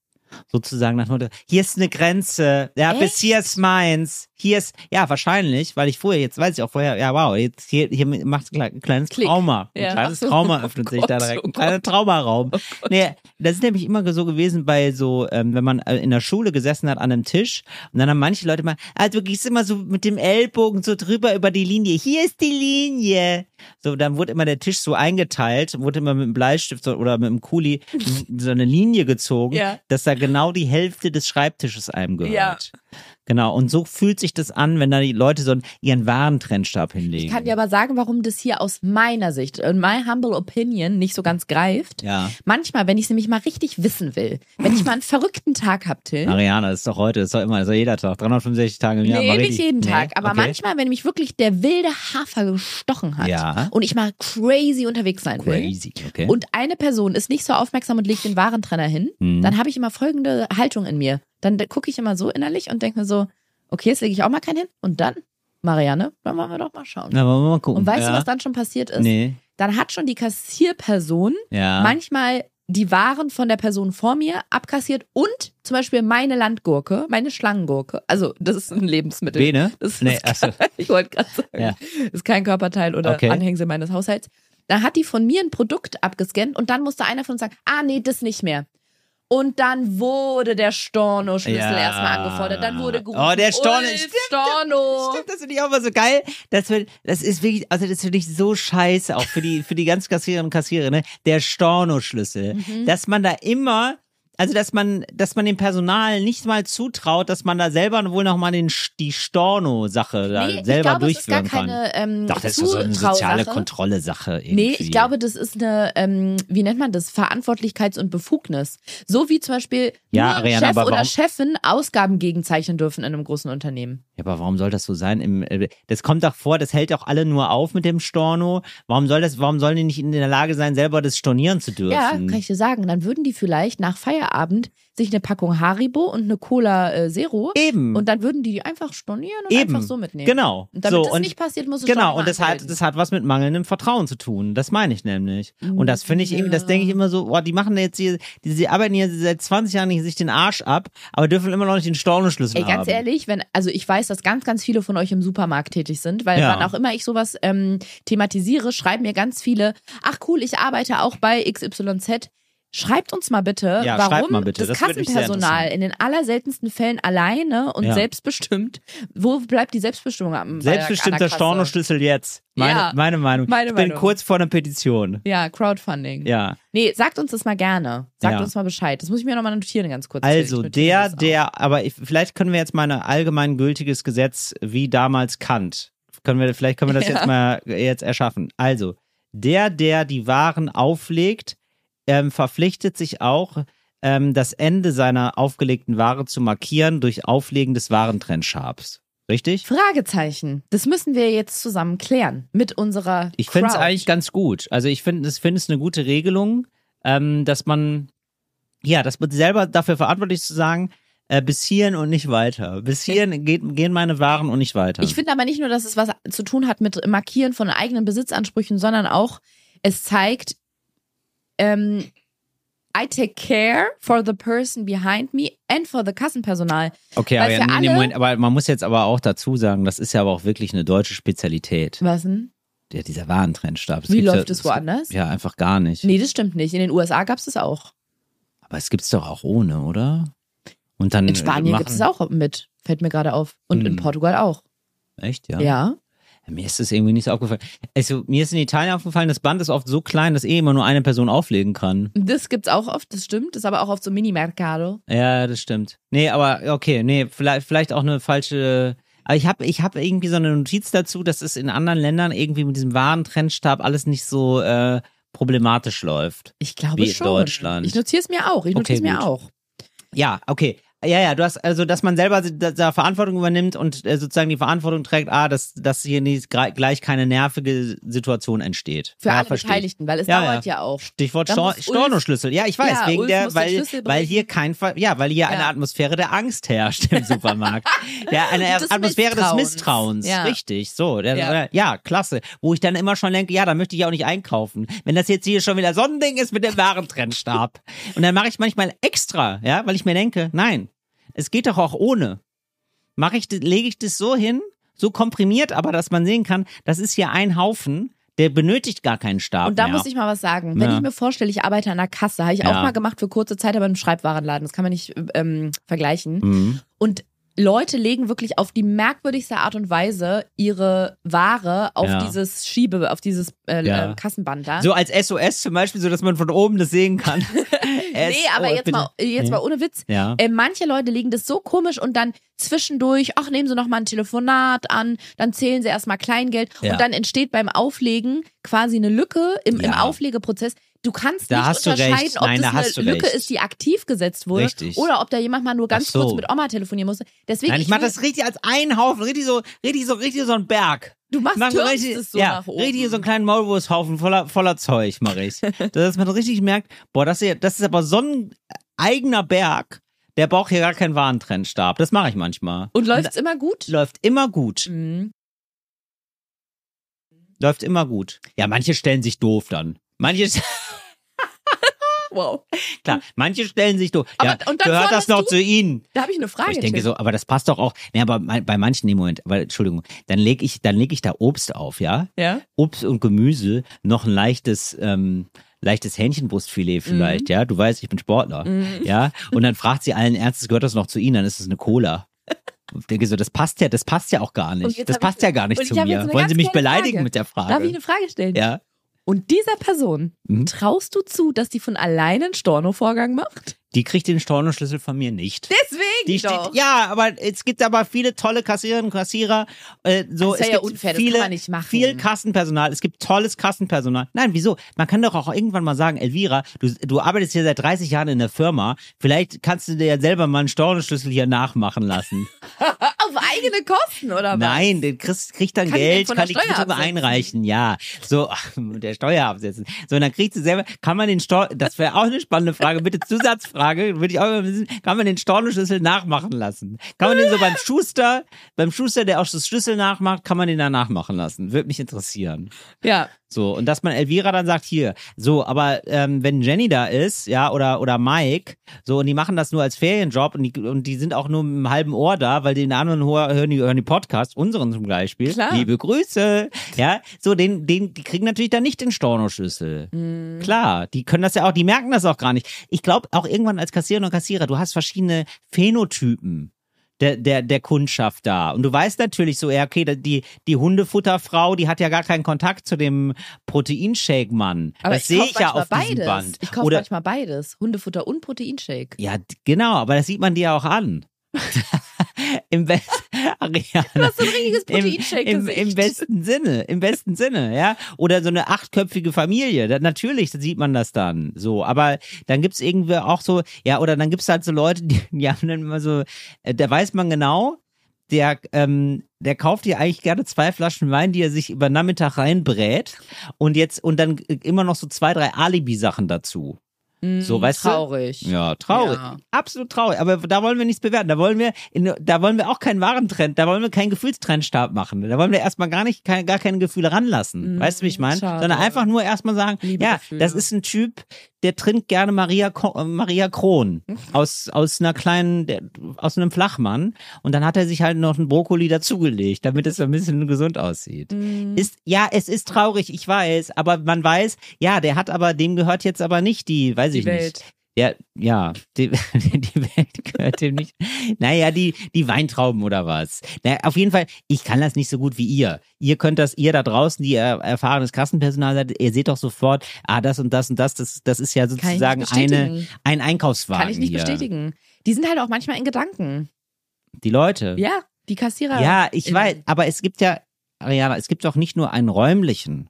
[SPEAKER 1] Sozusagen nach dem Motto, hier ist eine Grenze, ja, bis
[SPEAKER 2] Echt?
[SPEAKER 1] hier ist meins, hier ist, ja, wahrscheinlich, weil ich vorher, jetzt weiß ich auch vorher, ja, wow, jetzt hier, hier macht ein kleines
[SPEAKER 2] Klick.
[SPEAKER 1] Trauma. Ein
[SPEAKER 2] Ja.
[SPEAKER 1] kleines Trauma öffnet sich da
[SPEAKER 2] Gott,
[SPEAKER 1] direkt. Also
[SPEAKER 2] oh
[SPEAKER 1] Ein kleiner Traumaraum. Nee, das ist nämlich immer so gewesen bei so, ähm, wenn man äh, in der Schule gesessen hat an einem Tisch und dann haben manche Leute mal, ah, du gehst immer so mit dem Ellbogen so drüber über die Linie. Hier ist die Linie. So, dann wurde immer der Tisch so eingeteilt, wurde immer mit dem Bleistift so- oder mit dem Kuli so eine Linie gezogen,
[SPEAKER 2] Ja.
[SPEAKER 1] dass da genau die Hälfte des Schreibtisches einem gehört.
[SPEAKER 2] Ja.
[SPEAKER 1] Genau, und so fühlt sich das an, wenn da die Leute so einen, ihren wahren Trennstab hinlegen.
[SPEAKER 2] Ich kann dir aber sagen, warum das hier aus meiner Sicht, in my humble opinion, nicht so ganz greift.
[SPEAKER 1] Ja.
[SPEAKER 2] Manchmal, wenn ich es nämlich mal richtig wissen will, wenn ich mal einen verrückten Tag hab, Till.
[SPEAKER 1] Mariana, das ist doch heute, das ist doch immer, das ist doch jeder Tag, 365 Tage im Jahr.
[SPEAKER 2] nee,
[SPEAKER 1] mal
[SPEAKER 2] nicht
[SPEAKER 1] richtig-
[SPEAKER 2] jeden
[SPEAKER 1] Nee?
[SPEAKER 2] Tag. Aber
[SPEAKER 1] Okay.
[SPEAKER 2] manchmal, wenn mich wirklich der wilde Hafer gestochen hat
[SPEAKER 1] Ja.
[SPEAKER 2] und ich mal crazy unterwegs sein will.
[SPEAKER 1] Crazy, okay.
[SPEAKER 2] Und eine Person ist nicht so aufmerksam und legt den Warentrenner hin,
[SPEAKER 1] Mhm.
[SPEAKER 2] dann habe ich immer folgende Haltung in mir. Dann gucke ich immer so innerlich und denke mir so, okay, jetzt lege ich auch mal keinen hin. Und dann, Marianne, dann wollen wir doch mal schauen.
[SPEAKER 1] Na, wollen wir mal gucken.
[SPEAKER 2] Und weißt
[SPEAKER 1] ja.
[SPEAKER 2] du, was dann schon passiert ist?
[SPEAKER 1] Nee,
[SPEAKER 2] Dann hat schon die Kassierperson
[SPEAKER 1] ja.
[SPEAKER 2] manchmal die Waren von der Person vor mir abkassiert und zum Beispiel meine Landgurke, meine Schlangengurke. Also, das ist ein Lebensmittel.
[SPEAKER 1] Bene?
[SPEAKER 2] Das
[SPEAKER 1] Nee,
[SPEAKER 2] ist
[SPEAKER 1] ach so.
[SPEAKER 2] kein, ich wollte gerade sagen,
[SPEAKER 1] Ja.
[SPEAKER 2] das ist kein Körperteil oder
[SPEAKER 1] Okay.
[SPEAKER 2] Anhängsel meines Haushalts. Da hat die von mir ein Produkt abgescannt und dann musste einer von uns sagen, ah nee, das nicht mehr. Und dann wurde der Storno-Schlüssel
[SPEAKER 1] Ja.
[SPEAKER 2] erstmal angefordert. Dann wurde gerufen,
[SPEAKER 1] Oh, der Storno-
[SPEAKER 2] Ulf,
[SPEAKER 1] Stimmt,
[SPEAKER 2] Storno.
[SPEAKER 1] Stimmt, das finde ich auch immer so geil. Das, wird, das ist wirklich, also das finde ich so scheiße, auch für die, für die ganzen Kassiererinnen und Kassierer, ne? Der Stornoschlüssel.
[SPEAKER 2] Mhm.
[SPEAKER 1] Dass man da immer, also dass man, dass man dem Personal nicht mal zutraut, dass man da selber wohl nochmal den, die Storno-Sache da
[SPEAKER 2] Nee, ich
[SPEAKER 1] selber
[SPEAKER 2] glaube, es ist gar
[SPEAKER 1] durchführen kann.
[SPEAKER 2] keine ähm,
[SPEAKER 1] Doch, das ist doch so eine soziale
[SPEAKER 2] Zutrausache.
[SPEAKER 1] Kontrolle-Sache.
[SPEAKER 2] Nee,
[SPEAKER 1] irgendwie.
[SPEAKER 2] ich glaube, das ist eine, ähm, wie nennt man das, Verantwortlichkeits- und Befugnis. So wie zum Beispiel
[SPEAKER 1] Ja,
[SPEAKER 2] nur
[SPEAKER 1] Ariana,
[SPEAKER 2] Chef
[SPEAKER 1] aber
[SPEAKER 2] oder
[SPEAKER 1] warum-
[SPEAKER 2] Chefin Ausgaben gegenzeichnen dürfen in einem großen Unternehmen.
[SPEAKER 1] Ja, aber warum soll das so sein? Im, äh, das kommt doch vor, das hält doch alle nur auf mit dem Storno. Warum soll das, warum sollen die nicht in der Lage sein, selber das stornieren zu dürfen?
[SPEAKER 2] Ja, kann ich dir sagen. Dann würden die vielleicht nach Feierabend sich eine Packung Haribo und eine Cola äh, Zero
[SPEAKER 1] Eben.
[SPEAKER 2] und dann würden die die einfach stornieren und
[SPEAKER 1] Eben.
[SPEAKER 2] einfach so mitnehmen.
[SPEAKER 1] Genau.
[SPEAKER 2] Und damit
[SPEAKER 1] so,
[SPEAKER 2] das
[SPEAKER 1] und
[SPEAKER 2] nicht passiert, muss es
[SPEAKER 1] Genau,
[SPEAKER 2] schon
[SPEAKER 1] und das hat, das hat was mit mangelndem Vertrauen zu tun. Das meine ich nämlich. Und das finde ich irgendwie, das denke ich immer so, boah, die machen jetzt hier, die, die arbeiten hier seit 20 Jahren nicht sich den Arsch ab, aber dürfen immer noch nicht den Stornoschlüssel
[SPEAKER 2] Ey,
[SPEAKER 1] haben.
[SPEAKER 2] ganz ehrlich, wenn, also ich weiß, dass ganz, ganz viele von euch im Supermarkt tätig sind, weil
[SPEAKER 1] Ja.
[SPEAKER 2] wann auch immer ich sowas ähm, thematisiere, schreiben mir ganz viele, ach cool, ich arbeite auch bei XYZ. Schreibt uns mal bitte,
[SPEAKER 1] Ja, schreibt
[SPEAKER 2] warum
[SPEAKER 1] mal bitte.
[SPEAKER 2] das
[SPEAKER 1] Das würde mich sehr
[SPEAKER 2] Kassenpersonal in den allerseltensten Fällen alleine und
[SPEAKER 1] Ja.
[SPEAKER 2] selbstbestimmt, wo bleibt die Selbstbestimmung am bei der- an
[SPEAKER 1] Selbstbestimmter
[SPEAKER 2] der Kasse?
[SPEAKER 1] Stornoschlüssel jetzt. Meine,
[SPEAKER 2] Ja.
[SPEAKER 1] meine Meinung.
[SPEAKER 2] Meine
[SPEAKER 1] ich bin
[SPEAKER 2] Meinung.
[SPEAKER 1] kurz vor einer Petition.
[SPEAKER 2] Ja, Crowdfunding.
[SPEAKER 1] Ja.
[SPEAKER 2] Nee, sagt uns das mal gerne. Sagt
[SPEAKER 1] Ja.
[SPEAKER 2] uns mal Bescheid. Das muss ich mir nochmal notieren, ganz kurz.
[SPEAKER 1] Also
[SPEAKER 2] Ich notiere
[SPEAKER 1] der,
[SPEAKER 2] das auch.
[SPEAKER 1] der, aber ich, vielleicht können wir jetzt mal ein allgemeingültiges Gesetz wie damals Kant. Können wir, vielleicht können wir das
[SPEAKER 2] Ja.
[SPEAKER 1] jetzt mal jetzt erschaffen. Also, der, der die Waren auflegt, ähm, verpflichtet sich auch, ähm, das Ende seiner aufgelegten Ware zu markieren durch Auflegen des Warentrennschabs. Richtig?
[SPEAKER 2] Fragezeichen. Das müssen wir jetzt zusammen klären mit unserer.
[SPEAKER 1] Ich finde es
[SPEAKER 2] Crowd.
[SPEAKER 1] eigentlich ganz gut. Also ich finde es finde es eine gute Regelung, ähm, dass man ja, dass man selber dafür verantwortlich ist, zu sagen, äh, bis hierhin und nicht weiter. Bis hierhin geht, gehen meine Waren und nicht weiter.
[SPEAKER 2] Ich finde aber nicht nur, dass es was zu tun hat mit Markieren von eigenen Besitzansprüchen, sondern auch, es zeigt, ähm, I take care for the person behind me and for the Kassenpersonal.
[SPEAKER 1] okay,
[SPEAKER 2] weil
[SPEAKER 1] aber,
[SPEAKER 2] für
[SPEAKER 1] ja, nee, nee,
[SPEAKER 2] alle-
[SPEAKER 1] Moment, aber man muss jetzt aber auch dazu sagen, das ist ja aber auch wirklich eine deutsche Spezialität.
[SPEAKER 2] Was denn?
[SPEAKER 1] Der, dieser Warentrennstab. Es
[SPEAKER 2] Wie
[SPEAKER 1] gibt's
[SPEAKER 2] läuft
[SPEAKER 1] ja,
[SPEAKER 2] es woanders?
[SPEAKER 1] Ja, einfach gar nicht.
[SPEAKER 2] Nee, das stimmt nicht. In den USA gab es das auch.
[SPEAKER 1] Aber es gibt's doch auch ohne, oder? Und dann
[SPEAKER 2] In Spanien
[SPEAKER 1] machen-
[SPEAKER 2] gibt es auch mit, fällt mir gerade auf. Und in
[SPEAKER 1] Hm.
[SPEAKER 2] Portugal auch.
[SPEAKER 1] Echt,
[SPEAKER 2] Ja. ja.
[SPEAKER 1] Mir ist das irgendwie nicht so aufgefallen. Also, mir ist in Italien aufgefallen, das Band ist oft so klein, dass eh immer nur eine Person auflegen kann.
[SPEAKER 2] Das gibt's auch oft, das stimmt. Das ist aber auch auf so Mini-Mercado.
[SPEAKER 1] Ja, das stimmt. Nee, aber okay, nee, vielleicht, vielleicht auch eine falsche. Aber ich habe ich hab irgendwie so eine Notiz dazu, dass es in anderen Ländern irgendwie mit diesem Warentrennstab alles nicht so äh, problematisch läuft.
[SPEAKER 2] Ich glaube
[SPEAKER 1] Wie in
[SPEAKER 2] schon.
[SPEAKER 1] Deutschland.
[SPEAKER 2] Ich notiere es mir auch. Ich
[SPEAKER 1] Okay,
[SPEAKER 2] notiere es mir
[SPEAKER 1] gut.
[SPEAKER 2] auch.
[SPEAKER 1] Ja, okay. Ja, ja, du hast, also, dass man selber da, da Verantwortung übernimmt und äh, sozusagen die Verantwortung trägt, ah, dass, dass hier nicht gra- gleich keine nervige Situation entsteht.
[SPEAKER 2] Für
[SPEAKER 1] ja,
[SPEAKER 2] alle
[SPEAKER 1] verstehe ich.
[SPEAKER 2] Beteiligten, weil es
[SPEAKER 1] Ja,
[SPEAKER 2] dauert
[SPEAKER 1] ja.
[SPEAKER 2] ja auch.
[SPEAKER 1] Stichwort
[SPEAKER 2] Da
[SPEAKER 1] Stor
[SPEAKER 2] muss Ulf-
[SPEAKER 1] Stornoschlüssel. Ja, ich weiß,
[SPEAKER 2] Ja,
[SPEAKER 1] wegen
[SPEAKER 2] Ulf
[SPEAKER 1] der,
[SPEAKER 2] muss den
[SPEAKER 1] weil,
[SPEAKER 2] Schlüssel
[SPEAKER 1] weil hier
[SPEAKER 2] bringen.
[SPEAKER 1] kein Ver ja, weil hier eine
[SPEAKER 2] Ja.
[SPEAKER 1] Atmosphäre der Angst herrscht im Supermarkt. ja, eine
[SPEAKER 2] Des
[SPEAKER 1] Atmosphäre des
[SPEAKER 2] Misstrauens.
[SPEAKER 1] Misstrauens.
[SPEAKER 2] Ja.
[SPEAKER 1] Richtig, so. Der, ja.
[SPEAKER 2] Ja.
[SPEAKER 1] klasse. Wo ich dann immer schon denke, ja, da möchte ich auch nicht einkaufen. Wenn das jetzt hier schon wieder so ein Ding ist mit dem Warentrennstab. Und dann mache ich manchmal extra, ja, weil ich mir denke, nein, es geht doch auch ohne. Mache ich, das- lege ich das so hin, so komprimiert, aber dass man sehen kann, das ist hier ein Haufen, der benötigt gar keinen Stab.
[SPEAKER 2] Und da
[SPEAKER 1] mehr.
[SPEAKER 2] muss ich mal was sagen. Wenn
[SPEAKER 1] Ja.
[SPEAKER 2] ich mir vorstelle, ich arbeite an der Kasse, habe ich
[SPEAKER 1] Ja.
[SPEAKER 2] auch mal gemacht für kurze Zeit, aber im Schreibwarenladen. Das kann man nicht ähm, vergleichen.
[SPEAKER 1] Mhm.
[SPEAKER 2] Und Leute legen wirklich auf die merkwürdigste Art und Weise ihre Ware auf
[SPEAKER 1] Ja.
[SPEAKER 2] dieses Schiebe, auf dieses äh,
[SPEAKER 1] Ja.
[SPEAKER 2] äh, Kassenband da.
[SPEAKER 1] So als SOS zum Beispiel, so dass man von oben das sehen kann.
[SPEAKER 2] nee, aber jetzt mal, äh, jetzt mal ohne Witz.
[SPEAKER 1] Ja.
[SPEAKER 2] Äh, manche Leute legen das so komisch und dann zwischendurch, ach, nehmen sie nochmal ein Telefonat an, dann zählen sie erstmal Kleingeld
[SPEAKER 1] Ja.
[SPEAKER 2] und dann entsteht beim Auflegen quasi eine Lücke im, im
[SPEAKER 1] Ja.
[SPEAKER 2] Auflegeprozess. Du kannst
[SPEAKER 1] Da
[SPEAKER 2] nicht
[SPEAKER 1] hast du recht.
[SPEAKER 2] unterscheiden, ob
[SPEAKER 1] Nein,
[SPEAKER 2] das
[SPEAKER 1] da
[SPEAKER 2] eine
[SPEAKER 1] hast du
[SPEAKER 2] Lücke
[SPEAKER 1] recht.
[SPEAKER 2] ist, die aktiv gesetzt wurde
[SPEAKER 1] Richtig.
[SPEAKER 2] oder ob da jemand mal nur ganz
[SPEAKER 1] Ach so.
[SPEAKER 2] kurz mit Oma telefonieren musste. Deswegen,
[SPEAKER 1] Nein, ich mach
[SPEAKER 2] will-
[SPEAKER 1] das richtig als einen Haufen, richtig so, richtig so, richtig so ein Berg.
[SPEAKER 2] du machst
[SPEAKER 1] Mach so
[SPEAKER 2] türmst
[SPEAKER 1] richtig,
[SPEAKER 2] es so
[SPEAKER 1] ja,
[SPEAKER 2] nach oben.
[SPEAKER 1] richtig so einen kleinen Maulwurfshaufen voller, voller Zeug mache ich. Dass man richtig merkt, boah, das, hier, das ist aber so ein eigener Berg, der braucht hier gar keinen Warentrennstab. Das mache ich manchmal.
[SPEAKER 2] und läuft's immer gut?
[SPEAKER 1] Läuft immer gut.
[SPEAKER 2] Mhm.
[SPEAKER 1] Läuft immer gut. Ja, manche stellen sich doof dann. Manche,
[SPEAKER 2] Wow.
[SPEAKER 1] klar, manche stellen sich doof.
[SPEAKER 2] Aber-
[SPEAKER 1] ja,
[SPEAKER 2] und dann
[SPEAKER 1] gehört das
[SPEAKER 2] forderst
[SPEAKER 1] noch
[SPEAKER 2] du-
[SPEAKER 1] zu ihnen.
[SPEAKER 2] Da habe ich eine Frage.
[SPEAKER 1] Aber ich denke
[SPEAKER 2] Tim.
[SPEAKER 1] so, aber das passt doch auch. Nee, aber mein- bei manchen, nee, Moment, weil, Entschuldigung, dann lege ich, dann lege ich da Obst auf, ja?
[SPEAKER 2] ja?
[SPEAKER 1] Obst und Gemüse, noch ein leichtes, ähm, leichtes Hähnchenbrustfilet
[SPEAKER 2] Mhm.
[SPEAKER 1] vielleicht, ja? Du weißt, ich bin Sportler, ja? Und dann fragt sie allen Ernstes, gehört das noch zu ihnen? Dann ist es eine Cola. Und Ich denke so, das passt ja, das passt ja auch gar
[SPEAKER 2] Und
[SPEAKER 1] nicht.
[SPEAKER 2] jetzt
[SPEAKER 1] Das
[SPEAKER 2] hab ich-
[SPEAKER 1] passt ja gar nicht
[SPEAKER 2] und ich
[SPEAKER 1] zu
[SPEAKER 2] hab jetzt
[SPEAKER 1] mir.
[SPEAKER 2] eine
[SPEAKER 1] Wollen
[SPEAKER 2] ganz
[SPEAKER 1] Sie mich
[SPEAKER 2] kleine
[SPEAKER 1] beleidigen
[SPEAKER 2] Frage.
[SPEAKER 1] mit der Frage?
[SPEAKER 2] Darf ich eine Frage stellen?
[SPEAKER 1] ja.
[SPEAKER 2] Und dieser Person
[SPEAKER 1] Mhm.
[SPEAKER 2] traust du zu, dass die von alleine einen Storno-Vorgang macht?
[SPEAKER 1] Die kriegt den Stornoschlüssel von mir nicht.
[SPEAKER 2] Deswegen
[SPEAKER 1] Die
[SPEAKER 2] doch.
[SPEAKER 1] steht, ja, aber es gibt aber viele tolle Kassiererinnen und Kassierer. Äh, so,
[SPEAKER 2] Das
[SPEAKER 1] es
[SPEAKER 2] wär ja
[SPEAKER 1] gibt
[SPEAKER 2] unfair, das
[SPEAKER 1] viele,
[SPEAKER 2] kann man nicht machen.
[SPEAKER 1] Viel Kassenpersonal, es gibt tolles Kassenpersonal. Nein, wieso? Man kann doch auch irgendwann mal sagen, Elvira, du, du arbeitest hier seit 30 Jahren in der Firma, vielleicht kannst du dir ja selber mal einen Stornoschlüssel hier nachmachen lassen.
[SPEAKER 2] Auf eigene Kosten, oder was?
[SPEAKER 1] Nein, du kriegst, kriegst dann
[SPEAKER 2] Kann ich
[SPEAKER 1] Geld,
[SPEAKER 2] den von
[SPEAKER 1] kann die
[SPEAKER 2] der Steuer
[SPEAKER 1] Quittung
[SPEAKER 2] absetzen?
[SPEAKER 1] einreichen, ja. So, mit der Steuer absetzen. So, und dann kriegst du selber, kann man den Stor das wäre auch eine spannende Frage, bitte Zusatzfrage, würde ich auch immer wissen, kann man den Stornoschlüssel nachmachen lassen? Kann man den so beim Schuster, beim Schuster, der auch das Schlüssel nachmacht, kann man den da nachmachen lassen? Würde mich interessieren.
[SPEAKER 2] Ja.
[SPEAKER 1] So, und dass man Elvira dann sagt, hier, so, aber ähm, wenn Jenny da ist, ja, oder, oder Mike, so, und die machen das nur als Ferienjob und die, und die sind auch nur mit einem halben Ohr da, weil den anderen Ohr hören die, hören die Podcast, unseren zum Beispiel.
[SPEAKER 2] Klar.
[SPEAKER 1] Liebe Grüße. Ja, so, den, den, die kriegen natürlich dann nicht den Stornoschlüssel. Klar, die können das ja auch, die merken das auch gar nicht. Ich glaube, auch irgendwann als Kassiererin und Kassierer, du hast verschiedene Phänotypen der, der, der Kundschaft da. Und du weißt natürlich so, ja, okay, da- die, die Hundefutterfrau, die hat ja gar keinen Kontakt zu dem Proteinshake-Mann.
[SPEAKER 2] Aber
[SPEAKER 1] Das
[SPEAKER 2] ich
[SPEAKER 1] sehe
[SPEAKER 2] kauf
[SPEAKER 1] ich ja
[SPEAKER 2] manchmal
[SPEAKER 1] auf diesem
[SPEAKER 2] beides.
[SPEAKER 1] Band.
[SPEAKER 2] Ich kaufe
[SPEAKER 1] Oder,
[SPEAKER 2] manchmal beides. Hundefutter und Proteinshake.
[SPEAKER 1] ja, d- genau, aber das sieht man dir auch an. Im besten
[SPEAKER 2] Du hast so ein richtiges
[SPEAKER 1] im, im,
[SPEAKER 2] Proteinshake-Gesicht.
[SPEAKER 1] Im besten Sinne, im besten Sinne, ja. Oder so eine achtköpfige Familie. Da, natürlich da sieht man das dann so. Aber dann gibt's irgendwie auch so, ja, oder dann gibt's halt so Leute, die, die haben dann immer so, äh, da weiß man genau, der, ähm, der kauft dir eigentlich gerne zwei Flaschen Wein, die er sich über Nachmittag reinbrät und jetzt und dann äh, immer noch so zwei, drei Alibi-Sachen dazu. so, weißt du?
[SPEAKER 2] Mm, Traurig.
[SPEAKER 1] Ja, traurig.
[SPEAKER 2] Ja.
[SPEAKER 1] Absolut traurig. Aber da wollen wir nichts bewerten. Da wollen wir, in, da wollen wir auch keinen Warentrend, da wollen wir keinen Gefühlstrendstab machen. Da wollen wir erstmal gar nicht, kein, gar keine Gefühle ranlassen.
[SPEAKER 2] Mm,
[SPEAKER 1] weißt du, wie ich meine?
[SPEAKER 2] schade.
[SPEAKER 1] Sondern einfach nur erstmal sagen,
[SPEAKER 2] Liebe
[SPEAKER 1] ja,
[SPEAKER 2] Gefühle.
[SPEAKER 1] das ist ein Typ, der trinkt gerne Maria, Ko- äh, Maria Kron
[SPEAKER 2] Mhm.
[SPEAKER 1] aus, aus einer kleinen, der, aus einem Flachmann. Und dann hat er sich halt noch einen Brokkoli dazugelegt, damit es so ein bisschen gesund aussieht.
[SPEAKER 2] Mhm.
[SPEAKER 1] Ist, ja, es ist traurig, ich weiß, aber man weiß, ja, der hat aber, dem gehört jetzt aber nicht die, weiß
[SPEAKER 2] Die
[SPEAKER 1] ich nicht.
[SPEAKER 2] Welt.
[SPEAKER 1] Ja, ja, die, die Welt gehört dem nicht. Naja, die, die Weintrauben oder was. Naja, auf jeden Fall, ich kann das nicht so gut wie ihr. Ihr könnt das, ihr da draußen, die ihr erfahrenes Kassenpersonal seid, ihr seht doch sofort, ah, das und das und das, das, das ist ja
[SPEAKER 2] nicht
[SPEAKER 1] sozusagen eine,
[SPEAKER 2] bestätigen.
[SPEAKER 1] ein Einkaufswagen.
[SPEAKER 2] Kann ich nicht
[SPEAKER 1] hier.
[SPEAKER 2] bestätigen. Die sind halt auch manchmal in Gedanken.
[SPEAKER 1] Die Leute.
[SPEAKER 2] Ja, äh, die Kassierer.
[SPEAKER 1] Ja, ich
[SPEAKER 2] Innen.
[SPEAKER 1] weiß, aber es gibt ja, Ariana, es gibt doch nicht nur einen räumlichen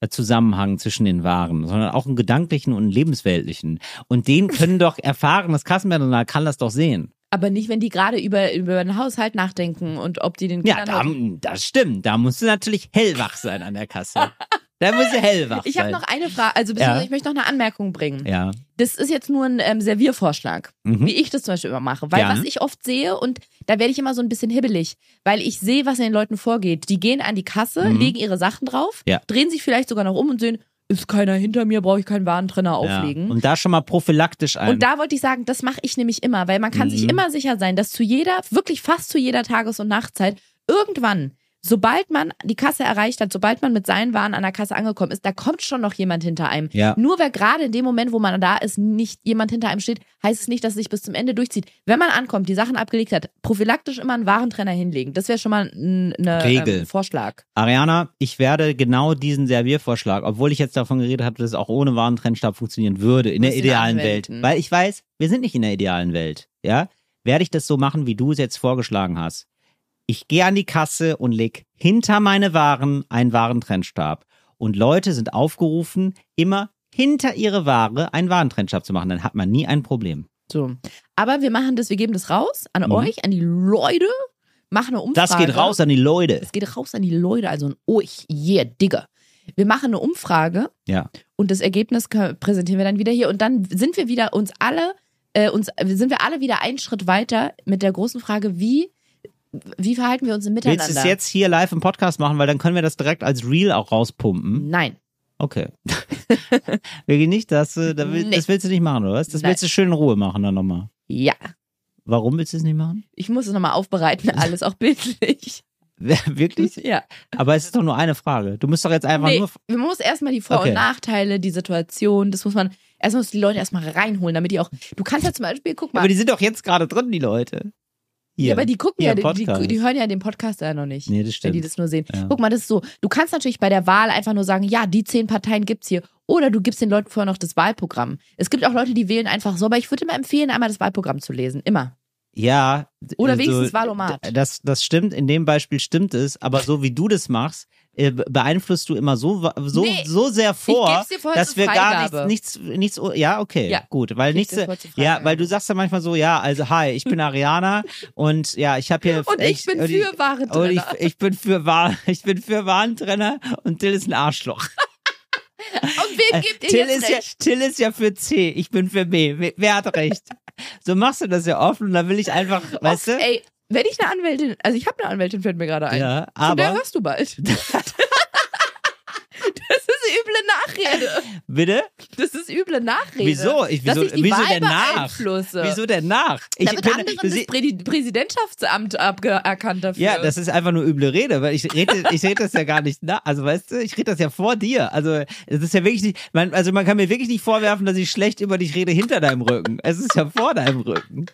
[SPEAKER 1] äh, Zusammenhang zwischen den Waren, sondern auch einen gedanklichen und einen lebensweltlichen. Und den können doch erfahren, das Kassenpersonal kann das doch sehen.
[SPEAKER 2] Aber nicht, wenn die gerade über, über den Haushalt nachdenken und ob die den
[SPEAKER 1] Ja,
[SPEAKER 2] Kindern.
[SPEAKER 1] da, das stimmt. Da musst du natürlich hellwach sein an der Kasse. Da musst du hellwach
[SPEAKER 2] ich habe
[SPEAKER 1] sein.
[SPEAKER 2] noch eine Frage, also beziehungsweise
[SPEAKER 1] Ja.
[SPEAKER 2] ich möchte noch eine Anmerkung bringen.
[SPEAKER 1] ja.
[SPEAKER 2] Das ist jetzt nur ein ähm, Serviervorschlag,
[SPEAKER 1] Mhm.
[SPEAKER 2] wie ich das zum Beispiel immer mache. Weil
[SPEAKER 1] Gerne.
[SPEAKER 2] was ich oft sehe, und da werde ich immer so ein bisschen hibbelig, weil ich sehe, was in den Leuten vorgeht. Die gehen an die Kasse,
[SPEAKER 1] Mhm.
[SPEAKER 2] legen ihre Sachen drauf,
[SPEAKER 1] Ja.
[SPEAKER 2] drehen sich vielleicht sogar noch um und sehen, ist keiner hinter mir, brauche ich keinen Warentrenner auflegen.
[SPEAKER 1] Ja. Und da schon mal prophylaktisch ein.
[SPEAKER 2] Und da wollte ich sagen, das mache ich nämlich immer, weil man kann sich
[SPEAKER 1] Mhm.
[SPEAKER 2] immer sicher sein, dass zu jeder, wirklich fast zu jeder Tages- und Nachtzeit, irgendwann, sobald man die Kasse erreicht hat, sobald man mit seinen Waren an der Kasse angekommen ist, da kommt schon noch jemand hinter einem.
[SPEAKER 1] Ja.
[SPEAKER 2] Nur weil gerade in dem Moment, wo man da ist, nicht jemand hinter einem steht, heißt es nicht, dass es sich bis zum Ende durchzieht. Wenn man ankommt, die Sachen abgelegt hat, prophylaktisch immer einen Warentrenner hinlegen. Das wäre schon mal ein ne,
[SPEAKER 1] Regel.
[SPEAKER 2] Ähm, Vorschlag.
[SPEAKER 1] Ariana, ich werde genau diesen Serviervorschlag, obwohl ich jetzt davon geredet habe, dass es auch ohne Warentrennstab funktionieren würde, in der
[SPEAKER 2] Muss ihn
[SPEAKER 1] idealen Welt.
[SPEAKER 2] anwenden.
[SPEAKER 1] Weil ich weiß, wir sind nicht in der idealen Welt. Ja, werde ich das so machen, wie du es jetzt vorgeschlagen hast. Ich gehe an die Kasse und leg hinter meine Waren einen Warentrennstab. Und Leute sind aufgerufen, immer hinter ihre Ware einen Warentrennstab zu machen. Dann hat man nie ein Problem.
[SPEAKER 2] So. Aber wir machen das, wir geben das raus an
[SPEAKER 1] Mhm.
[SPEAKER 2] euch, an die Leute, machen eine Umfrage.
[SPEAKER 1] Das geht raus an die Leute.
[SPEAKER 2] Es geht raus an die Leute, also ein Oich, yeah, Digga. Wir machen eine Umfrage
[SPEAKER 1] Ja.
[SPEAKER 2] und das Ergebnis kö- präsentieren wir dann wieder hier und dann sind wir wieder uns alle, äh, uns, sind wir alle wieder einen Schritt weiter mit der großen Frage, wie, wie verhalten wir uns im Miteinander?
[SPEAKER 1] Willst du es jetzt hier live im Podcast machen, weil dann können wir das direkt als Reel auch rauspumpen.
[SPEAKER 2] Nein.
[SPEAKER 1] Okay. Wirklich nicht? Das, äh, da will,
[SPEAKER 2] Nee.
[SPEAKER 1] das willst du nicht machen, oder was? Das
[SPEAKER 2] Nein.
[SPEAKER 1] willst du schön in Ruhe machen dann nochmal.
[SPEAKER 2] Ja.
[SPEAKER 1] Warum willst du es nicht machen?
[SPEAKER 2] Ich muss es nochmal aufbereiten, alles auch bildlich.
[SPEAKER 1] Wirklich?
[SPEAKER 2] ja.
[SPEAKER 1] Aber es ist doch nur eine Frage. Du musst doch jetzt einfach
[SPEAKER 2] Nee,
[SPEAKER 1] nur.
[SPEAKER 2] man muss erstmal die Vor-
[SPEAKER 1] Okay.
[SPEAKER 2] und Nachteile, die Situation, das muss man, erstmal muss die Leute erstmal reinholen, damit die auch, du kannst ja zum Beispiel, guck mal,
[SPEAKER 1] Aber die sind doch jetzt gerade drin, die Leute. Hier.
[SPEAKER 2] Ja, aber die gucken
[SPEAKER 1] Hier
[SPEAKER 2] ja,
[SPEAKER 1] im
[SPEAKER 2] die, die,
[SPEAKER 1] Podcast.
[SPEAKER 2] die hören ja den Podcast ja noch nicht.
[SPEAKER 1] Nee, das
[SPEAKER 2] Wenn
[SPEAKER 1] stimmt.
[SPEAKER 2] die das nur sehen.
[SPEAKER 1] Ja.
[SPEAKER 2] Guck mal, das ist so. Du kannst natürlich bei der Wahl einfach nur sagen, ja, die zehn Parteien gibt's hier. Oder du gibst den Leuten vorher noch das Wahlprogramm. Es gibt auch Leute, die wählen einfach so, aber ich würde immer empfehlen, einmal das Wahlprogramm zu lesen. Immer.
[SPEAKER 1] ja.
[SPEAKER 2] Oder
[SPEAKER 1] also,
[SPEAKER 2] wenigstens Valomat.
[SPEAKER 1] d- Das, das stimmt, in dem Beispiel stimmt es, aber so wie du das machst, äh, be- beeinflusst du immer so, wa- so,
[SPEAKER 2] Nee,
[SPEAKER 1] so sehr vor,
[SPEAKER 2] geb's dir vorher
[SPEAKER 1] dass
[SPEAKER 2] zur
[SPEAKER 1] wir gar
[SPEAKER 2] Freigabe.
[SPEAKER 1] nichts, nichts, nichts, ja, okay,
[SPEAKER 2] Ja,
[SPEAKER 1] gut, weil nichts,
[SPEAKER 2] dir vorher zur
[SPEAKER 1] ja,
[SPEAKER 2] Freigabe.
[SPEAKER 1] weil du sagst ja manchmal so, ja, also, hi, ich bin Ariana und ja, ich habe hier,
[SPEAKER 2] Und ich bin
[SPEAKER 1] und ich-
[SPEAKER 2] für Warentrenner.
[SPEAKER 1] und ich, ich bin für Waren, ich bin für Warentrenner und Till ist ein Arschloch.
[SPEAKER 2] Und wem gebt ihr
[SPEAKER 1] äh, Till
[SPEAKER 2] jetzt
[SPEAKER 1] ist, ja,
[SPEAKER 2] recht?
[SPEAKER 1] Till ist ja für C, ich bin für B. Wer- Wer hat recht? so machst du das ja offen und dann will ich einfach, weißt du?
[SPEAKER 2] Ey, wenn ich eine Anwältin, also ich habe eine Anwältin, fällt mir gerade ein.
[SPEAKER 1] Ja,
[SPEAKER 2] Von der
[SPEAKER 1] aber
[SPEAKER 2] hörst du bald. das ist üble Nachrede.
[SPEAKER 1] bitte?
[SPEAKER 2] Das ist üble Nachrede.
[SPEAKER 1] Wieso? Ich, wieso
[SPEAKER 2] dass ich die
[SPEAKER 1] wieso
[SPEAKER 2] Wahl
[SPEAKER 1] denn nach?
[SPEAKER 2] beeinflusse.
[SPEAKER 1] Wieso denn nach? Ich
[SPEAKER 2] Damit anderen
[SPEAKER 1] du
[SPEAKER 2] das
[SPEAKER 1] sie-
[SPEAKER 2] Prä Präsidentschaftsamt aberkannt dafür.
[SPEAKER 1] ja, das ist einfach nur üble Rede, weil ich rede, ich rede das ja gar nicht nach. Also weißt du, ich rede das ja vor dir. Also es ist ja wirklich nicht, man, also man kann mir wirklich nicht vorwerfen, dass ich schlecht über dich rede hinter deinem Rücken. Es ist ja vor deinem Rücken.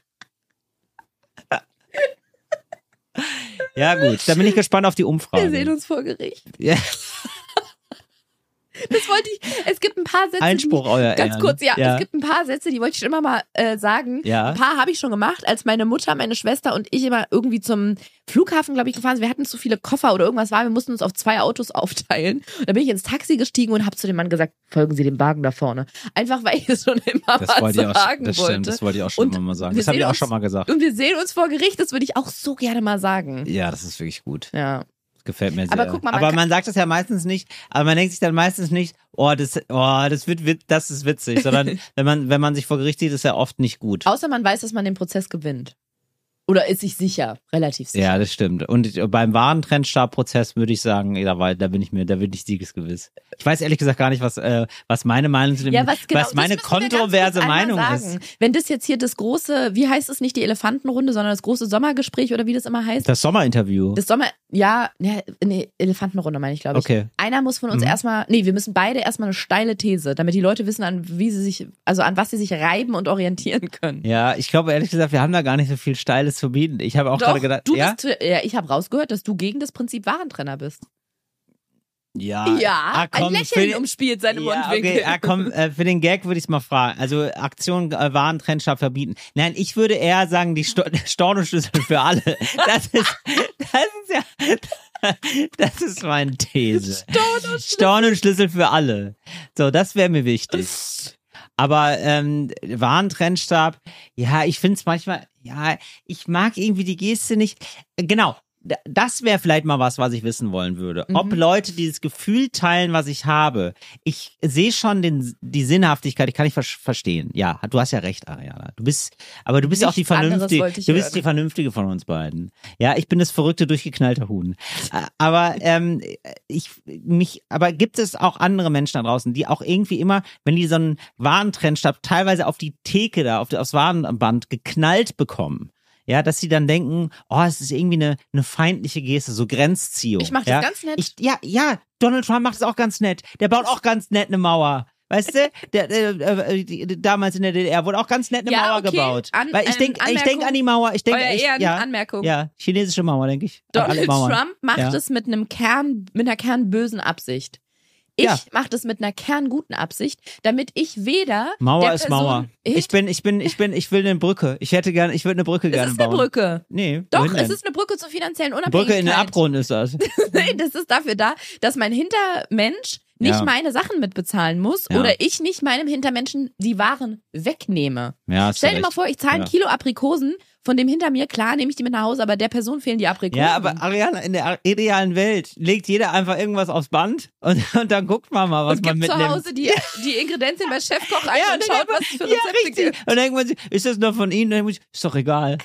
[SPEAKER 1] Ja gut, dann bin ich gespannt auf die
[SPEAKER 2] Wir sehen
[SPEAKER 1] Umfrage.
[SPEAKER 2] uns vor Gericht.
[SPEAKER 1] Ja,
[SPEAKER 2] Das wollte ich. Es gibt ein paar Sätze.
[SPEAKER 1] Einspruch,
[SPEAKER 2] die,
[SPEAKER 1] euer
[SPEAKER 2] Ganz
[SPEAKER 1] Ehren.
[SPEAKER 2] kurz, ja,
[SPEAKER 1] ja.
[SPEAKER 2] Es gibt ein paar Sätze, die wollte ich schon immer mal äh, sagen.
[SPEAKER 1] Ja.
[SPEAKER 2] Ein paar habe ich schon gemacht, als meine Mutter, meine Schwester und ich immer irgendwie zum Flughafen, glaube ich, gefahren sind. Wir hatten zu viele Koffer oder irgendwas war. Wir mussten uns auf zwei Autos aufteilen. Und da bin ich ins Taxi gestiegen und habe zu dem Mann gesagt: Folgen Sie dem Wagen da vorne. Einfach, weil ich es schon immer mal sagen wollte.
[SPEAKER 1] wollte ich auch
[SPEAKER 2] schon Und immer mal sagen. wir Das hab ich sehen auch schon uns-
[SPEAKER 1] mal gesagt.
[SPEAKER 2] und wir sehen uns vor Gericht. Das würde ich auch so gerne mal sagen.
[SPEAKER 1] Ja, das ist wirklich gut.
[SPEAKER 2] Ja.
[SPEAKER 1] Gefällt mir sehr.
[SPEAKER 2] Aber guck mal, man
[SPEAKER 1] aber
[SPEAKER 2] kann-
[SPEAKER 1] man sagt das ja meistens nicht, aber man denkt sich dann meistens nicht, oh, das, oh, das wird, wit- das ist witzig, sondern wenn man, wenn man sich vor Gericht sieht, ist ja oft nicht gut.
[SPEAKER 2] Außer man weiß, dass man den Prozess gewinnt. Oder ist sich sicher, relativ sicher.
[SPEAKER 1] Ja, das stimmt. Und beim Warentrennstab-Prozess würde ich sagen, da, war, da bin ich mir, da bin ich siegesgewiss. Ich weiß ehrlich gesagt gar nicht, was, äh, was meine Meinung zu dem,
[SPEAKER 2] Ja, was, genau, das
[SPEAKER 1] meine
[SPEAKER 2] müssen wir ganz kurz
[SPEAKER 1] kontroverse
[SPEAKER 2] einmal
[SPEAKER 1] Meinung
[SPEAKER 2] sagen.
[SPEAKER 1] ist.
[SPEAKER 2] Wenn das jetzt hier das große, wie heißt es nicht die Elefantenrunde, sondern das große Sommergespräch oder wie das immer heißt?
[SPEAKER 1] Das Sommerinterview.
[SPEAKER 2] Das Sommer, ja, ja, nee, Elefantenrunde meine ich, glaube ich.
[SPEAKER 1] Okay.
[SPEAKER 2] Einer muss von uns
[SPEAKER 1] Mhm.
[SPEAKER 2] erstmal, nee, wir müssen beide erstmal eine steile These, damit die Leute wissen, an wie sie sich, also an was sie sich reiben und orientieren können.
[SPEAKER 1] ja, ich glaube ehrlich gesagt, wir haben da gar nicht so viel Steiles zu bieten. Ich habe auch
[SPEAKER 2] Doch,
[SPEAKER 1] gerade gedacht,
[SPEAKER 2] du
[SPEAKER 1] ja,
[SPEAKER 2] bist, zu- ja, ich habe rausgehört, dass du gegen das Prinzip Warentrenner bist.
[SPEAKER 1] ja, Ah, komm,
[SPEAKER 2] ein Lächeln um
[SPEAKER 1] Phil-
[SPEAKER 2] umspielt seine
[SPEAKER 1] Ja,
[SPEAKER 2] Mundwinkel.
[SPEAKER 1] okay, ah, komm, äh, für den Gag würde ich es mal fragen. Also Aktion äh, Warentrennstab verbieten. Nein, ich würde eher sagen, die Sto Stornoschlüssel für alle. Das ist, das ist ja, das ist meine These. Stornoschlüssel für alle. So, das wäre mir wichtig. Aber ähm, Warentrennstab, ja, ich finde es manchmal, ja, ich mag irgendwie die Geste nicht. Äh, Genau, d- das wäre vielleicht mal was, was ich wissen wollen würde.
[SPEAKER 2] Mhm.
[SPEAKER 1] Ob Leute dieses Gefühl teilen, was ich habe. Ich sehe schon den, die Sinnhaftigkeit, ich kann nicht ver verstehen. Ja, du hast ja recht, Ariana. Du bist, aber du bist auch die
[SPEAKER 2] Nichts anderes
[SPEAKER 1] vernünftige,
[SPEAKER 2] wollte ich
[SPEAKER 1] du bist
[SPEAKER 2] hören.
[SPEAKER 1] die vernünftige von uns beiden. Ja, ich bin das verrückte, durchgeknallte Huhn. Äh, Aber ähm, ich mich, aber gibt es auch andere Menschen da draußen, die auch irgendwie immer, wenn die so einen Warentrennstab teilweise auf die Theke da, auf die, aufs Warenband geknallt bekommen? Ja, dass sie dann denken, oh, es ist irgendwie eine, eine feindliche Geste, so Grenzziehung.
[SPEAKER 2] Ich mach das
[SPEAKER 1] ja?
[SPEAKER 2] ganz nett.
[SPEAKER 1] Ich, ja, ja, Donald Trump macht es auch ganz nett. Der baut auch ganz nett eine Mauer. Weißt du, der, äh, äh, die- damals in der DDR wurde auch ganz nett eine
[SPEAKER 2] Ja,
[SPEAKER 1] Mauer
[SPEAKER 2] okay.
[SPEAKER 1] gebaut.
[SPEAKER 2] An-
[SPEAKER 1] Weil ich
[SPEAKER 2] ähm,
[SPEAKER 1] denke ich denk
[SPEAKER 2] Anmerkung.
[SPEAKER 1] an die Mauer. Ich
[SPEAKER 2] Euer
[SPEAKER 1] denke echt,
[SPEAKER 2] Ehren,
[SPEAKER 1] ja,
[SPEAKER 2] Anmerkung.
[SPEAKER 1] ja, chinesische Mauer, denke ich. An alle
[SPEAKER 2] Donald
[SPEAKER 1] Mauern.
[SPEAKER 2] Trump macht
[SPEAKER 1] Ja.
[SPEAKER 2] es mit einem Kern, mit einer kernbösen Absicht. Ich
[SPEAKER 1] Ja.
[SPEAKER 2] mache das mit einer kernguten Absicht, damit ich weder
[SPEAKER 1] Mauer
[SPEAKER 2] der
[SPEAKER 1] ist
[SPEAKER 2] Person
[SPEAKER 1] Mauer.
[SPEAKER 2] hilft-
[SPEAKER 1] Ich bin, ich bin, ich bin, ich will eine Brücke. Ich hätte gerne, ich würde eine Brücke
[SPEAKER 2] es
[SPEAKER 1] gerne
[SPEAKER 2] ist
[SPEAKER 1] bauen.
[SPEAKER 2] eine Brücke.
[SPEAKER 1] Nee,
[SPEAKER 2] Doch,
[SPEAKER 1] wohin
[SPEAKER 2] es
[SPEAKER 1] denn?
[SPEAKER 2] ist eine Brücke zur finanziellen Unabhängigkeit.
[SPEAKER 1] Brücke in den Abgrund ist das.
[SPEAKER 2] Nein, das ist dafür da, dass mein Hintermensch nicht
[SPEAKER 1] Ja.
[SPEAKER 2] meine Sachen mitbezahlen muss
[SPEAKER 1] Ja.
[SPEAKER 2] oder ich nicht meinem Hintermenschen die Waren wegnehme.
[SPEAKER 1] Ja, hast du
[SPEAKER 2] Stell dir
[SPEAKER 1] recht.
[SPEAKER 2] mal vor, ich zahle ein
[SPEAKER 1] Ja.
[SPEAKER 2] Kilo Aprikosen, von dem hinter mir, klar, nehme ich die mit nach Hause, aber der Person fehlen die Aprikosen.
[SPEAKER 1] Ja, aber Ariana, in der idealen Welt legt jeder einfach irgendwas aufs Band und, und dann guckt man mal, was
[SPEAKER 2] und
[SPEAKER 1] man
[SPEAKER 2] gibt zu
[SPEAKER 1] mitnimmt.
[SPEAKER 2] Hause die, die Ingredienzien bei Chefkoch ein
[SPEAKER 1] Ja, dann
[SPEAKER 2] und schaut,
[SPEAKER 1] einfach-
[SPEAKER 2] was es für
[SPEAKER 1] ja,
[SPEAKER 2] Rezepte
[SPEAKER 1] richtig.
[SPEAKER 2] gibt.
[SPEAKER 1] Und dann denkt man sich, ist das nur von Ihnen? Dann denkt man sich, ist doch egal.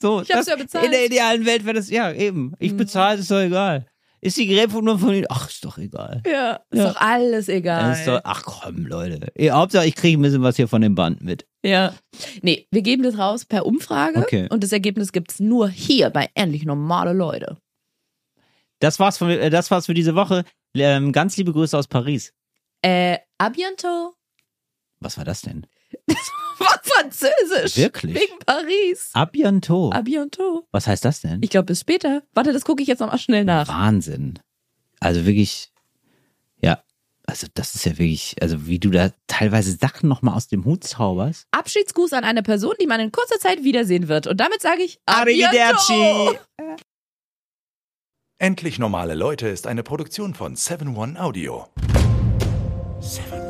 [SPEAKER 1] So,
[SPEAKER 2] Ich
[SPEAKER 1] das,
[SPEAKER 2] hab's ja bezahlt. Mhm.
[SPEAKER 1] In der idealen Welt wäre das, ja, eben. Ich bezahle, ist doch egal. Ist die Grapefruit nur von Ihnen? Ach, ist doch egal.
[SPEAKER 2] Ja, ist
[SPEAKER 1] Ja.
[SPEAKER 2] doch alles egal.
[SPEAKER 1] Dann Ist doch, ach komm, Leute. Eh, Hauptsache, ich kriege ein bisschen was hier von dem Band mit.
[SPEAKER 2] Ja. Nee, wir geben das raus per Umfrage
[SPEAKER 1] Okay.
[SPEAKER 2] und das Ergebnis gibt's nur hier bei endlich normale Leute.
[SPEAKER 1] Das war's, von, äh, das war's für diese Woche. Ähm, ganz liebe Grüße aus Paris.
[SPEAKER 2] Äh, à bientôt.
[SPEAKER 1] Was war das denn?
[SPEAKER 2] War Französisch.
[SPEAKER 1] Wirklich? Oh.
[SPEAKER 2] Wegen Paris.
[SPEAKER 1] A bientôt.
[SPEAKER 2] À bientôt.
[SPEAKER 1] Was heißt das denn?
[SPEAKER 2] Ich glaube, bis später. Warte, das gucke ich jetzt nochmal schnell nach.
[SPEAKER 1] Wahnsinn. Also wirklich, ja. Also das ist ja wirklich, also wie du da teilweise Sachen nochmal aus dem Hut zauberst.
[SPEAKER 2] Abschiedsgruß an eine Person, die man in kurzer Zeit wiedersehen wird. Und damit sage ich à bientôt.
[SPEAKER 5] Endlich normale Leute ist eine Produktion von 7-One Audio. 7-One